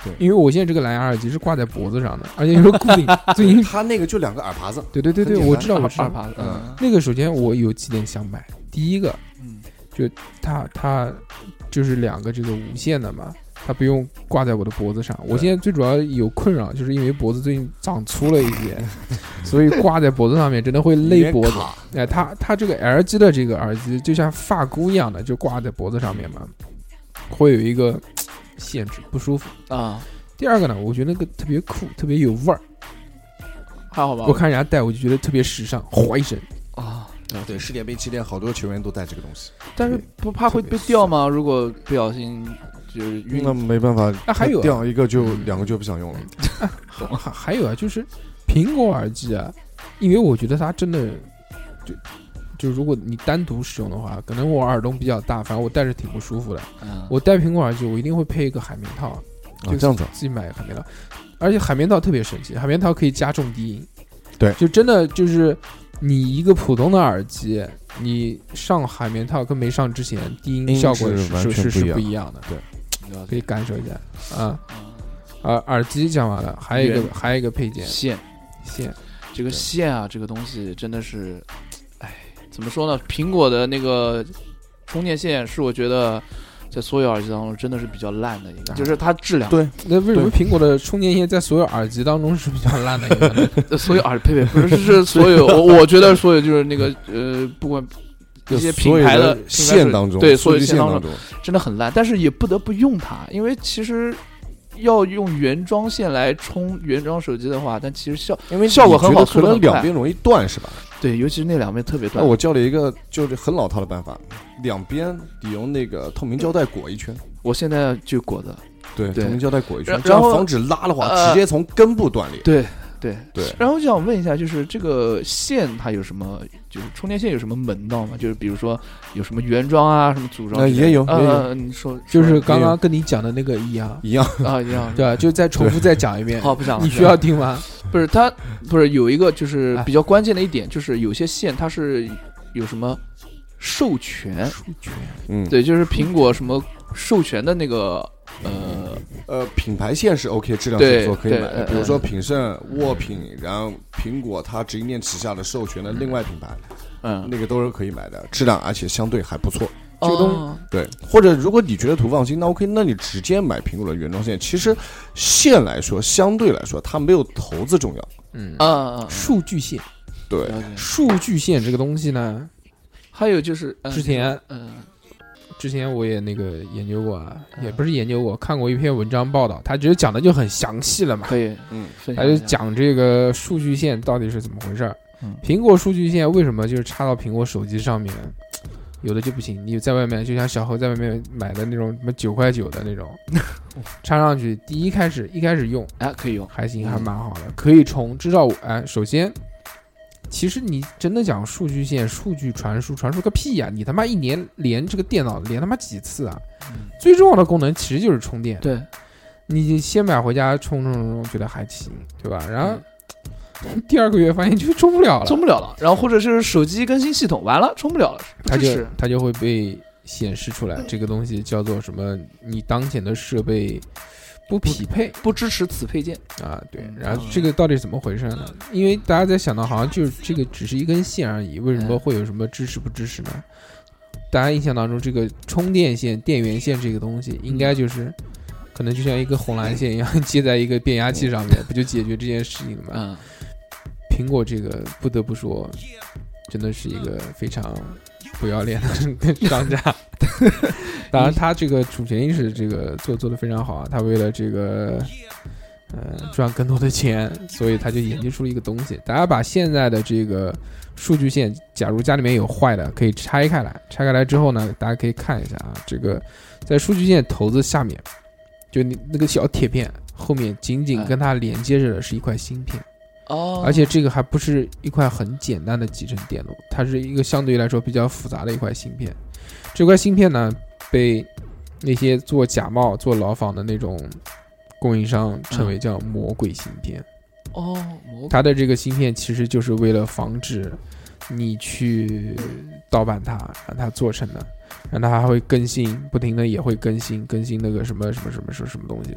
Speaker 5: 对。
Speaker 2: 因为我现在这个蓝牙耳机是挂在脖子上的，而且又是固定。最近
Speaker 5: 它那个就两个耳耙子，
Speaker 2: 对对对对，
Speaker 5: 很简单
Speaker 2: 我知道
Speaker 4: 二
Speaker 2: 我
Speaker 4: 二
Speaker 2: 知道。
Speaker 4: 八的，嗯
Speaker 2: 那个首先我有几点想买，第一个
Speaker 4: 嗯
Speaker 2: 它它就是两个这个无线的嘛，它不用挂在我的脖子上。我现在最主要有困扰，就是因为脖子最近长粗了一些， 所以挂在脖子上面真的会勒脖子。
Speaker 5: 卡
Speaker 2: 哎，它它这个 L G 的这个耳机就像发箍一样的，就挂在脖子上面嘛，会有一个限制，不舒服。
Speaker 4: 啊，
Speaker 2: 第二个呢，我觉得那个特别酷，特别有味儿。
Speaker 4: 还好吧？
Speaker 2: 我看人家戴，我就觉得特别时尚，哗一声。
Speaker 4: 啊，
Speaker 5: 啊，对，世界杯期间好多球员都带这个东西。
Speaker 4: 但是不怕会被掉吗？如果不小心就是晕
Speaker 5: 那没办法，
Speaker 2: 啊还有啊
Speaker 5: 掉一个就两个就不想
Speaker 4: 嗯
Speaker 5: 用了。
Speaker 2: 还还有啊，就是苹果耳机啊，因为我觉得它真的就就如果你单独使用的话，可能我耳洞比较大，反正我戴着挺不舒服的。
Speaker 4: 嗯
Speaker 2: 我戴苹果耳机，我一定会配一个海绵套，
Speaker 5: 啊，这样子啊，
Speaker 2: 自己买一个海绵套，而且海绵套特别神奇，海绵套可以加重低音。
Speaker 5: 对
Speaker 2: 就真的就是你一个普通的耳机，你上海绵套跟没上之前低音
Speaker 5: 音
Speaker 2: 效果
Speaker 5: 质
Speaker 2: 是
Speaker 5: 完
Speaker 2: 是
Speaker 5: 全
Speaker 2: 是
Speaker 5: 不一
Speaker 2: 是不
Speaker 5: 样
Speaker 2: 一样的，
Speaker 4: 了
Speaker 2: 可以
Speaker 4: 解嗯
Speaker 2: 感受一下啊。耳耳机讲完了，还有一个
Speaker 4: 原
Speaker 2: 还有一个配件
Speaker 4: 线
Speaker 2: 线。
Speaker 4: 这个线啊，这个东西真的是，哎，怎么说呢？苹果的那个充电线是我觉得在所有耳机当中真的是比较烂的一个，
Speaker 2: 啊
Speaker 4: 就是它质量
Speaker 5: 对
Speaker 2: 那为什么苹果的充电线在所有耳机当中是比较烂的 一个呢？
Speaker 4: 呃 所有耳呸呸不是是所 有我我觉得所有就是那个呃不管。一些
Speaker 5: 所
Speaker 4: 品
Speaker 5: 有
Speaker 4: 牌
Speaker 5: 的
Speaker 4: 品牌
Speaker 5: 线
Speaker 4: 手
Speaker 5: 当中，
Speaker 4: 对所
Speaker 5: 数
Speaker 4: 有
Speaker 5: 据
Speaker 4: 线
Speaker 5: 线
Speaker 4: 当中
Speaker 5: 中，
Speaker 4: 真的很烂，但是也不得不用它，因为其实要用原装线来充原装手机的话，但其实效
Speaker 5: 因为
Speaker 4: 效果
Speaker 5: 你
Speaker 4: 很
Speaker 5: 觉
Speaker 4: 好
Speaker 5: 得
Speaker 4: 速
Speaker 5: 可
Speaker 4: 度很
Speaker 5: 能两
Speaker 4: 快
Speaker 5: 边容易断是吧？
Speaker 4: 对，尤其是那两边特别
Speaker 5: 那
Speaker 4: 短。
Speaker 5: 我教了一个就是很老套的办法，两边你用那个透明胶带裹一圈，
Speaker 4: 我现在就裹着，
Speaker 5: 对，
Speaker 4: 对
Speaker 5: 透明胶带裹一圈
Speaker 4: 然，
Speaker 5: 这样
Speaker 4: 然后
Speaker 5: 防止拉的话，
Speaker 4: 呃
Speaker 5: 直接从根部断裂。
Speaker 4: 对对
Speaker 5: 对
Speaker 4: 然后我想问一下，就是这个线它有什么，就是充电线有什么门道吗？就是比如说有什么原装啊，什么组装
Speaker 5: 呃
Speaker 4: 之类的？
Speaker 5: 也有也有
Speaker 4: 呃，你说
Speaker 2: 就是刚刚跟你讲的那个一样，
Speaker 5: 一样，
Speaker 4: 说啊一样。
Speaker 2: 对吧？就再重复再讲一遍。
Speaker 4: 好，不讲了。
Speaker 2: 你需要听吗？
Speaker 4: 不是它不是有一个就是
Speaker 2: 哎
Speaker 4: 比较关键的一点，就是有些线它是有什么授权，
Speaker 5: 嗯，
Speaker 4: 对，就是苹果什么授权的那个呃
Speaker 5: 呃，品牌线是 OK，质量
Speaker 4: 对
Speaker 5: 是不错，可以
Speaker 4: 对
Speaker 5: 买的。
Speaker 4: 嗯
Speaker 5: 比如
Speaker 4: 嗯
Speaker 5: 说品胜、沃品，然后苹果它直营店旗下的授权的另外品牌，
Speaker 4: 嗯
Speaker 5: 那个都是可以买的，质量而且相对还不错。
Speaker 2: 这个东西
Speaker 4: 哦
Speaker 5: 对，或者如果你觉得图放心，那 OK，那你直接买苹果的原装线。其实线来说，相对来说，它没有头子重要。
Speaker 2: 嗯，
Speaker 4: 啊啊，啊
Speaker 2: 数据线，
Speaker 5: 对，
Speaker 4: 了解。
Speaker 2: 数据线这个东西呢，
Speaker 4: 还有就是嗯
Speaker 2: 之前
Speaker 4: 嗯
Speaker 2: 之前我也那个研究过啊，
Speaker 4: 嗯
Speaker 2: 也不是研究过，看过一篇文章报道，他其实讲的就很详细了嘛。
Speaker 4: 可以
Speaker 5: 嗯，
Speaker 4: 分
Speaker 2: 他
Speaker 4: 享
Speaker 2: 就
Speaker 4: 一下，
Speaker 2: 讲这个数据线到底是怎么回事儿
Speaker 4: 嗯。
Speaker 2: 苹果数据线为什么就是插到苹果手机上面，有的就不行。你在外面就像小何在外面买的那种什么九块九的那 种，插上去，第一开始一开始用
Speaker 4: 哎可以用，
Speaker 2: 还行，
Speaker 4: 嗯
Speaker 2: 还蛮好的，可以充。至少我哎，首先，其实你真的讲数据线、数据传输，传输个屁呀、你他妈一年连这个电脑连他妈几次啊？
Speaker 4: 嗯
Speaker 2: 最重要的功能其实就是充电。
Speaker 4: 对，
Speaker 2: 你先买回家充充充，觉得还行，对吧？然后、 第二个月发现就充不了了，
Speaker 4: 嗯充不了了，然后或者就是手机更新系统完了，充不了了，不
Speaker 2: 它
Speaker 4: 支
Speaker 2: 就
Speaker 4: 持。
Speaker 2: 它就会被显示出来，这个东西叫做什么？你当前的设备不匹配
Speaker 4: 不支持此配件，
Speaker 2: 啊，对
Speaker 4: 嗯。
Speaker 2: 然后这个到底怎么回事呢？因为大家在想到好像就是这个只是一根线而已，为什么
Speaker 4: 嗯
Speaker 2: 会有什么支持不支持呢？大家印象当中，这个充电线、电源线这个东西，应
Speaker 4: 嗯
Speaker 2: 该就是可能就像一个红蓝线一样 接在一个变压器上面，不就解决这件事情了吗？
Speaker 4: 嗯，
Speaker 2: 苹果这个不得不说，真的是一个非常不要脸的 商家。当然，他这个主权意识这个做做的非常好啊，他为了这个。呃，赚更多的钱，所以他就研究出了一个东西。大家把现在的这个数据线，假如家里面有坏的，可以拆开来。拆开来之后呢，大家可以看一下啊，这个在数据线头子下面，就你那个小铁片后面，紧紧跟它连接着的是一块芯片。
Speaker 4: 哦，
Speaker 2: 而且这个还不是一块很简单的集成电路，它是一个相对来说比较复杂的一块芯片。这块芯片呢，被那些做假冒、做牢房的那种供应商称为叫魔鬼芯片。
Speaker 4: 哦，魔鬼
Speaker 2: 它的这个芯片其实就是为了防止你去盗版它，让它做成的，让它还会更新，不停的也会更新，更新那个什么什么什么什么什么东西。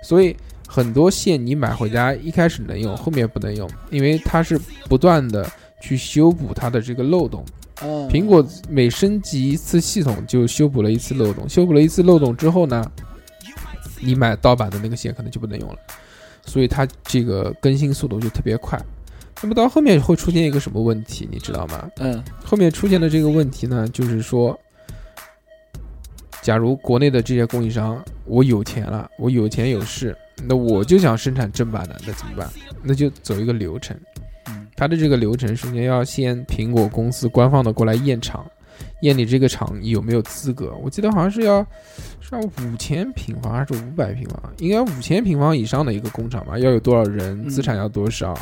Speaker 2: 所以很多线你买回家一开始能用，后面不能用，因为它是不断的去修补它的这个漏洞。
Speaker 4: 嗯
Speaker 2: 苹果每升级一次系统就修补了一次漏洞，修补了一次漏洞之后呢，你买盗版的那个线可能就不能用了，所以它这个更新速度就特别快。那么到后面会出现一个什么问题，你知道吗？
Speaker 4: 嗯
Speaker 2: 后面出现的这个问题呢，就是说，假如国内的这些供应商，我有钱了，我有钱有势，那我就想生产正版的，那怎么办？那就走一个流程
Speaker 4: 嗯，
Speaker 2: 它的这个流程首先要先苹果公司官方的过来验厂，验你这个厂有没有资格。我记得好像是要是要五千平方还是五百平方，应该五千平方以上的一个工厂吧，要有多少人，
Speaker 4: 嗯
Speaker 2: 资产要多少，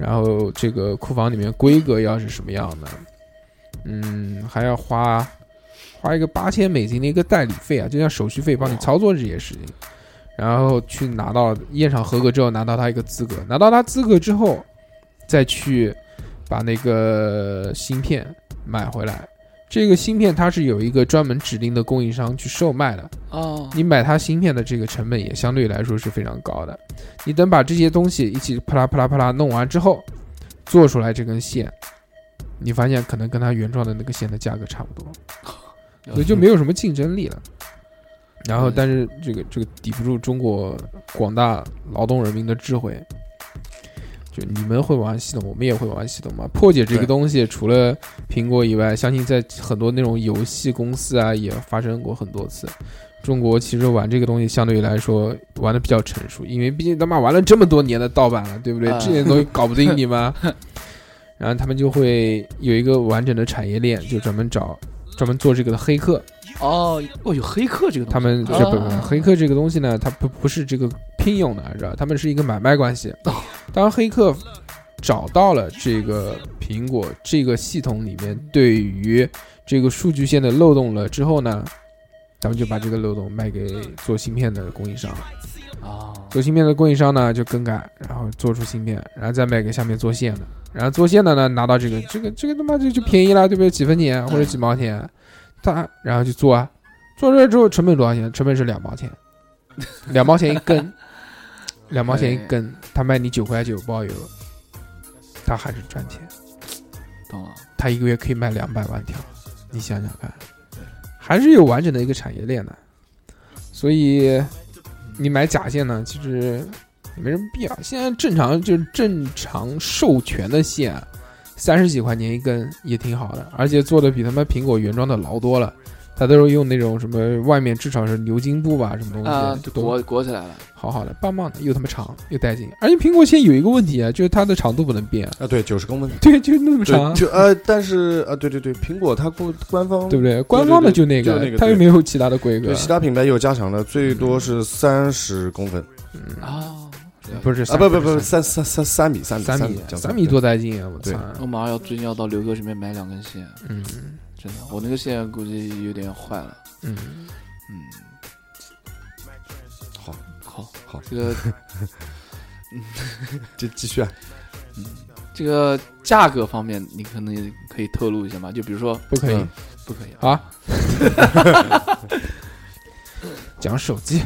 Speaker 2: 然后这个库房里面规格要是什么样的，嗯，还要花花一个八千美金的一个代理费啊，就像手续费帮你操作这些事情，然后去拿到验厂合格之后，拿到他一个资格，拿到他资格之后，再去把那个芯片买回来。这个芯片它是有一个专门指定的供应商去售卖的，
Speaker 4: 哦，
Speaker 2: 你买它芯片的这个成本也相对来说是非常高的。你等把这些东西一起啪啦啪啦啪啦弄完之后，做出来这根线，你发现可能跟它原装的那个线的价格差不多，所以就没有什么竞争力了。然后，但是这个这个抵不住中国广大劳动人民的智慧，就你们会玩系统，我们也会玩系统嘛。破解这个
Speaker 5: 对
Speaker 2: 东西，除了苹果以外，相信在很多那种游戏公司啊，也发生过很多次。中国其实玩这个东西相对来说玩的比较成熟，因为毕竟他妈玩了这么多年的盗版了，对不对？
Speaker 4: 啊
Speaker 2: 这些东西搞不定你们， 然后他们就会有一个完整的产业链，就专门找专门做这个的黑客，
Speaker 4: 哦哦，哦，有黑客这个东西，
Speaker 2: 他们这
Speaker 4: 啊
Speaker 2: 不不，黑客这个东西呢，它不不是这个聘用的，知道吧，他们是一个买卖关系。
Speaker 4: 哦
Speaker 2: 当黑客找到了这个苹果这个系统里面对于这个数据线的漏洞了之后呢，咱们就把这个漏洞卖给做芯片的供应商。
Speaker 4: 啊，
Speaker 2: 做芯片的供应商呢就更改，然后做出芯片，然后再卖给下面做线的，然后做线的呢拿到这个，这个这个他妈就就便宜了，对不对？几分钱或者几毛钱，他然后就做啊，做出来之后成本多少钱？成本是两毛钱，两毛钱一根，两毛钱一根，他卖你九块九包邮，他还是赚钱，
Speaker 4: 懂了。
Speaker 2: 他一个月可以卖两百万条，你想想看，还是有完整的一个产业链的，所以你买假线呢，其实也没什么必要。现在正常就是正常授权的线，三十几块钱一根也挺好的，而且做的比他们苹果原装的牢多了。它都是用那种什么外面至少是牛津布吧，什么东西
Speaker 4: 啊，
Speaker 2: 都
Speaker 4: 裹裹起来了，
Speaker 2: 好好的，棒棒的，又他妈长又带劲。而且苹果线有一个问题啊，就是它的长度不能 变啊，
Speaker 5: 啊，对，九十公分，
Speaker 2: 对，就那么长啊
Speaker 5: 对，， 就呃，但是啊，对对对，苹果它官官方
Speaker 2: 对不对？官方的就那
Speaker 5: 就那
Speaker 2: 个，
Speaker 5: 个
Speaker 2: 它又没有其他的规格
Speaker 5: 对，其他品牌有加强的，最多是三十公分
Speaker 4: 啊，
Speaker 2: 不是
Speaker 5: 啊，不不不，三三三三米三米
Speaker 2: 三
Speaker 5: 米
Speaker 2: 米，
Speaker 5: 讲
Speaker 2: 三米多带劲啊！我操，
Speaker 4: 我马上要最近要到刘哥这边买两根线，
Speaker 2: 嗯
Speaker 4: 真的，我那个线估计有点坏了。
Speaker 2: 嗯，
Speaker 4: 嗯，
Speaker 5: 好，
Speaker 4: 好，
Speaker 5: 好，
Speaker 4: 这个
Speaker 5: 继继续啊，
Speaker 4: 这个价格方面，你可能也可以透露一下吗？就比如说，
Speaker 2: 不可以
Speaker 5: 嗯
Speaker 4: 不可以啊，
Speaker 2: 啊！讲手机，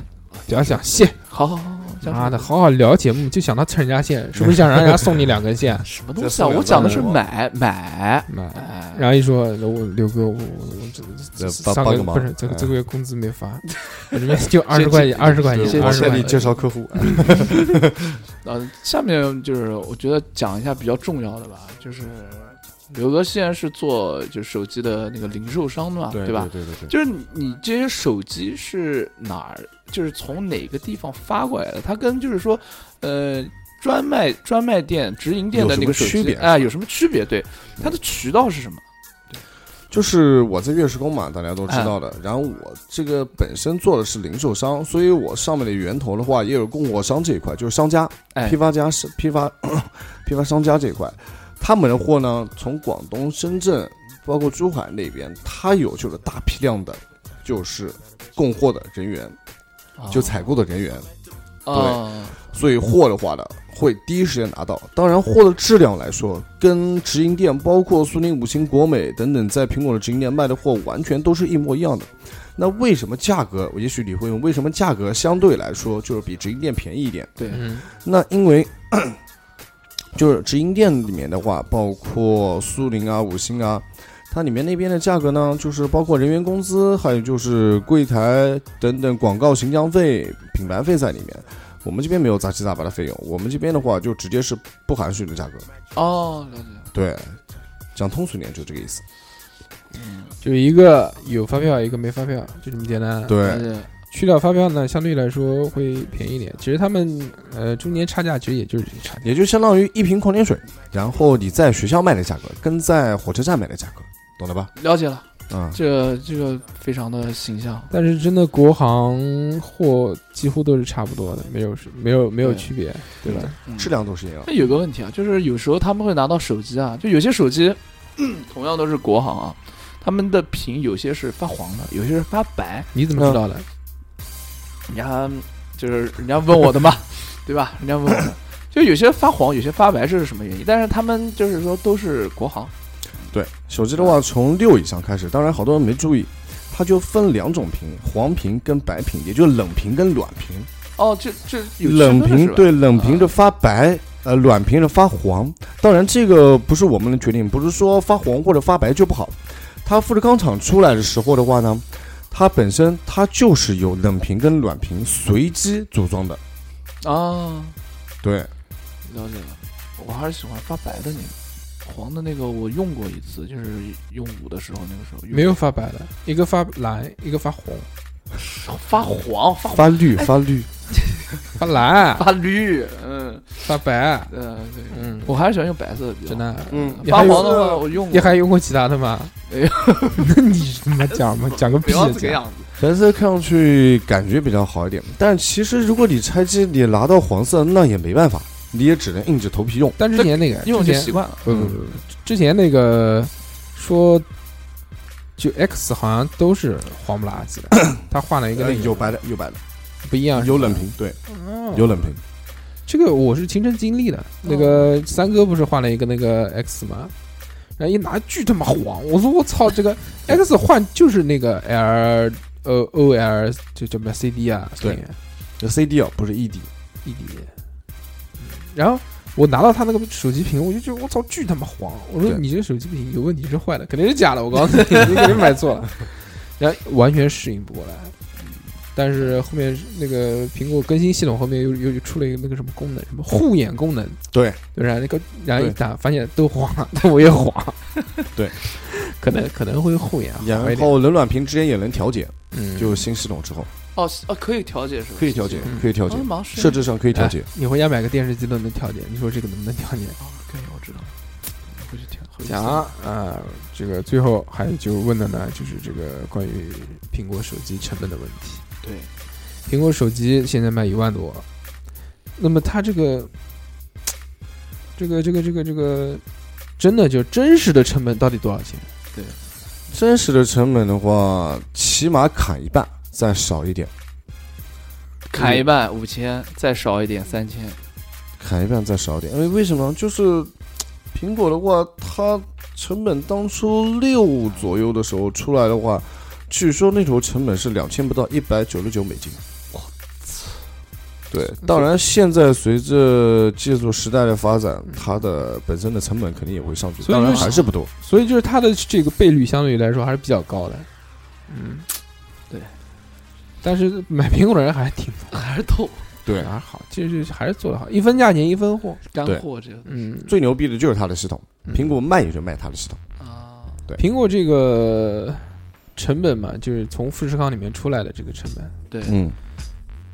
Speaker 2: 不要讲线，
Speaker 4: 好好好好，讲
Speaker 2: 妈的，
Speaker 4: 什么
Speaker 2: 好好聊节目，就想到蹭人家线，是不是想让人家送你两根线？
Speaker 4: 什么东西
Speaker 5: 再
Speaker 4: 啊？
Speaker 5: 送两
Speaker 4: 我讲的是
Speaker 5: 份
Speaker 4: 买买，
Speaker 2: 妈的
Speaker 4: 哎，
Speaker 2: 然后一说，我刘哥，我我这这
Speaker 5: 这帮
Speaker 2: 上
Speaker 5: 帮
Speaker 2: 个
Speaker 5: 个忙
Speaker 2: 不是这个
Speaker 5: 哎
Speaker 2: 这个月工资没发，我这边就二十块钱，二十块
Speaker 5: 对
Speaker 2: 钱，
Speaker 5: 我
Speaker 2: 二十
Speaker 5: 向
Speaker 2: 块
Speaker 5: 你
Speaker 2: 钱。
Speaker 5: 介绍客户，
Speaker 4: 呃，下面就是我觉得讲一下比较重要的吧，就是刘哥现在是做就手机的那个零售商的嘛，
Speaker 5: 对
Speaker 4: 吧？
Speaker 5: 对对对，
Speaker 4: 就是你你这些手机是哪儿，就是从哪个地方发过来的？它跟就是说，呃，专卖专卖店、直营店的那个
Speaker 5: 有
Speaker 4: 手
Speaker 5: 什
Speaker 4: 机
Speaker 5: 么区别
Speaker 4: 哎、有什么区别？对，它的渠道是什么？
Speaker 5: 就是我在月石工嘛，大家都知道的。然后我这个本身做的是零售商，所以我上面的源头的话，也有供货商这一块，就是商家、
Speaker 4: 哎
Speaker 5: 批发家是批发 批发商家这一块，他们的货呢，从广东、深圳，包括珠海那边，他有就是大批量的，就是供货的人员，就采购的人员，
Speaker 4: 哦
Speaker 5: 所以货的话呢，会第一时间拿到。当然，货的质量来说，跟直营店，包括苏宁、五星、国美等等，在苹果的直营店卖的货，完全都是一模一样的。那为什么价格？也许你会问，为什么价格相对来说就是比直营店便宜一点？
Speaker 4: 对，
Speaker 2: 嗯，
Speaker 5: 那因为就是直营店里面的话，包括苏宁啊、五星啊，它里面那边的价格呢，就是包括人员工资，还有就是柜台等等广告形象费、品牌费在里面。我们这边没有杂七杂八的费用，我们这边的话就直接是不含税的价格。
Speaker 4: 哦，了解了，
Speaker 5: 对，讲通俗一点就这个意思。
Speaker 2: 就一个有发票，一个没发票，就这么简单。啊
Speaker 4: 了
Speaker 5: 对，
Speaker 4: 解了，
Speaker 2: 去掉发票呢，相对来说会便宜一点。其实他们呃中间差价其实也就是这个差价。
Speaker 5: 也就相当于一瓶矿泉水，然后你在学校卖的价格跟在火车站卖的价格，懂了吧？
Speaker 4: 了解了，
Speaker 5: 啊、
Speaker 4: 这个这个非常的形象。
Speaker 2: 但是真的国行货几乎都是差不多的，没有没有没有
Speaker 4: 对
Speaker 2: 区别，对吧？
Speaker 4: 嗯
Speaker 5: 质量都是一样的。
Speaker 4: 那有个问题啊，就是有时候他们会拿到手机啊，就有些手机、 同样都是国行啊，他们的屏有些是发黄的，有些是发白，
Speaker 2: 你怎么知道的？
Speaker 4: 人家就是人家问我的嘛， 对吧？人家问我的，就有些发黄，有些发白，这是什么原因？但是他们就是说都是国行，
Speaker 5: 对，手机的话从六以上开始，当然好多人没注意，它就分两种屏，黄屏跟白屏，也就是冷屏跟暖屏。
Speaker 4: 哦，这这有区分
Speaker 5: 冷
Speaker 4: 的是
Speaker 5: 屏
Speaker 4: 吧啊
Speaker 5: 对冷屏的发白，呃，暖屏的发黄。当然这个不是我们能决定，不是说发黄或者发白就不好。它富士康厂出来的时候的话呢，它本身它就是由冷屏跟暖屏随机组装的。
Speaker 4: 啊，
Speaker 5: 对，
Speaker 4: 了解了，我还是喜欢发白的那个。黄的那个我用过一次，就是用五的时候，那个时候用
Speaker 2: 没有发白的，一个发蓝，一个发红，
Speaker 4: 发黄发哎
Speaker 5: 发绿发绿，
Speaker 2: 发蓝。
Speaker 4: 发绿，嗯，
Speaker 2: 发白，
Speaker 4: 呃，对，
Speaker 2: 嗯，
Speaker 4: 我还是喜欢用白色的比较
Speaker 2: 真。的。
Speaker 5: 嗯，
Speaker 2: 你
Speaker 4: 发
Speaker 2: 还有
Speaker 4: 黄的话，我用过
Speaker 2: 你还用过其他的吗？
Speaker 4: 哎呦，
Speaker 2: 那你他妈讲嘛，讲个
Speaker 4: 不
Speaker 2: 屁
Speaker 4: 要这个
Speaker 2: 讲
Speaker 4: 样子。
Speaker 5: 蓝色看上去感觉比较好一点，但其实如果你拆机，你拿到黄色，那也没办法，你也只能硬着头皮用。
Speaker 2: 但之前那个，
Speaker 4: 因为我
Speaker 2: 之
Speaker 4: 就
Speaker 2: 前
Speaker 4: 习惯了，
Speaker 2: 不不
Speaker 5: 嗯
Speaker 2: 不，之前那个说，就 X 好像都是黄不拉几 的，他换了一个那
Speaker 5: 呃
Speaker 2: 个
Speaker 5: 有白的，有白的，啊
Speaker 2: 不一样，
Speaker 5: 有冷屏，对，
Speaker 2: 哦
Speaker 5: 有冷屏。
Speaker 2: 这个我是亲身经
Speaker 5: 哦
Speaker 2: 历的。那个三哥不是换了一个那个 X 吗？然后一拿巨他妈黄，我说我操， 这个 X 换就是那个 L 呃 O L 就叫什么 C D 啊，
Speaker 5: 对这 CD 啊，不是 ED，
Speaker 2: 异地。然后我拿到他那个手机屏，我就觉得我操，巨他妈黄！我说
Speaker 5: 对
Speaker 2: 你这手机屏有问题，是坏的，肯定是假的。我告 诉你，你肯定买错了。然后完全适应不过来。但是后面那个苹果更新系统后面又又又出了一个那个什么功能，什么护眼功能，
Speaker 5: 对，
Speaker 2: 对然后那个然后一
Speaker 5: 对
Speaker 2: 打发现都黄了，但我也黄，
Speaker 5: 对，
Speaker 2: 可能可能会护眼啊
Speaker 5: 然
Speaker 2: 好一点，
Speaker 5: 后冷暖屏之间也能调节，
Speaker 2: 嗯，
Speaker 5: 就新系统之后
Speaker 4: 哦是哦，可以调节是吧？
Speaker 5: 可以调节
Speaker 2: 嗯，
Speaker 5: 可以调
Speaker 4: 哦
Speaker 5: 节，
Speaker 4: 马上
Speaker 5: 设置上可以调节
Speaker 2: 哎。你回家买个电视机都能调节，你说这个能不能调节？
Speaker 4: 哦，可以，我知道了，回去调。回去
Speaker 2: 讲
Speaker 4: 调
Speaker 2: 啊、这个最后还就问的呢，就是这个关于苹果手机成本的问题。
Speaker 4: 对，
Speaker 2: 苹果手机现在卖一万多，那么它这个，这个这个这个这个，真的就真实的成本到底多少钱？
Speaker 5: 真实的成本的话，起码砍一半，再少一点，
Speaker 4: 砍一半五千，再少一点三千。
Speaker 5: 砍一半再少一点。因为为什么呢？就是苹果的话，它成本当初六左右的时候出来的话，据说那时候成本是两千不到一百九十九美金。对，当然，现在随着技术时代的发展，它的本身的成本肯定也会上去，
Speaker 2: 所以
Speaker 5: 当然
Speaker 2: 就是
Speaker 5: 还是不多。
Speaker 2: 所以就是它的这个倍率相对来说还是比较高的。嗯，
Speaker 4: 对。
Speaker 2: 但是买苹果的人还是挺多，
Speaker 4: 还是透
Speaker 5: 对
Speaker 2: 还是好，就是还是做得好，一分价钱一分货。
Speaker 4: 干
Speaker 5: 对
Speaker 4: 货这个
Speaker 2: 嗯，
Speaker 5: 最牛逼的就是它的系统，
Speaker 2: 嗯
Speaker 5: 苹果卖也就卖它的系统。
Speaker 4: 啊，
Speaker 2: 苹果这个成本嘛，就是从富士康里面出来的这个成本。
Speaker 4: 对，
Speaker 5: 嗯，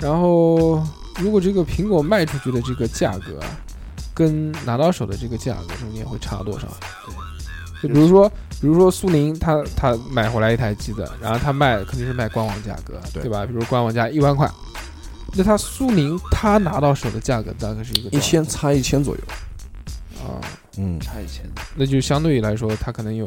Speaker 2: 然后，如果这个苹果卖出去的这个价格啊，跟拿到手的这个价格中间会差多少？就比如说，比如说苏宁他他买回来一台机子，然后他卖肯定是卖官网价格，
Speaker 5: 对
Speaker 2: 对吧？比如官网价一万块，那他苏宁他拿到手的价格大概是一个多
Speaker 5: 一
Speaker 2: 少
Speaker 5: 千差一千左右。
Speaker 2: 啊、
Speaker 5: 嗯，
Speaker 4: 差一千。
Speaker 2: 那就相对于来说，他可能有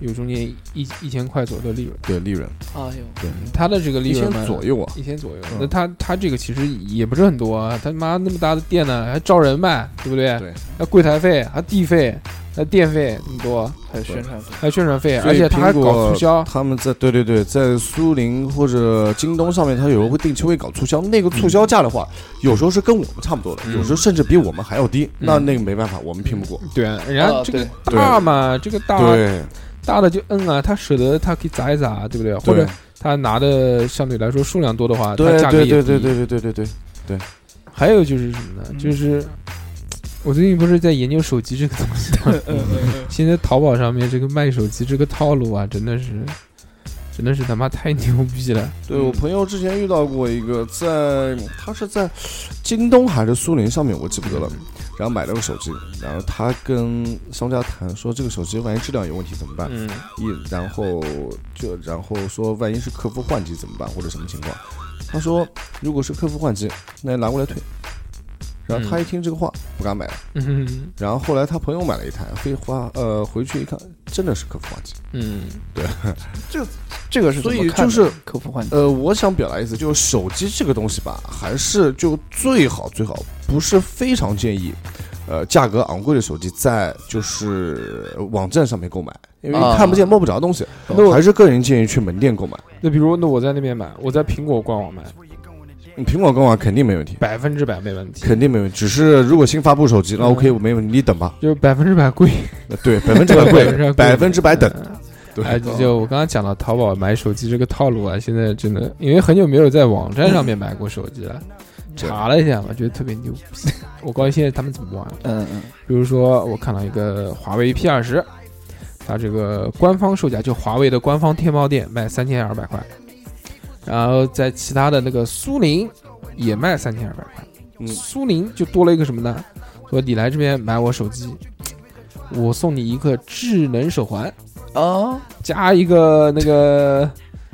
Speaker 2: 有中间一一千块左右的利润，
Speaker 5: 对，利润
Speaker 4: 哎呦，
Speaker 2: 他的这个利
Speaker 5: 一
Speaker 2: 润
Speaker 5: 千
Speaker 2: 嘛
Speaker 5: 左右啊。
Speaker 2: 一千左右
Speaker 5: 嗯。
Speaker 2: 那他他这个其实也不是很多啊，他妈那么大的店呢，还招人卖，对不对？
Speaker 5: 对。
Speaker 2: 还柜台费，还地费，还电费那么多，
Speaker 4: 还有宣传费，
Speaker 2: 还宣传费，
Speaker 5: 所
Speaker 2: 而
Speaker 5: 以
Speaker 2: 且他还
Speaker 5: 苹果
Speaker 2: 搞促销。
Speaker 5: 他们在对对对，在苏宁或者京东上面，他有时候会定期会搞促销。那个促销价的话，有时候是跟我们差不多的，
Speaker 2: 嗯
Speaker 5: 有时候甚至比我们还要低。
Speaker 2: 嗯
Speaker 5: 那那个没办法，我们拼不过。
Speaker 2: 对，人家
Speaker 4: 啊
Speaker 2: 这个
Speaker 5: 对
Speaker 2: 大嘛，这个大
Speaker 5: 对
Speaker 2: 大的就摁啊，他舍得他可以砸一砸，对不对？嗯或
Speaker 5: 对
Speaker 2: 者他拿的相对来说数量多的话，他
Speaker 5: 对
Speaker 2: 价格
Speaker 5: 对
Speaker 2: 也
Speaker 5: 对
Speaker 2: 低
Speaker 5: 对对对对对对，
Speaker 2: 还有就是什么呢？就是我最近不是在研究手机这个东西吗？ 现在淘宝上面这个卖手机这个套路啊，真的是，真的是他妈太牛逼了。
Speaker 5: 对我朋友之前遇到过一个，在他是在京东还是苏宁上面，我记不得了。
Speaker 2: 嗯
Speaker 5: 然后买了个手机，然后他跟商家谈说这个手机万一质量有问题怎么办？
Speaker 2: 嗯，
Speaker 5: 一然后就然后说，万一是客服换机怎么办，或者什么情况？他说，如果是客服换机，那拿过来退。然后他一听这个话，不敢买了。
Speaker 2: 嗯
Speaker 5: 然后后来他朋友买了一台，非花呃回去一看，真的是客服换机。
Speaker 2: 嗯，
Speaker 4: 这个是
Speaker 5: 所
Speaker 4: 怎么
Speaker 5: 以
Speaker 4: 看
Speaker 5: 就
Speaker 4: 的
Speaker 5: 是
Speaker 4: 客服换机，
Speaker 5: 呃，我想表达意思就是，手机这个东西吧，还是就最好最好，不是非常建议，呃，价格昂贵的手机在就是网站上面购买，因为
Speaker 4: 啊
Speaker 5: 看不见摸不着的东西，
Speaker 2: 那我
Speaker 5: 还是个人建议去门店购买。
Speaker 2: 那比如那我在那边买，我在苹果官网买，
Speaker 5: 嗯苹果官网肯定没问题，
Speaker 2: 百分之百没问题，
Speaker 5: 肯定没问题。只是如果新发布手机，那
Speaker 2: 嗯
Speaker 5: OK，我没问题，你等吧。
Speaker 2: 就是百分之百贵，
Speaker 5: 那对，百 分之百贵，百分之百等。
Speaker 2: 嗯
Speaker 5: 对，哦
Speaker 2: 哎，就就我刚刚讲到淘宝买手机这个套路啊，现在真的因为很久没有在网站上面买过手机了，
Speaker 5: 对
Speaker 2: 查了一下嘛，觉得特别牛 逼。我告诉你现在他们怎么玩，
Speaker 4: 嗯嗯，
Speaker 2: 比如说我看到一个华为 P 二十，它这个官方售价就华为的官方天猫店卖三千二百块，然后在其他的那个苏宁也卖三千二百块，
Speaker 5: 嗯
Speaker 2: 苏宁就多了一个什么呢？说你来这边买我手机，我送你一个智能手环，
Speaker 4: 啊，
Speaker 2: 加一个那个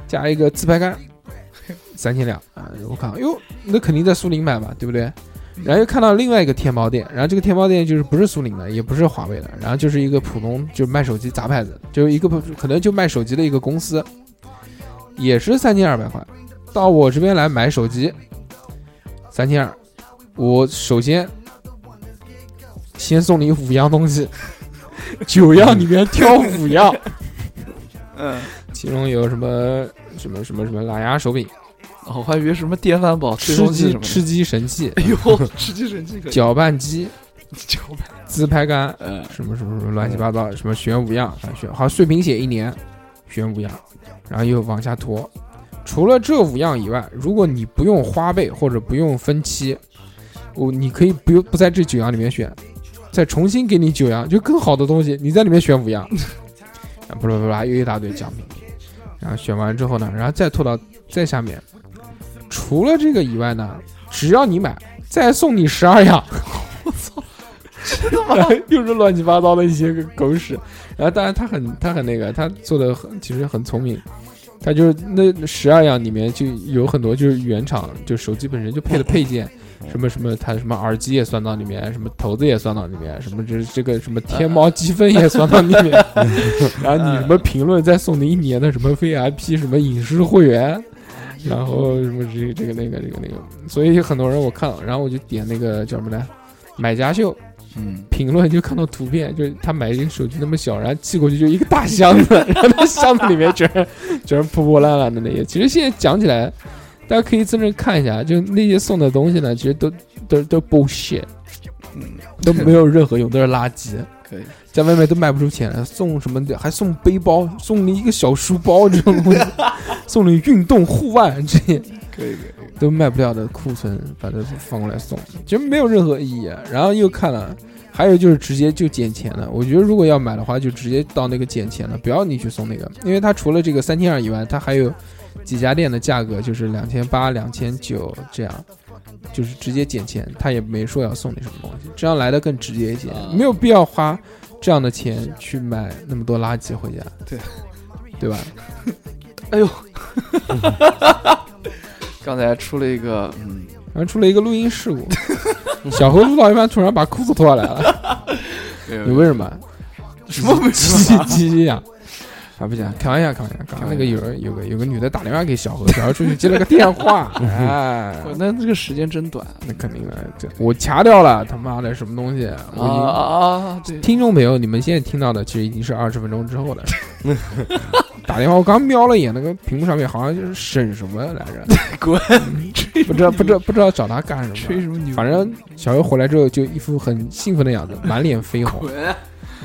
Speaker 2: 加一个自拍杆，三千两啊！我看，哟，那肯定在苏宁买嘛，对不对？然后又看到另外一个天猫店，然后这个天猫店就是不是苏宁的，也不是华为的，然后就是一个普通就卖手机杂牌子，就是一个普可能就卖手机的一个公司，也是三千二百块，到我这边来买手机，三千二，我首先先送你五样东西，九样里面挑五样，
Speaker 4: 嗯，
Speaker 2: 其中有什么什么什么什么蓝牙手柄、
Speaker 4: 哦我还以为什么电饭煲、吹
Speaker 2: 吃
Speaker 4: 风机
Speaker 2: 鸡
Speaker 4: 什么的。
Speaker 2: 吃鸡神器、
Speaker 4: 哎呦，吃鸡神器可以
Speaker 2: 搅拌机、
Speaker 4: 搅拌，
Speaker 2: 自拍杆，
Speaker 4: 嗯，
Speaker 2: 什么什么什么乱七八糟，什么选五样，反正选好碎屏写一年，选五样，然后又往下拖。除了这五样以外，如果你不用花呗或者不用分期，我你可以不用不在这九样里面选，再重新给你九样，就更好的东西，你在里面选五样， 啊，不啦不啦，又一大堆奖品。然后选完之后呢，然后再拖到再下面，除了这个以外呢，只要你买，再送你十二样。我操！ 又是乱七八糟的一些个狗屎，然后当然他很他很那个，他做的很其实很聪明，他就是那十二样里面就有很多就是原厂就手机本身就配的配件，什么什么它什么耳机也算到里面，什么头子也算到里面，什么这这个什么天猫积分也算到里面，然后你什么评论再送你一年的什么 VIP 什么影视会员，然后什么这个这个那个这个那个，所以很多人我看了，然后我就点那个叫什么来买家秀。
Speaker 4: 嗯，
Speaker 2: 评论就看到图片，就是他买一个手机那么小，然后寄过去就一个大箱子，然后那箱子里面全是全是破破烂烂的那些。其实现在讲起来，大家可以真正看一下，就那些送的东西呢，其 实都都都 bullshit，都没有任何用，都是垃圾。
Speaker 4: 可以，
Speaker 2: 在外面都卖不出钱来，送什么的还送背包，送你一个小书包这种东 西，送你运动护腕这些，
Speaker 4: 可以，可以，
Speaker 2: 都卖不掉的库存，把它放过来送，其实没有任何意义、啊。然后又看了，还有就是直接就捡钱了。我觉得如果要买的话，就直接到那个捡钱了，不要你去送那个，因为它除了这个三千二以外，它还有几家店的价格就是两千八、两千九这样，就是直接捡钱，他也没说要送你什么东西，这样来的更直接一些
Speaker 4: 啊，
Speaker 2: 没有必要花这样的钱去买那么多垃圾回家，
Speaker 4: 对
Speaker 2: 对吧？
Speaker 4: 刚才出了一个，嗯，
Speaker 2: 然后出了一个录音事故，小何录到一半突然把裤子脱下来了。
Speaker 4: 没有
Speaker 2: 你为什么？
Speaker 4: 什么没
Speaker 2: 鸡
Speaker 4: 什
Speaker 2: 鸡
Speaker 4: 么，
Speaker 2: 鸡鸡啊！啊，不讲，开玩笑，开玩笑。刚刚那个有人有个有个女的打电话给小何，小何出去接了个电话，哎，
Speaker 4: 我那这个时间真短
Speaker 2: 那肯定的，这我掐掉了，他妈的什么东西？
Speaker 4: 啊
Speaker 2: 我已经
Speaker 4: 啊啊！对，
Speaker 2: 听众朋友，你们现在听到的其实已经是二十分钟之后了。打电话，我刚瞄了一眼那个屏幕上面，好像就是沈什么来着，嗯
Speaker 4: 滚，
Speaker 2: 不知道不知道不知道找他干什
Speaker 4: 吹
Speaker 2: 么。
Speaker 4: 什么牛？
Speaker 2: 反正小何回来之后就一副很兴奋的样子，满脸绯红。
Speaker 4: 滚，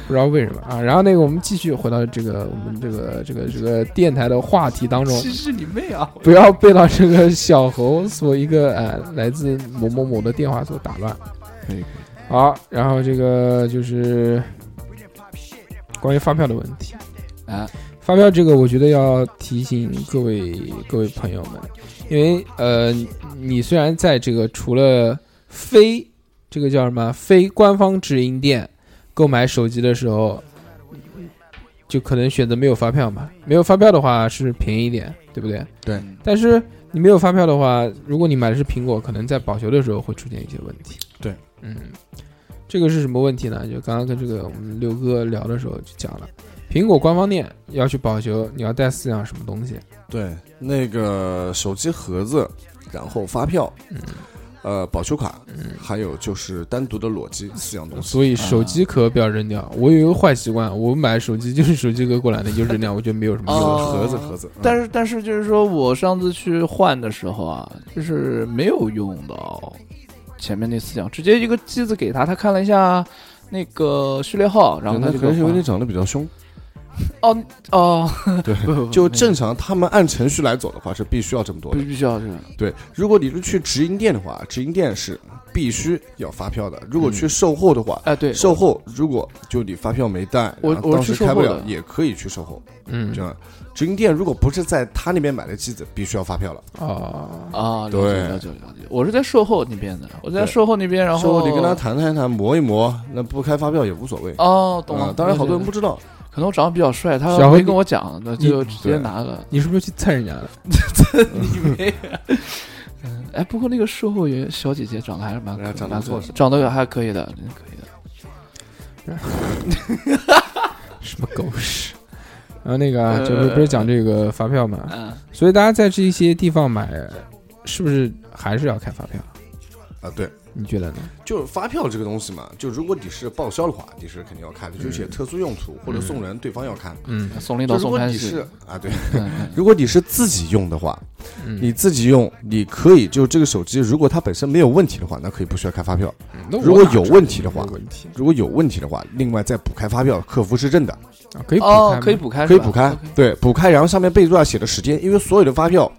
Speaker 2: 不知道为什么啊。然后那个我们继续回到这个我们这个这个这个电台的话题当中，
Speaker 4: 歧视你妹啊！
Speaker 2: 不要被到这个小猴所一个呃来自某某某的电话所打乱。
Speaker 4: 可以可以
Speaker 2: 好，然后这个就是关于发票的问题。
Speaker 4: 啊，
Speaker 2: 发票这个，我觉得要提醒各位各位朋友们，因为呃，你虽然在这个除了非这个叫什么非官方直营店购买手机的时候，就可能选择没有发票嘛，没有发票的话是便宜一点，对不对？
Speaker 5: 对。
Speaker 2: 但是你没有发票的话，如果你买的是苹果，可能在保修的时候会出现一些问题。
Speaker 5: 对，
Speaker 2: 嗯，这个是什么问题呢？就刚刚跟这个我们六哥聊的时候就讲了。苹果官方店要去保修，你要带四样什么东西？
Speaker 5: 对，那个手机盒子，然后发票，呃，保修卡，还有就是单独的裸机四样东西。
Speaker 2: 所以手机壳不要扔掉。我有一个坏习惯，我买手机就是手机壳过来的就扔掉，我觉得没有什么
Speaker 4: 啊
Speaker 5: 有
Speaker 2: 用。
Speaker 5: 盒子嗯盒子，
Speaker 4: 但
Speaker 5: 是
Speaker 4: 是但是就是说我上次去换的时候啊，就是没有用到前面那四项，直接一个机子给他，他看了一下那个序列号，然后
Speaker 5: 那
Speaker 4: 他
Speaker 5: 可
Speaker 4: 就
Speaker 5: 能是因为
Speaker 4: 换
Speaker 5: 你长得比较凶，
Speaker 4: 哦哦，
Speaker 5: 对
Speaker 4: 不，不不
Speaker 5: 就
Speaker 4: 那个
Speaker 5: 正常他们按程序来走的话是必须要这么多的
Speaker 4: 必。必须要是
Speaker 5: 对，如果你是去直营店的话，直营店是必须要发票的。如果去售后的话，
Speaker 4: 哎，对，
Speaker 5: 售后如果就你发票没带，
Speaker 4: 我
Speaker 5: 然后
Speaker 4: 我
Speaker 5: 当
Speaker 4: 是
Speaker 5: 时
Speaker 4: 售
Speaker 5: 开不
Speaker 4: 后
Speaker 5: 了
Speaker 4: 的，
Speaker 5: 也可以去售后。
Speaker 2: 嗯
Speaker 5: 这样，直营店如果不是在他那边买的机子，必须要发票了。
Speaker 2: 啊，
Speaker 4: 啊，了解
Speaker 5: 对
Speaker 4: 了解了解。我是在售后那边的，我在
Speaker 5: 对
Speaker 4: 售后那边，然
Speaker 5: 售
Speaker 4: 后
Speaker 5: 后你跟他谈谈谈，磨一磨，那不开发票也无所谓。
Speaker 4: 哦，懂
Speaker 5: 啊
Speaker 4: 了。
Speaker 5: 当然好多人
Speaker 4: 对
Speaker 5: 不，知道，
Speaker 4: 对对可能我长得比较帅，他
Speaker 2: 小何
Speaker 4: 没
Speaker 2: 你
Speaker 4: 跟我讲，那就直接
Speaker 5: 对
Speaker 4: 拿了。
Speaker 2: 你是不是去蹭人家了？
Speaker 4: 哎，不过那个售后员小姐姐长得还是蛮可
Speaker 5: 哎长得
Speaker 4: 蛮
Speaker 5: 不错
Speaker 4: 可
Speaker 5: 是吧
Speaker 4: 长得还可以的，真的可以的。
Speaker 2: 什么狗屎！然后那个啊
Speaker 4: 呃
Speaker 2: 这不是不是讲这个发票嘛，
Speaker 4: 嗯，
Speaker 2: 所以大家在这一些地方买，是不是还是要开发票？
Speaker 5: 啊，对。
Speaker 2: 你觉得呢？
Speaker 5: 就是发票这个东西嘛，就如果你是报销的话，你是肯定要开的，就写特殊用途或者送人，对方要看。
Speaker 2: 嗯
Speaker 4: 送嗯领
Speaker 5: 就
Speaker 4: 导
Speaker 5: 如
Speaker 4: 送
Speaker 5: 果
Speaker 4: 餐
Speaker 5: 你
Speaker 4: 系
Speaker 5: 是啊，对，
Speaker 4: 嗯嗯
Speaker 5: 如果你是自己用的话，
Speaker 2: 嗯，
Speaker 5: 你自己用，你可以就这个手机，如果它本身没有问题的话，那可以不需要开发票；
Speaker 2: 那我
Speaker 5: 如果
Speaker 2: 哪
Speaker 5: 有
Speaker 2: 知
Speaker 5: 问
Speaker 2: 道
Speaker 5: 题的话
Speaker 2: 有问题
Speaker 5: 如果有问题的话，另外再补开发票，客服是认的，
Speaker 2: 啊，
Speaker 5: 哎
Speaker 2: 可以补
Speaker 4: 哦
Speaker 2: 开，
Speaker 4: 可以
Speaker 2: 吗
Speaker 4: 补开，
Speaker 5: 可
Speaker 4: 是
Speaker 5: 以
Speaker 4: 吧
Speaker 5: 补开。
Speaker 4: OK
Speaker 5: 对，补开，然后上面备注要写的时间，因为所有的发票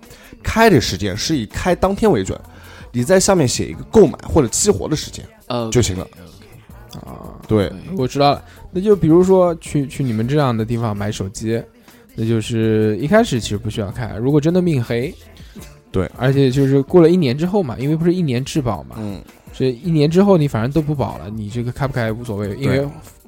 Speaker 5: 开的时间是以开当天为准，你在上面写一个购买或者激活的时间
Speaker 4: 呃，
Speaker 5: 就行了。
Speaker 2: 啊。
Speaker 5: 对，
Speaker 2: 我知道了，那就比如说去去你们这样的地方买手机，那就是一开始其实不需要开，如果真的命黑，
Speaker 5: 对，
Speaker 2: 而且就是过了一年之后嘛，因为不是一年质保嘛，
Speaker 5: 嗯，
Speaker 2: 这一年之后你反正都不保了，你这个开不开无所谓，因为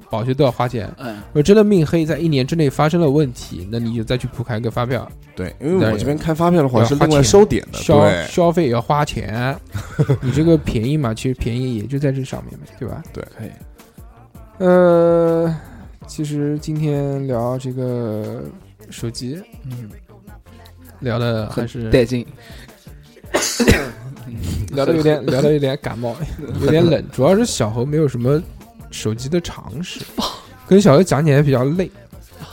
Speaker 2: 保修都要花钱。
Speaker 4: 嗯，
Speaker 2: 如果真的命黑在一年之内发生了问题，那你就再去补开个发票，
Speaker 5: 对，因为我这边开发票的话
Speaker 2: 要
Speaker 5: 是
Speaker 2: 花
Speaker 5: 另外
Speaker 2: 钱
Speaker 5: 收点的，
Speaker 2: 消
Speaker 5: 对
Speaker 2: 消费也要花钱，你这个便宜嘛，其实便宜也就在这上面嘛，对吧？
Speaker 4: 可以。
Speaker 2: 呃，其实今天聊这个手机，
Speaker 4: 嗯，
Speaker 2: 聊的还是
Speaker 4: 带劲，
Speaker 2: 聊的有点聊的有点感冒，有点冷，主要是小侯没有什么手机的常识，跟小侯讲起来比较累，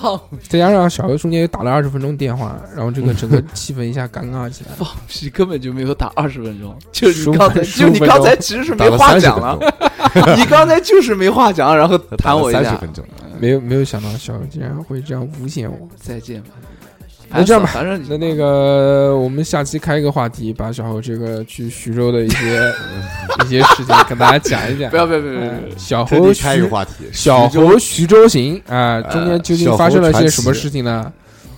Speaker 4: 放
Speaker 2: 再加上小侯中间又打了二十分钟电话，然后这个整个气氛一下尴尬起来。
Speaker 4: 放屁，根本就没有打二十分 钟，就是
Speaker 2: 15
Speaker 4: 你刚才，
Speaker 2: 分
Speaker 4: 就
Speaker 2: 15
Speaker 4: 你
Speaker 2: 分钟
Speaker 4: 刚才其实是
Speaker 5: 打
Speaker 4: 没
Speaker 5: 了
Speaker 4: 话
Speaker 5: 三十
Speaker 4: 讲
Speaker 5: 分
Speaker 4: 了
Speaker 5: 钟，，
Speaker 4: 你刚才就是没话讲， 然后弹我一
Speaker 5: 三
Speaker 4: 下
Speaker 5: 十，分钟。
Speaker 2: 没有没有想到小侯竟然会这样诬陷我。
Speaker 4: 再见吧。
Speaker 2: 那这样吧
Speaker 4: 反正
Speaker 2: 那那个，我们下期开一个话题，把小侯这个去徐州的一 些一些事情跟大家讲一讲。哎
Speaker 4: 不要不要不要不要
Speaker 5: 嗯
Speaker 4: 不要，
Speaker 2: 小
Speaker 5: 特
Speaker 2: 侯
Speaker 5: 呃地开一
Speaker 2: 徐
Speaker 5: 个话题，
Speaker 2: 小
Speaker 5: 徐州呃
Speaker 2: 侯徐州行啊，中间究竟
Speaker 5: 小
Speaker 2: 发
Speaker 5: 侯
Speaker 2: 生了些
Speaker 5: 传
Speaker 2: 什么
Speaker 5: 奇
Speaker 2: 事情呢？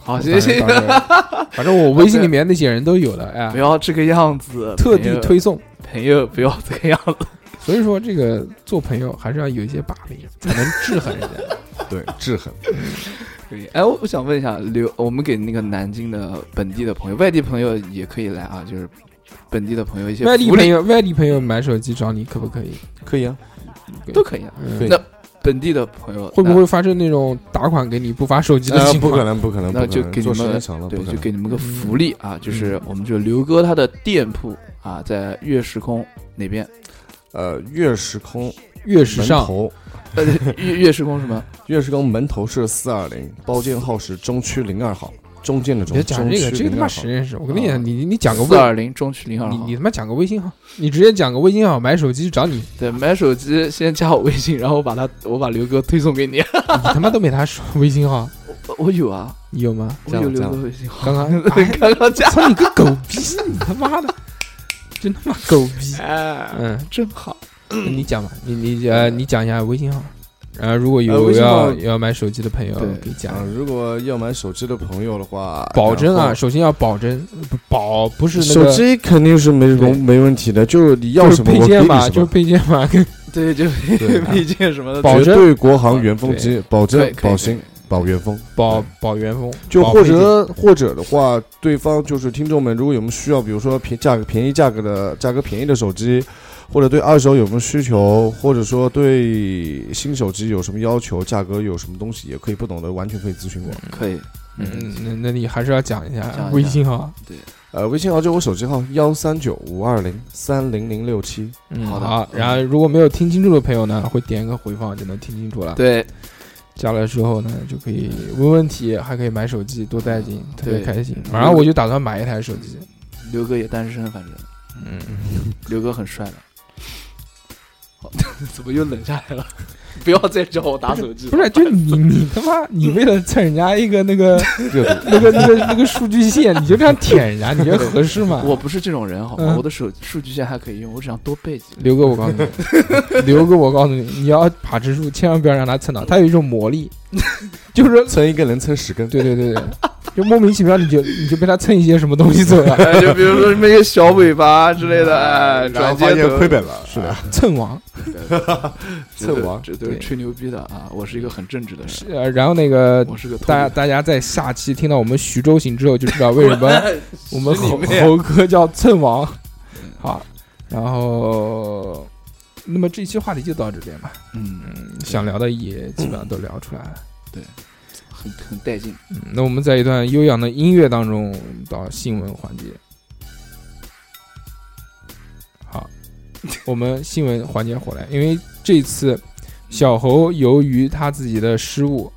Speaker 4: 好谢谢
Speaker 2: 反。正到时候反正我微信里面那些人都有了，
Speaker 4: 不
Speaker 2: 哎，
Speaker 4: 要这个样子，
Speaker 2: 特
Speaker 4: 朋
Speaker 2: 地
Speaker 4: 友
Speaker 2: 推送。
Speaker 4: 朋友不要这个样子。
Speaker 2: 所以说，这个做朋友还是要有一些把柄，才能制衡人 家。
Speaker 5: 对制衡，
Speaker 4: 可以哎，我我想问一下，留我们给那个南京的本地的朋友，外地朋友也可以来啊，就是本地的朋友一些
Speaker 2: 外地
Speaker 4: 福利
Speaker 2: 朋友，外地朋友买手机找你可不可以？
Speaker 5: 可以啊，
Speaker 4: 都可以啊。
Speaker 2: 嗯
Speaker 5: 对
Speaker 4: 那本地的朋友
Speaker 2: 会不会发生那种打款给你不发手机的
Speaker 5: 呃，
Speaker 2: 情
Speaker 5: 不可
Speaker 2: 况？
Speaker 5: 能，不可能，
Speaker 4: 那就给你
Speaker 5: 做时
Speaker 4: 们
Speaker 5: 间长了，
Speaker 4: 对
Speaker 5: 啊不，可
Speaker 4: 就
Speaker 5: 能。
Speaker 4: 给你们个福利啊，就是我们就刘哥他的店铺啊，在月时空哪边？
Speaker 5: 呃，月时空
Speaker 2: 月时
Speaker 5: 门
Speaker 2: 尚
Speaker 5: 头，
Speaker 4: 呃，月月时空什么？
Speaker 5: 月时空门头是四二零，包间号是中区零二号，中间的中，
Speaker 2: 别讲
Speaker 5: 中
Speaker 2: 这个，
Speaker 5: 区
Speaker 2: 这个他妈
Speaker 5: 02号
Speaker 2: 谁认识？我跟你
Speaker 4: 啊
Speaker 2: 讲，你你讲个
Speaker 4: 四
Speaker 2: 微，
Speaker 4: 二零中区零二
Speaker 2: 你
Speaker 4: 号
Speaker 5: 啊
Speaker 2: 你。他妈讲个微信号，你直接讲个微信号，买手机找你，你
Speaker 4: 对，买手机先加我微信，然后我把他我把刘哥推送给你。
Speaker 2: 他妈都没他说微信号，
Speaker 4: 我我有啊，
Speaker 2: 你有吗？
Speaker 4: 我
Speaker 5: 这样
Speaker 4: 有
Speaker 5: 这
Speaker 4: 刘
Speaker 5: 样
Speaker 4: 哥微信号。
Speaker 2: 刚刚， 哎
Speaker 4: 刚 刚加，
Speaker 2: 操你个狗逼，你他妈的，真他妈狗逼！
Speaker 4: 哎，
Speaker 2: 嗯，
Speaker 4: 真好。
Speaker 2: 你讲吧，你你呃，你讲一下微信号，然后如果
Speaker 5: 呃
Speaker 2: 有
Speaker 5: 微信号
Speaker 2: 要要买手机的朋友，
Speaker 4: 对
Speaker 2: 可以讲
Speaker 5: 啊。。如果要买手机的朋友的话，
Speaker 2: 保真
Speaker 5: 然
Speaker 2: 啊，
Speaker 5: 后
Speaker 2: 首先要保真，不保不是那
Speaker 5: 手
Speaker 2: 个
Speaker 5: 机肯定是没容没问题的，就是你要
Speaker 2: 就是
Speaker 5: 什么
Speaker 2: 配
Speaker 5: 我给
Speaker 2: 件
Speaker 5: 你
Speaker 2: 嘛，
Speaker 5: 什
Speaker 2: 就是
Speaker 5: 么，
Speaker 2: 配件嘛，
Speaker 4: 对，就
Speaker 5: 对啊
Speaker 4: 配件什么的，
Speaker 2: 保
Speaker 5: 绝
Speaker 2: 真
Speaker 5: 对国行原封机，保
Speaker 4: 可以
Speaker 5: 真
Speaker 4: 可以
Speaker 5: 保
Speaker 4: 可以
Speaker 5: 新保原封。
Speaker 2: 保保原封，
Speaker 5: 就
Speaker 2: 保
Speaker 5: 或
Speaker 2: 配件
Speaker 5: 者或者的话，对方就是听众们，如果有没有需要，比如说便价格便宜价格的价格便宜的手机，或者对二手有没有需求，或者说对新手机有什么要求，价格有什么东西也可以不懂的，完全可以咨询我。
Speaker 4: 可以。
Speaker 2: 嗯，那那你还是要讲一
Speaker 4: 讲一
Speaker 2: 下
Speaker 4: 下
Speaker 2: 微信号。
Speaker 5: 呃，微信号就我手机号幺三九五二零三零零六七。
Speaker 2: 嗯，
Speaker 4: 好的嗯
Speaker 2: 然后如果没有听清楚的朋友呢，会点一个回放就能听清楚了。，
Speaker 4: 对，
Speaker 2: 加了之后呢，就可以问问题，还可以买手机，多带劲，特别
Speaker 4: 对
Speaker 2: 开心。然后我就打算买一台手机。
Speaker 4: 刘哥也单身，反正
Speaker 2: 嗯，
Speaker 4: 刘哥很帅的。好，怎么又冷下来了？ 不要再找我打手机 了。
Speaker 2: 不是，就你你他妈，你为了蹭人家一个那 个那个那个那个数据线，你就这样舔人家，你觉得合适 吗？
Speaker 4: 我不是这种人，好吗？
Speaker 2: 嗯
Speaker 4: 我的手数据线还可以用，我只想多备几个。
Speaker 2: 刘哥，我告诉你， 刘哥，我告诉你，你要爬支树，千万不要让他蹭到，他有一种魔力，就是
Speaker 5: 蹭一根能蹭十根，
Speaker 2: 对对对对，就莫名其妙你就你就被他蹭一些什么东西走了，
Speaker 4: 哎，就比如说什么一些小尾巴之类的，哎，
Speaker 5: 然后
Speaker 4: 转
Speaker 5: 发
Speaker 4: 接
Speaker 5: 现
Speaker 4: 头
Speaker 5: 亏本了，是的，
Speaker 2: 蹭 王。
Speaker 4: 这
Speaker 5: 蹭
Speaker 4: 都
Speaker 5: 王
Speaker 4: 这都是吹牛逼的啊！我是一个很正直的人，
Speaker 2: 呃，然后那个
Speaker 4: 我是个
Speaker 2: 大家
Speaker 4: 偷
Speaker 2: 大家在下期听到我们徐州行之后，就知道为什 么我们
Speaker 4: 是你
Speaker 2: 猴
Speaker 4: 妹啊
Speaker 2: 猴哥叫蹭王。好，然后那么这期话题就到这边吧，
Speaker 4: 嗯，
Speaker 2: 想聊的也基本上都聊出来了。
Speaker 4: 很很带劲。
Speaker 2: 嗯，那我们在一段悠扬的音乐当中到新闻环节。好，我们新闻环节回来，因为这次小猴由于他自己的失误，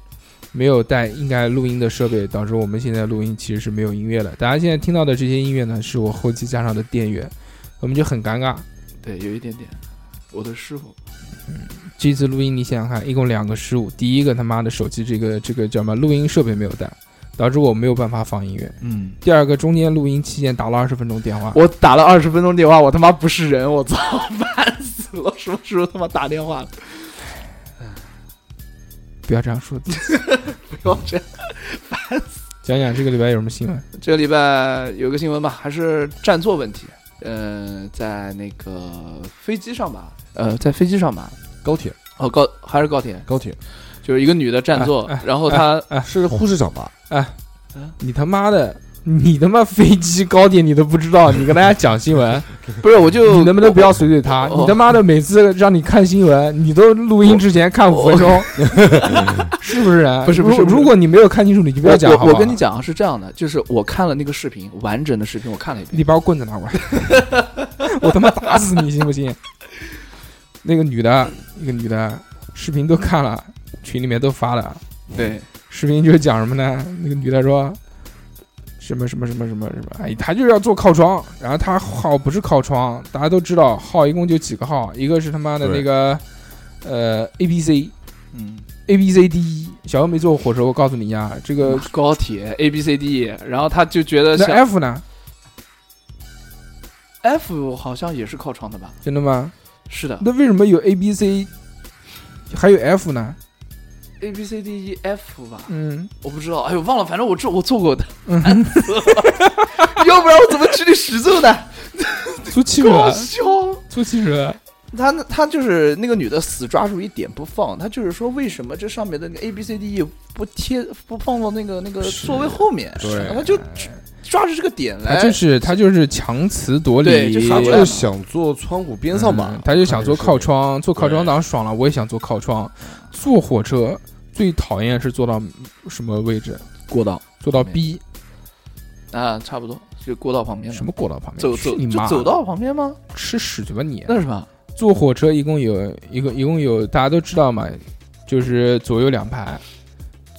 Speaker 2: 没有带应该录音的设备，导致我们现在录音其实是没有音乐的。大家现在听到的这些音乐呢，是我后期加上的电乐，我们就很尴尬。
Speaker 4: 对，有一点点，我的师傅，
Speaker 2: 这次录音，你想想看，一共两个失误。第一个他妈的手机这个这个叫什么录音设备没有带，导致我没有办法放音乐。
Speaker 4: 嗯，
Speaker 2: 第二个，中间录音期间打了二十分钟电话，
Speaker 4: 我打了二十分钟电话，我他妈不是人，我操， 烦死了！什么时候他妈打电话了？
Speaker 2: 不要这样 说。
Speaker 4: 不要这样。
Speaker 2: 讲讲这个礼拜有什么新闻？
Speaker 4: 这个礼拜有个新闻吧，还是占座问题。呃，在那个飞机上吧，呃，在飞机上吧，
Speaker 5: 高铁
Speaker 4: 哦，高还是高铁，
Speaker 5: 高铁
Speaker 4: 就是一个女的占座，
Speaker 2: 哎
Speaker 4: 然后她
Speaker 5: 是护士长吧？
Speaker 2: 你他妈的，你他妈飞机高铁你都不知道，你跟大家讲新闻，
Speaker 4: 不 是，我就
Speaker 2: 你能不能不要随随他？
Speaker 4: 哦
Speaker 2: 你他妈的每次让你看新闻，你都录音之前看五分 钟，是不是？
Speaker 4: 不是不是
Speaker 2: 如
Speaker 4: 不是
Speaker 2: 如果你没有看清楚，你就不要讲，
Speaker 4: 我
Speaker 2: 好不
Speaker 4: 我
Speaker 2: 好
Speaker 4: 我跟你，讲啊是这样的，就是我看了那个视频，完整的视频我看了一遍。
Speaker 2: 你把我棍子拿过来， 我他妈打死你，信不 信？那个女的，一个女的，视频都看了，群里面都发了。
Speaker 4: 对，
Speaker 2: 视频就是讲什么呢？那个女的说，什么什么什么什么什么，哎，她就是要做靠窗，然后她号不是靠窗，大家都知道号一共就几个号，一个是他妈的那个呃 A B C
Speaker 4: 嗯，
Speaker 2: A B C D E，小欧没坐过火车，我告诉你啊，这个
Speaker 4: 呃高铁 A B C D，然后他就觉得
Speaker 2: 那
Speaker 4: 像
Speaker 2: F 呢？
Speaker 4: F 好像也是靠窗的吧？
Speaker 2: 真的吗？
Speaker 4: 是的
Speaker 2: 那为什么有 A B C 还有 F 呢？
Speaker 4: ，A B C D E F 吧？
Speaker 2: 嗯，
Speaker 4: 我不知道，哎呦忘了，反正我这我做过的，
Speaker 2: 嗯
Speaker 4: 烦死了要不然我怎么去你十周 呢？
Speaker 2: 出气
Speaker 4: 搞
Speaker 2: 了，
Speaker 4: 笑。
Speaker 2: 出气了，
Speaker 4: 他他就是那个女的死抓住一点不放，他就是说为什么这上面的那个 A B C D E 不贴不放到那个那个座位后面，
Speaker 2: 对
Speaker 4: 他就抓着这个点
Speaker 2: 他
Speaker 4: 来，
Speaker 2: 就是他就是强词夺
Speaker 4: 对
Speaker 2: 理，
Speaker 4: 就
Speaker 5: 他
Speaker 4: 耍出来
Speaker 5: 就想坐窗户边上吧
Speaker 2: 嗯，他就想
Speaker 5: 坐
Speaker 2: 坐靠，窗，坐靠窗
Speaker 5: 对
Speaker 2: 当然爽了，我也想坐靠窗。坐火车最讨厌是坐到什么位置？
Speaker 4: 过道
Speaker 2: 坐到
Speaker 4: 旁
Speaker 2: B
Speaker 4: 啊，差不多就过道旁边嘛
Speaker 2: 什么过道旁边？
Speaker 4: 走
Speaker 2: 去
Speaker 4: 走
Speaker 2: 你
Speaker 4: 就
Speaker 2: 妈！
Speaker 4: 走道旁边吗？
Speaker 2: 吃屎去吧你！
Speaker 4: 那是什么？
Speaker 2: 坐火车一共有一个，一共有大家都知道嘛，就是左右两排。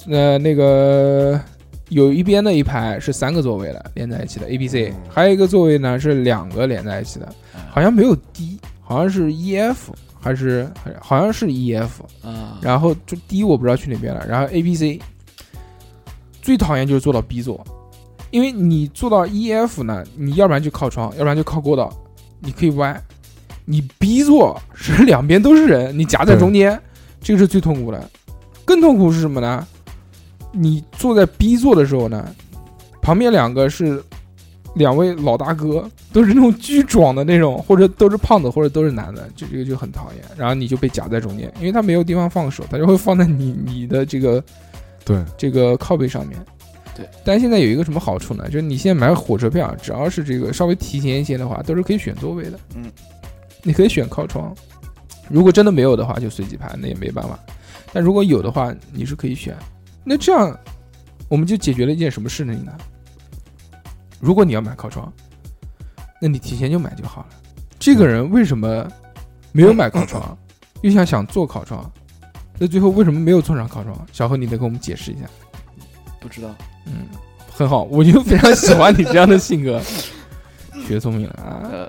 Speaker 2: 那那个有一边的一排是三个座位的连在一起的 A、B、C，还有一个座位呢是两个连在一起的，好像没有 D，好像是 E、F 还是好像是 E、F。
Speaker 4: 啊，
Speaker 2: 然后就 D 我不知道去哪边了，然后 A、B、C，最讨厌就是坐到 B 座，因为你坐到 E、F 呢，你要不然就靠窗，要不然就靠过道，你可以歪。你 B 座是两边都是人，你夹在中间，这个是最痛苦的。更痛苦是什么呢？你坐在 B 座的时候呢，旁边两个是两位老大哥，都是那种巨壮的那种，或者都是胖子，或者都是男的，这这个就很讨厌。然后你就被夹在中间，因为他没有地方放手，他就会放在你 你的这个
Speaker 5: 对，
Speaker 2: 这个靠背上面。
Speaker 4: 对，
Speaker 2: 但现在有一个什么好处呢？就是你现在买火车票，只要是这个稍微提前一些的话，都是可以选座位的。
Speaker 4: 嗯，
Speaker 2: 你可以选靠窗。如果真的没有的话，就随机排，那也没办法。但如果有的话，你是可以选。那这样，我们就解决了一件什么事情呢？如果你要买靠窗，那你提前就买就好了。这个人为什么没有买靠窗，又想想做靠窗，那最后为什么没有坐上靠窗？小何，你得给我们解释一下。
Speaker 4: 不知道，
Speaker 2: 嗯，很好，我就非常喜欢你这样的性格，学聪明了啊！
Speaker 4: 呃，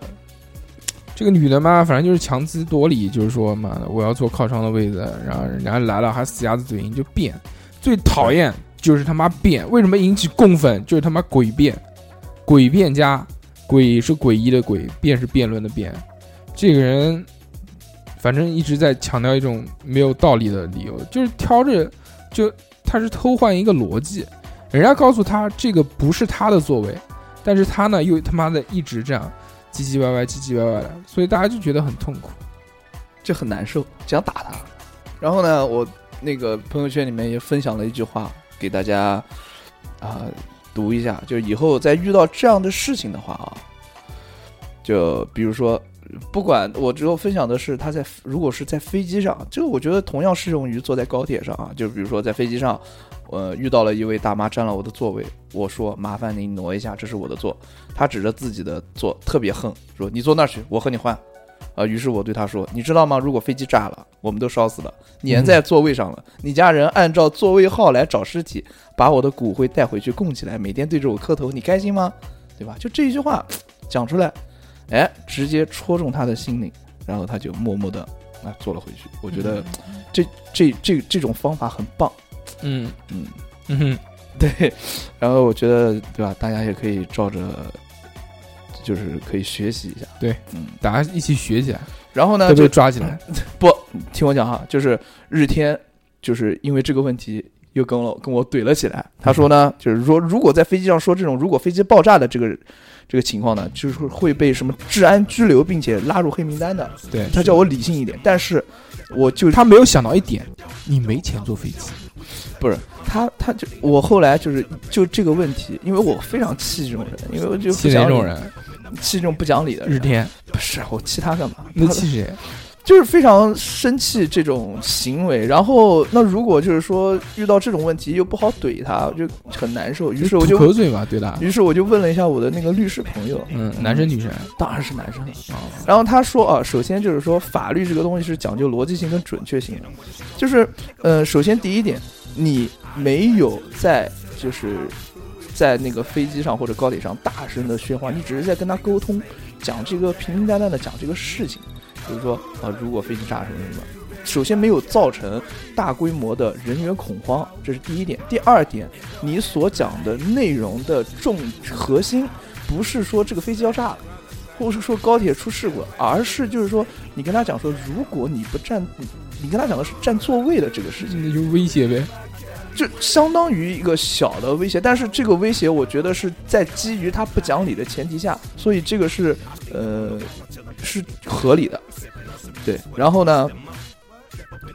Speaker 2: 这个女的嘛，反正就是强词夺理，就是说妈的，我要坐靠窗的位子，然后人家来了还死鸭子嘴硬就变，最讨厌就是他妈变，为什么引起共愤？就是他妈诡辩，诡辩家，诡是诡异的诡，辩是辩论的辩，这个人反正一直在强调一种没有道理的理由，就是挑着就他是偷换一个逻辑，人家告诉他这个不是他的作为，但是他呢又他妈的一直这样。唧唧歪歪，唧唧歪歪的，所以大家就觉得很痛苦。
Speaker 4: 就很难受，想打他。然后呢，我那个朋友圈里面也分享了一句话给大家啊、读一下，就是以后再遇到这样的事情的话啊，就比如说，不管我之后分享的是他在如果是在飞机上，这个我觉得同样适用于坐在高铁上啊，就比如说在飞机上，呃，遇到了一位大妈占了我的座位，我说麻烦您挪一下，这是我的座。她指着自己的座，特别横，说你坐那儿去，我和你换。啊，于是我对他说：“你知道吗？如果飞机炸了，我们都烧死了，粘在座位上了。你家人按照座位号来找尸体，把我的骨灰带回去供起来，每天对着我磕头，你开心吗？对吧？就这一句话讲出来，哎，直接戳中他的心灵，然后他就默默的啊坐了回去。我觉得这这这这种方法很棒，
Speaker 2: 嗯
Speaker 4: 嗯，
Speaker 2: 嗯哼，
Speaker 4: 对。然后我觉得对吧？大家也可以照着，就是可以学习一下。
Speaker 2: 对，
Speaker 4: 嗯。
Speaker 2: 大家一起学起来，
Speaker 4: 然后呢，
Speaker 2: 都
Speaker 4: 就
Speaker 2: 被抓起来。
Speaker 4: 听我讲哈，就是日天就是因为这个问题又跟我跟我怼了起来。他说呢，就是说如果在飞机上说这种如果飞机爆炸的这个这个情况呢，就是会被什么治安拘留，并且拉入黑名单的。
Speaker 2: 对
Speaker 4: 他叫我理性一点，但是我就
Speaker 2: 他没有想到一点，你没钱坐飞机。
Speaker 4: 他他就我后来就是就这个问题，因为我非常气这种人，因为我就
Speaker 2: 气
Speaker 4: 不
Speaker 2: 哪
Speaker 4: 讲
Speaker 2: 种
Speaker 4: 理，
Speaker 2: 人？
Speaker 4: 气这种不讲理的
Speaker 2: 日
Speaker 4: 人。
Speaker 2: 天，
Speaker 4: 不是我气他干嘛？
Speaker 2: 那
Speaker 4: 他
Speaker 2: 气谁？
Speaker 4: 就是非常生气这种行为，然后那如果就是说遇到这种问题又不好怼他，就很难受。于是我
Speaker 2: 吐口
Speaker 4: 就，
Speaker 2: 水嘛，对他。
Speaker 4: 于是我就问了一下我的那个律师朋友，
Speaker 2: 嗯，男生女生
Speaker 4: 当然是男生了。
Speaker 2: 啊，
Speaker 4: 然后他说啊，首先就是说法律这个东西是讲究逻辑性跟准确性的，就是呃，首先第一点，你没有在就是在那个飞机上或者高铁上大声的喧哗，你只是在跟他沟通，讲这个平平淡淡的讲这个事情，比如说啊，如果飞机炸什么什么。首先没有造成大规模的人员恐慌，这是第一点。第二点，你所讲的内容的重核心不是说这个飞机要炸了，或是说高铁出事故，而是就是说你跟他讲说，如果你不占，你你跟他讲的是占座位的这个事情，
Speaker 2: 那就威胁呗。
Speaker 4: 就相当于一个小的威胁。但是这个威胁，我觉得是在基于他不讲理的前提下，所以这个是呃是合理的，对。然后呢，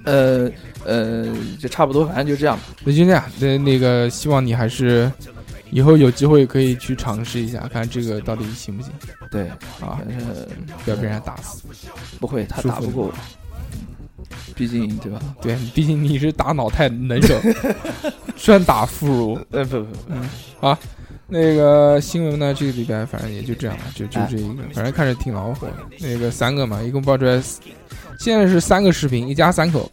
Speaker 4: 呃呃，就差不多，反正就这样吧。
Speaker 2: 那就这样，那那个希望你还是以后有机会可以去尝试一下，看这个到底行不行
Speaker 4: 对，
Speaker 2: 啊
Speaker 4: 反，正
Speaker 2: 不要被人家打死。
Speaker 4: 不会，他
Speaker 2: 舒
Speaker 4: 打
Speaker 2: 服
Speaker 4: 不过我，毕竟对吧？
Speaker 2: 对，毕竟你是打脑袋能 手，专打副乳。
Speaker 4: 呃，不不不，
Speaker 2: 那个新闻呢，这个礼拜反正也就这样了，就
Speaker 4: 哎
Speaker 2: 就这一个，反正看着挺恼火的。那个三个嘛，一共爆出来四，现在是三个视频，一家三口。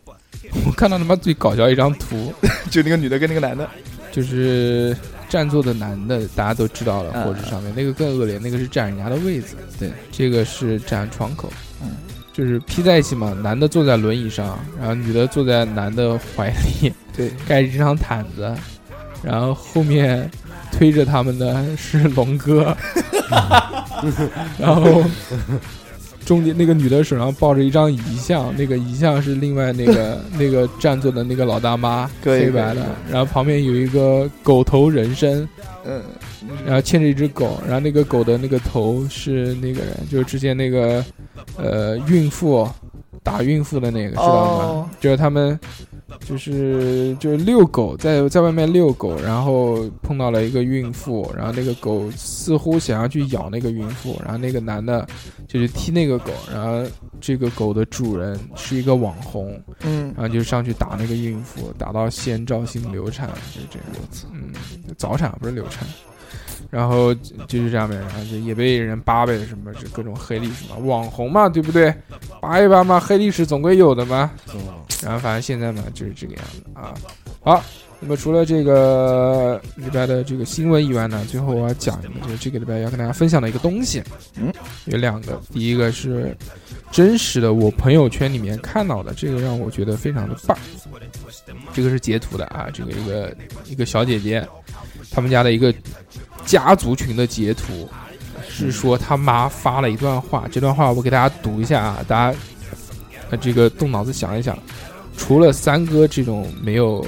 Speaker 2: 我看到他妈最搞笑一张图，
Speaker 4: 就那个女的跟那个男的。
Speaker 2: 就是占座的男的，大家都知道了，
Speaker 4: 嗯
Speaker 2: 火车上面那个更恶劣，那个是占人家的位子，
Speaker 4: 对，
Speaker 2: 这个是占窗口，
Speaker 4: 嗯，
Speaker 2: 就是披在一起嘛，男的坐在轮椅上，然后女的坐在男的怀里，
Speaker 4: 对，
Speaker 2: 盖着一张毯子，然后后面推着他们的是龙哥，然后中间那个女的手上抱着一张遗像，那个遗像是另外那个那个占座的那个老大妈，
Speaker 4: 可以
Speaker 2: 黑白
Speaker 4: 可以
Speaker 2: 的，然后旁边有一个狗头人身，
Speaker 4: 嗯，
Speaker 2: 然后牵着一只狗，然后那个狗的那个头是那个人，就是之前那个呃孕妇打孕妇的那个，知道吗？
Speaker 4: 哦
Speaker 2: 就是他们就是就是遛狗，在在外面遛狗，然后碰到了一个孕妇，然后那个狗似乎想要去咬那个孕妇，然后那个男的就去踢那个狗，然后这个狗的主人是一个网红，
Speaker 4: 嗯，
Speaker 2: 然后就上去打那个孕妇，打到先兆性流产，就是这样。嗯，早产不是流产。然后就是这样呗，然后就也被人扒呗，什么这各种黑历史嘛，网红嘛，对不对？扒一扒嘛，黑历史总归有的嘛。然后反正现在嘛就是这个样子啊。好，那么除了这个礼拜的这个新闻以外呢，最后我要讲一个，就是这个礼拜要跟大家分享的一个东西，
Speaker 4: 嗯，
Speaker 2: 有两个，第一个是真实的，我朋友圈里面看到的，这个让我觉得非常的棒。这个是截图的啊，这个一个一个小姐姐，他们家的一个家族群的截图，是说他妈发了一段话，这段话我给大家读一下啊，大家呃这个动脑子想一想，除了三哥这种没有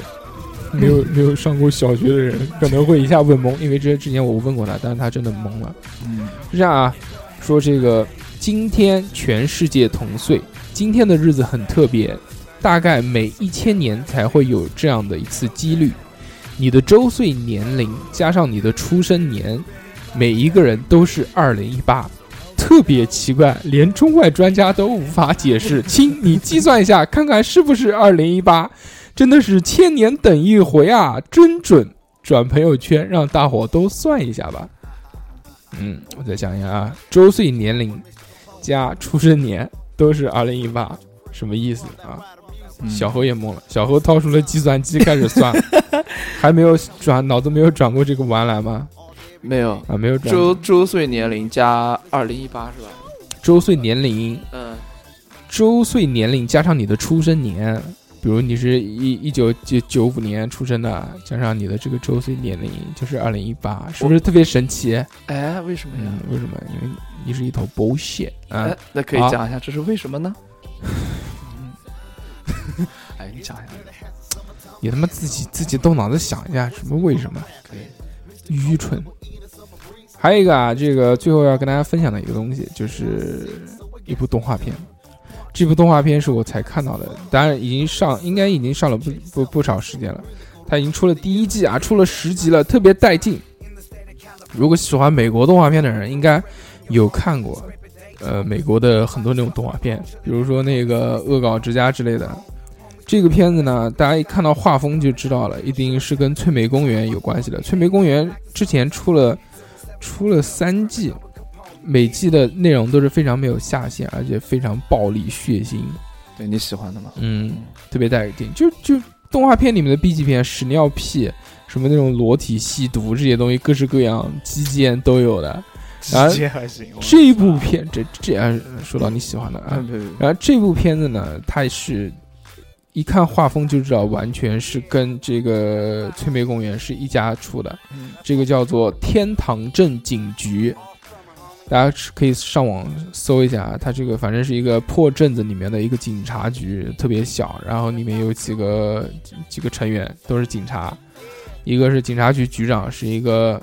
Speaker 2: 没有没有上过小学的人，可能会一下问懵，因为这之前我问过他，但是他真的懵了。
Speaker 4: 嗯，
Speaker 2: 是这样啊，说这个今天全世界同岁，今天的日子很特别，大概每一千年才会有这样的一次几率。你的周岁年龄加上你的出生年，每一个人都是二零一八，特别奇怪，连中外专家都无法解释。亲，你计算一下，看看是不是二零一八？真的是千年等一回啊，真准！转朋友圈，让大伙都算一下吧。嗯，我再想一下啊，周岁年龄加出生年都是二零一八，什么意思啊？小
Speaker 4: 嗯小
Speaker 2: 何也懵了，小何掏出了计算机开始 算，还没有转，脑子没有转过这个弯来吗？
Speaker 4: 没有
Speaker 2: 啊，没有转。
Speaker 4: 周周岁年龄加二零一八是吧？
Speaker 2: 周岁年龄，
Speaker 4: 嗯，
Speaker 2: 周岁年龄加上你的出生年，比如你是一一九九九五年出生的，加上你的这个周岁年龄就是二零一八，是不是特别神奇？
Speaker 4: 哎，为什么
Speaker 2: 嗯
Speaker 4: 呀？，
Speaker 2: 为什么？因为你是一头 bullshit 啊！
Speaker 4: 哎，那可以
Speaker 2: 好
Speaker 4: 讲一下这是为什 么呢？嗯哎，你讲一下，
Speaker 2: 你他妈自己自己动脑子想一下，什么为什么？
Speaker 4: 可以。
Speaker 2: 愚蠢。还有一个啊，这个最后要跟大家分享的一个东西，就是一部动画片。这部动画片是我才看到的，当然已经上，应该已经上了不不不少时间了。它已经出了第一季啊，出了十集了，特别带劲。如果喜欢美国动画片的人，应该有看过，呃，美国的很多那种动画片，比如说那个《恶搞之家》之类的。这个片子呢，大家一看到画风就知道了，一定是跟翠梅公园有关系的。翠梅公园之前出了出了三季，每季的内容都是非常没有下限，而且非常暴力血腥，
Speaker 4: 对你喜欢的吗？
Speaker 2: 嗯，特别带劲。就就动画片里面的 B 级片，屎尿屁，什么那种裸体吸毒这些东西，各式各样，击剑都有的。然后
Speaker 4: 还行
Speaker 2: 这一部片，这这啊，说到你喜欢的啊，
Speaker 4: 嗯，别别别
Speaker 2: 然后这部片子呢，它是一看画风就知道，完全是跟这个《翠梅公园》是一家出的。
Speaker 4: 嗯
Speaker 2: 这个叫做天堂镇警局，大家是可以上网搜一下啊。它这个反正是一个破镇子里面的一个警察局，特别小，然后里面有几个几个成员都是警察，一个是警察局局长，是一个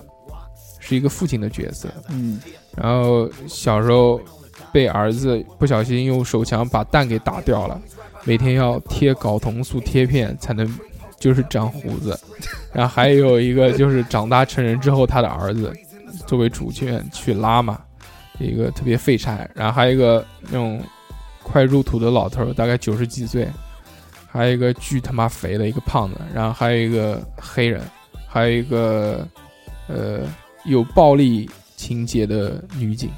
Speaker 2: 是一个父亲的角色，
Speaker 4: 嗯，
Speaker 2: 然后小时候被儿子不小心用手枪把蛋给打掉了，每天要贴睾酮素贴片才能就是长胡子。然后还有一个就是长大成人之后，他的儿子作为主角去拉嘛，一个特别废柴。然后还有一个那种快入土的老头儿，大概九十几岁，还有一个巨他妈肥的一个胖子，然后还有一个黑人，还有一个呃有暴力情节的女警，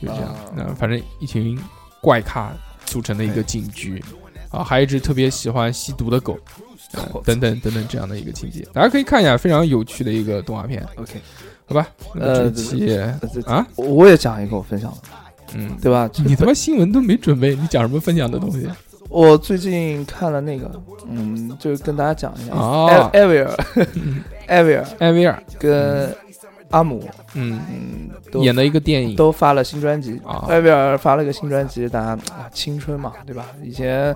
Speaker 2: 就这样
Speaker 4: 啊。
Speaker 2: 那、反正一群怪咖组成的一
Speaker 4: 哎
Speaker 2: 个警局。啊，还有一只特别喜欢吸毒的狗，呃 等等等等这样的一个情节，大家可以看一下，非常有趣的一个动画片，
Speaker 4: OK，
Speaker 2: 好吧？那么
Speaker 4: 呃
Speaker 2: 这期
Speaker 4: 呃这
Speaker 2: 啊，
Speaker 4: 我也讲一个我分享的，
Speaker 2: 嗯，
Speaker 4: 对吧？
Speaker 2: 你他妈新闻都没准备，你讲什么分享的东 西？
Speaker 4: 我最近看了那个，嗯，就是跟大家讲一下
Speaker 2: 哦嗯
Speaker 4: 艾艾薇儿，艾薇儿
Speaker 2: 艾薇儿，
Speaker 4: 跟阿姆，
Speaker 2: 嗯，
Speaker 4: 嗯，都
Speaker 2: 演的一个电影，
Speaker 4: 都哎发了新专辑
Speaker 2: 啊，
Speaker 4: 艾薇儿发了个新专辑，大家啊，青春嘛，对吧？以前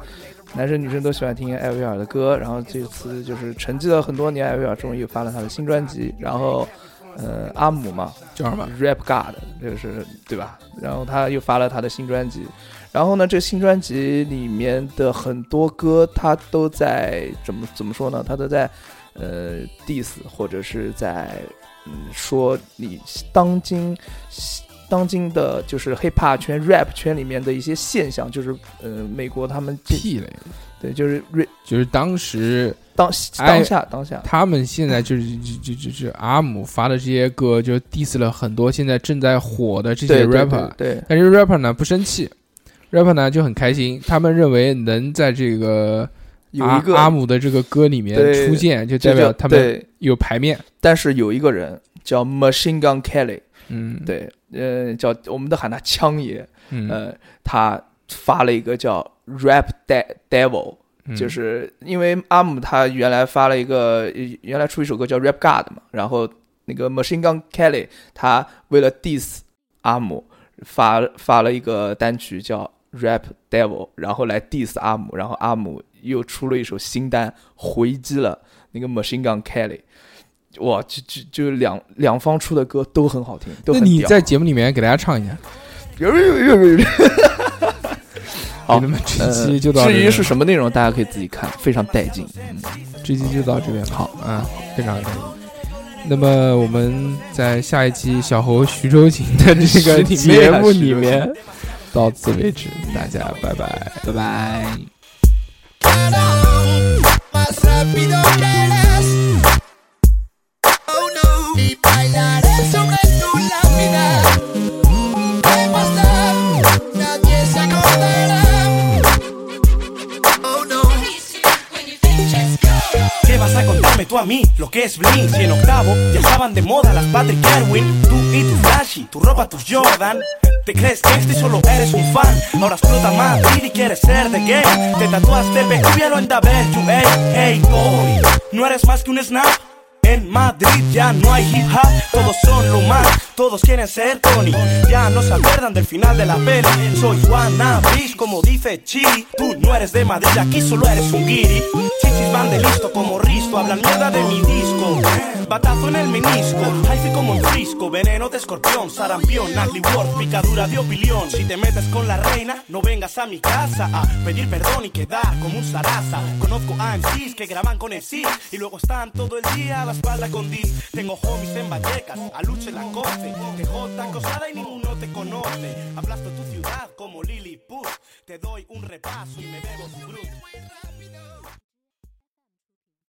Speaker 4: 男生女生都喜欢听艾薇儿的歌，然后这次就是沉寂了很多年，艾薇儿终于又发了她的新专辑，然后。呃，阿姆嘛
Speaker 2: 叫什么？
Speaker 4: ，Rap God，就是对吧？然后他又发了他的新专辑，然后呢，这新专辑里面的很多歌，他都在怎么怎么说呢？他都在呃 diss 或者是在嗯说你当今当今的就是 hip hop 圈、rap 圈里面的一些现象，就是呃美国他们这
Speaker 2: 屁嘞！
Speaker 4: 对就是 re,
Speaker 2: 就是当时
Speaker 4: 当
Speaker 2: 哎
Speaker 4: 当下当下
Speaker 2: 他们现在就是就就就就阿姆发的这些歌，就 diss 了很多现在正在火的这些
Speaker 4: 对对
Speaker 2: rapper，
Speaker 4: 对
Speaker 2: 但是 rapper 呢不生气，rapper 呢就很开心，他们认为能在这个
Speaker 4: 有
Speaker 2: 阿
Speaker 4: 一个
Speaker 2: 阿姆的这个歌里面
Speaker 4: 对
Speaker 2: 出现，就
Speaker 4: 这
Speaker 2: 代表
Speaker 4: 叫
Speaker 2: 他们
Speaker 4: 对，
Speaker 2: 有排面。
Speaker 4: 但是有一个人叫 Machine Gun Kelly，
Speaker 2: 嗯，，
Speaker 4: 对，呃，叫我们都喊他枪爷，
Speaker 2: 嗯，
Speaker 4: 呃，他发了一个叫 Rap De- Devil，
Speaker 2: 嗯
Speaker 4: 就是因为阿姆他原来发了一个呃原来出一首歌叫 Rap God 嘛，然后那个 Machine Gun Kelly 他为了 diss 阿姆发发了一个单曲叫 Rap Devil，然后来 diss 阿姆，然后阿姆又出了一首新单回击了那个 Machine Gun Kelly。哇，就就就两两方出的歌都很好听，都
Speaker 2: 那
Speaker 4: 很
Speaker 2: 你
Speaker 4: 屌
Speaker 2: 在节目里面给大家唱一下。
Speaker 4: 好
Speaker 2: 你们这
Speaker 4: 呃
Speaker 2: 期就到这
Speaker 4: 至
Speaker 2: 边，
Speaker 4: 于是什么内容，大家可以自己看，非常带劲。嗯
Speaker 2: 这期就到这边。好，啊，非常感谢。那么我们在下一期小猴徐州行的这个节
Speaker 4: 啊
Speaker 2: 目里面，到此为止，大家拜拜，拜拜。
Speaker 7: más rápido que las. Oh no, y bailaré sobre tu lámina. ¿Qué pasa? Nadie se acordará. Oh no.
Speaker 8: ¿Qué vas a contarme tú a mí? Lo que es bling. Si en octavo ya estaban de moda las Patrick Erwin, tú y tu flashy, tu ropa, tus Jordan. Te crees este y solo eres un fan. Ahora explota más y quieres ser de gay. Te tatuaste peculiar en Dabel, you hey, hey boy. No eres más que un snap. En Madrid ya no hay hip hop, todos son lo más, todos quieren ser Tony. Ya no se acuerdan del final de la peli. Soy Juana Bis, como dice Chiri. Tú no eres de Madrid, aquí solo eres un guiri. Chichis van de listo como Risto, hablan mierda de mi disco. Batazo en el menisco, hyphy como en frisco, veneno de escorpión, sarampión, ugly word, picadura de opilión. Si te metes con la reina, no vengas a mi casa a pedir perdón y quedar como un zaraza. Conozco a MCs que graban con MC y luego están todo el día a la espalda con dis. Tengo homies en Vallecas, a Luche Lancoste, TJ Cosada y ninguno te conoce. Aplasto tu ciudad como Lilliput, te doy un repaso y me bebo tu cruz.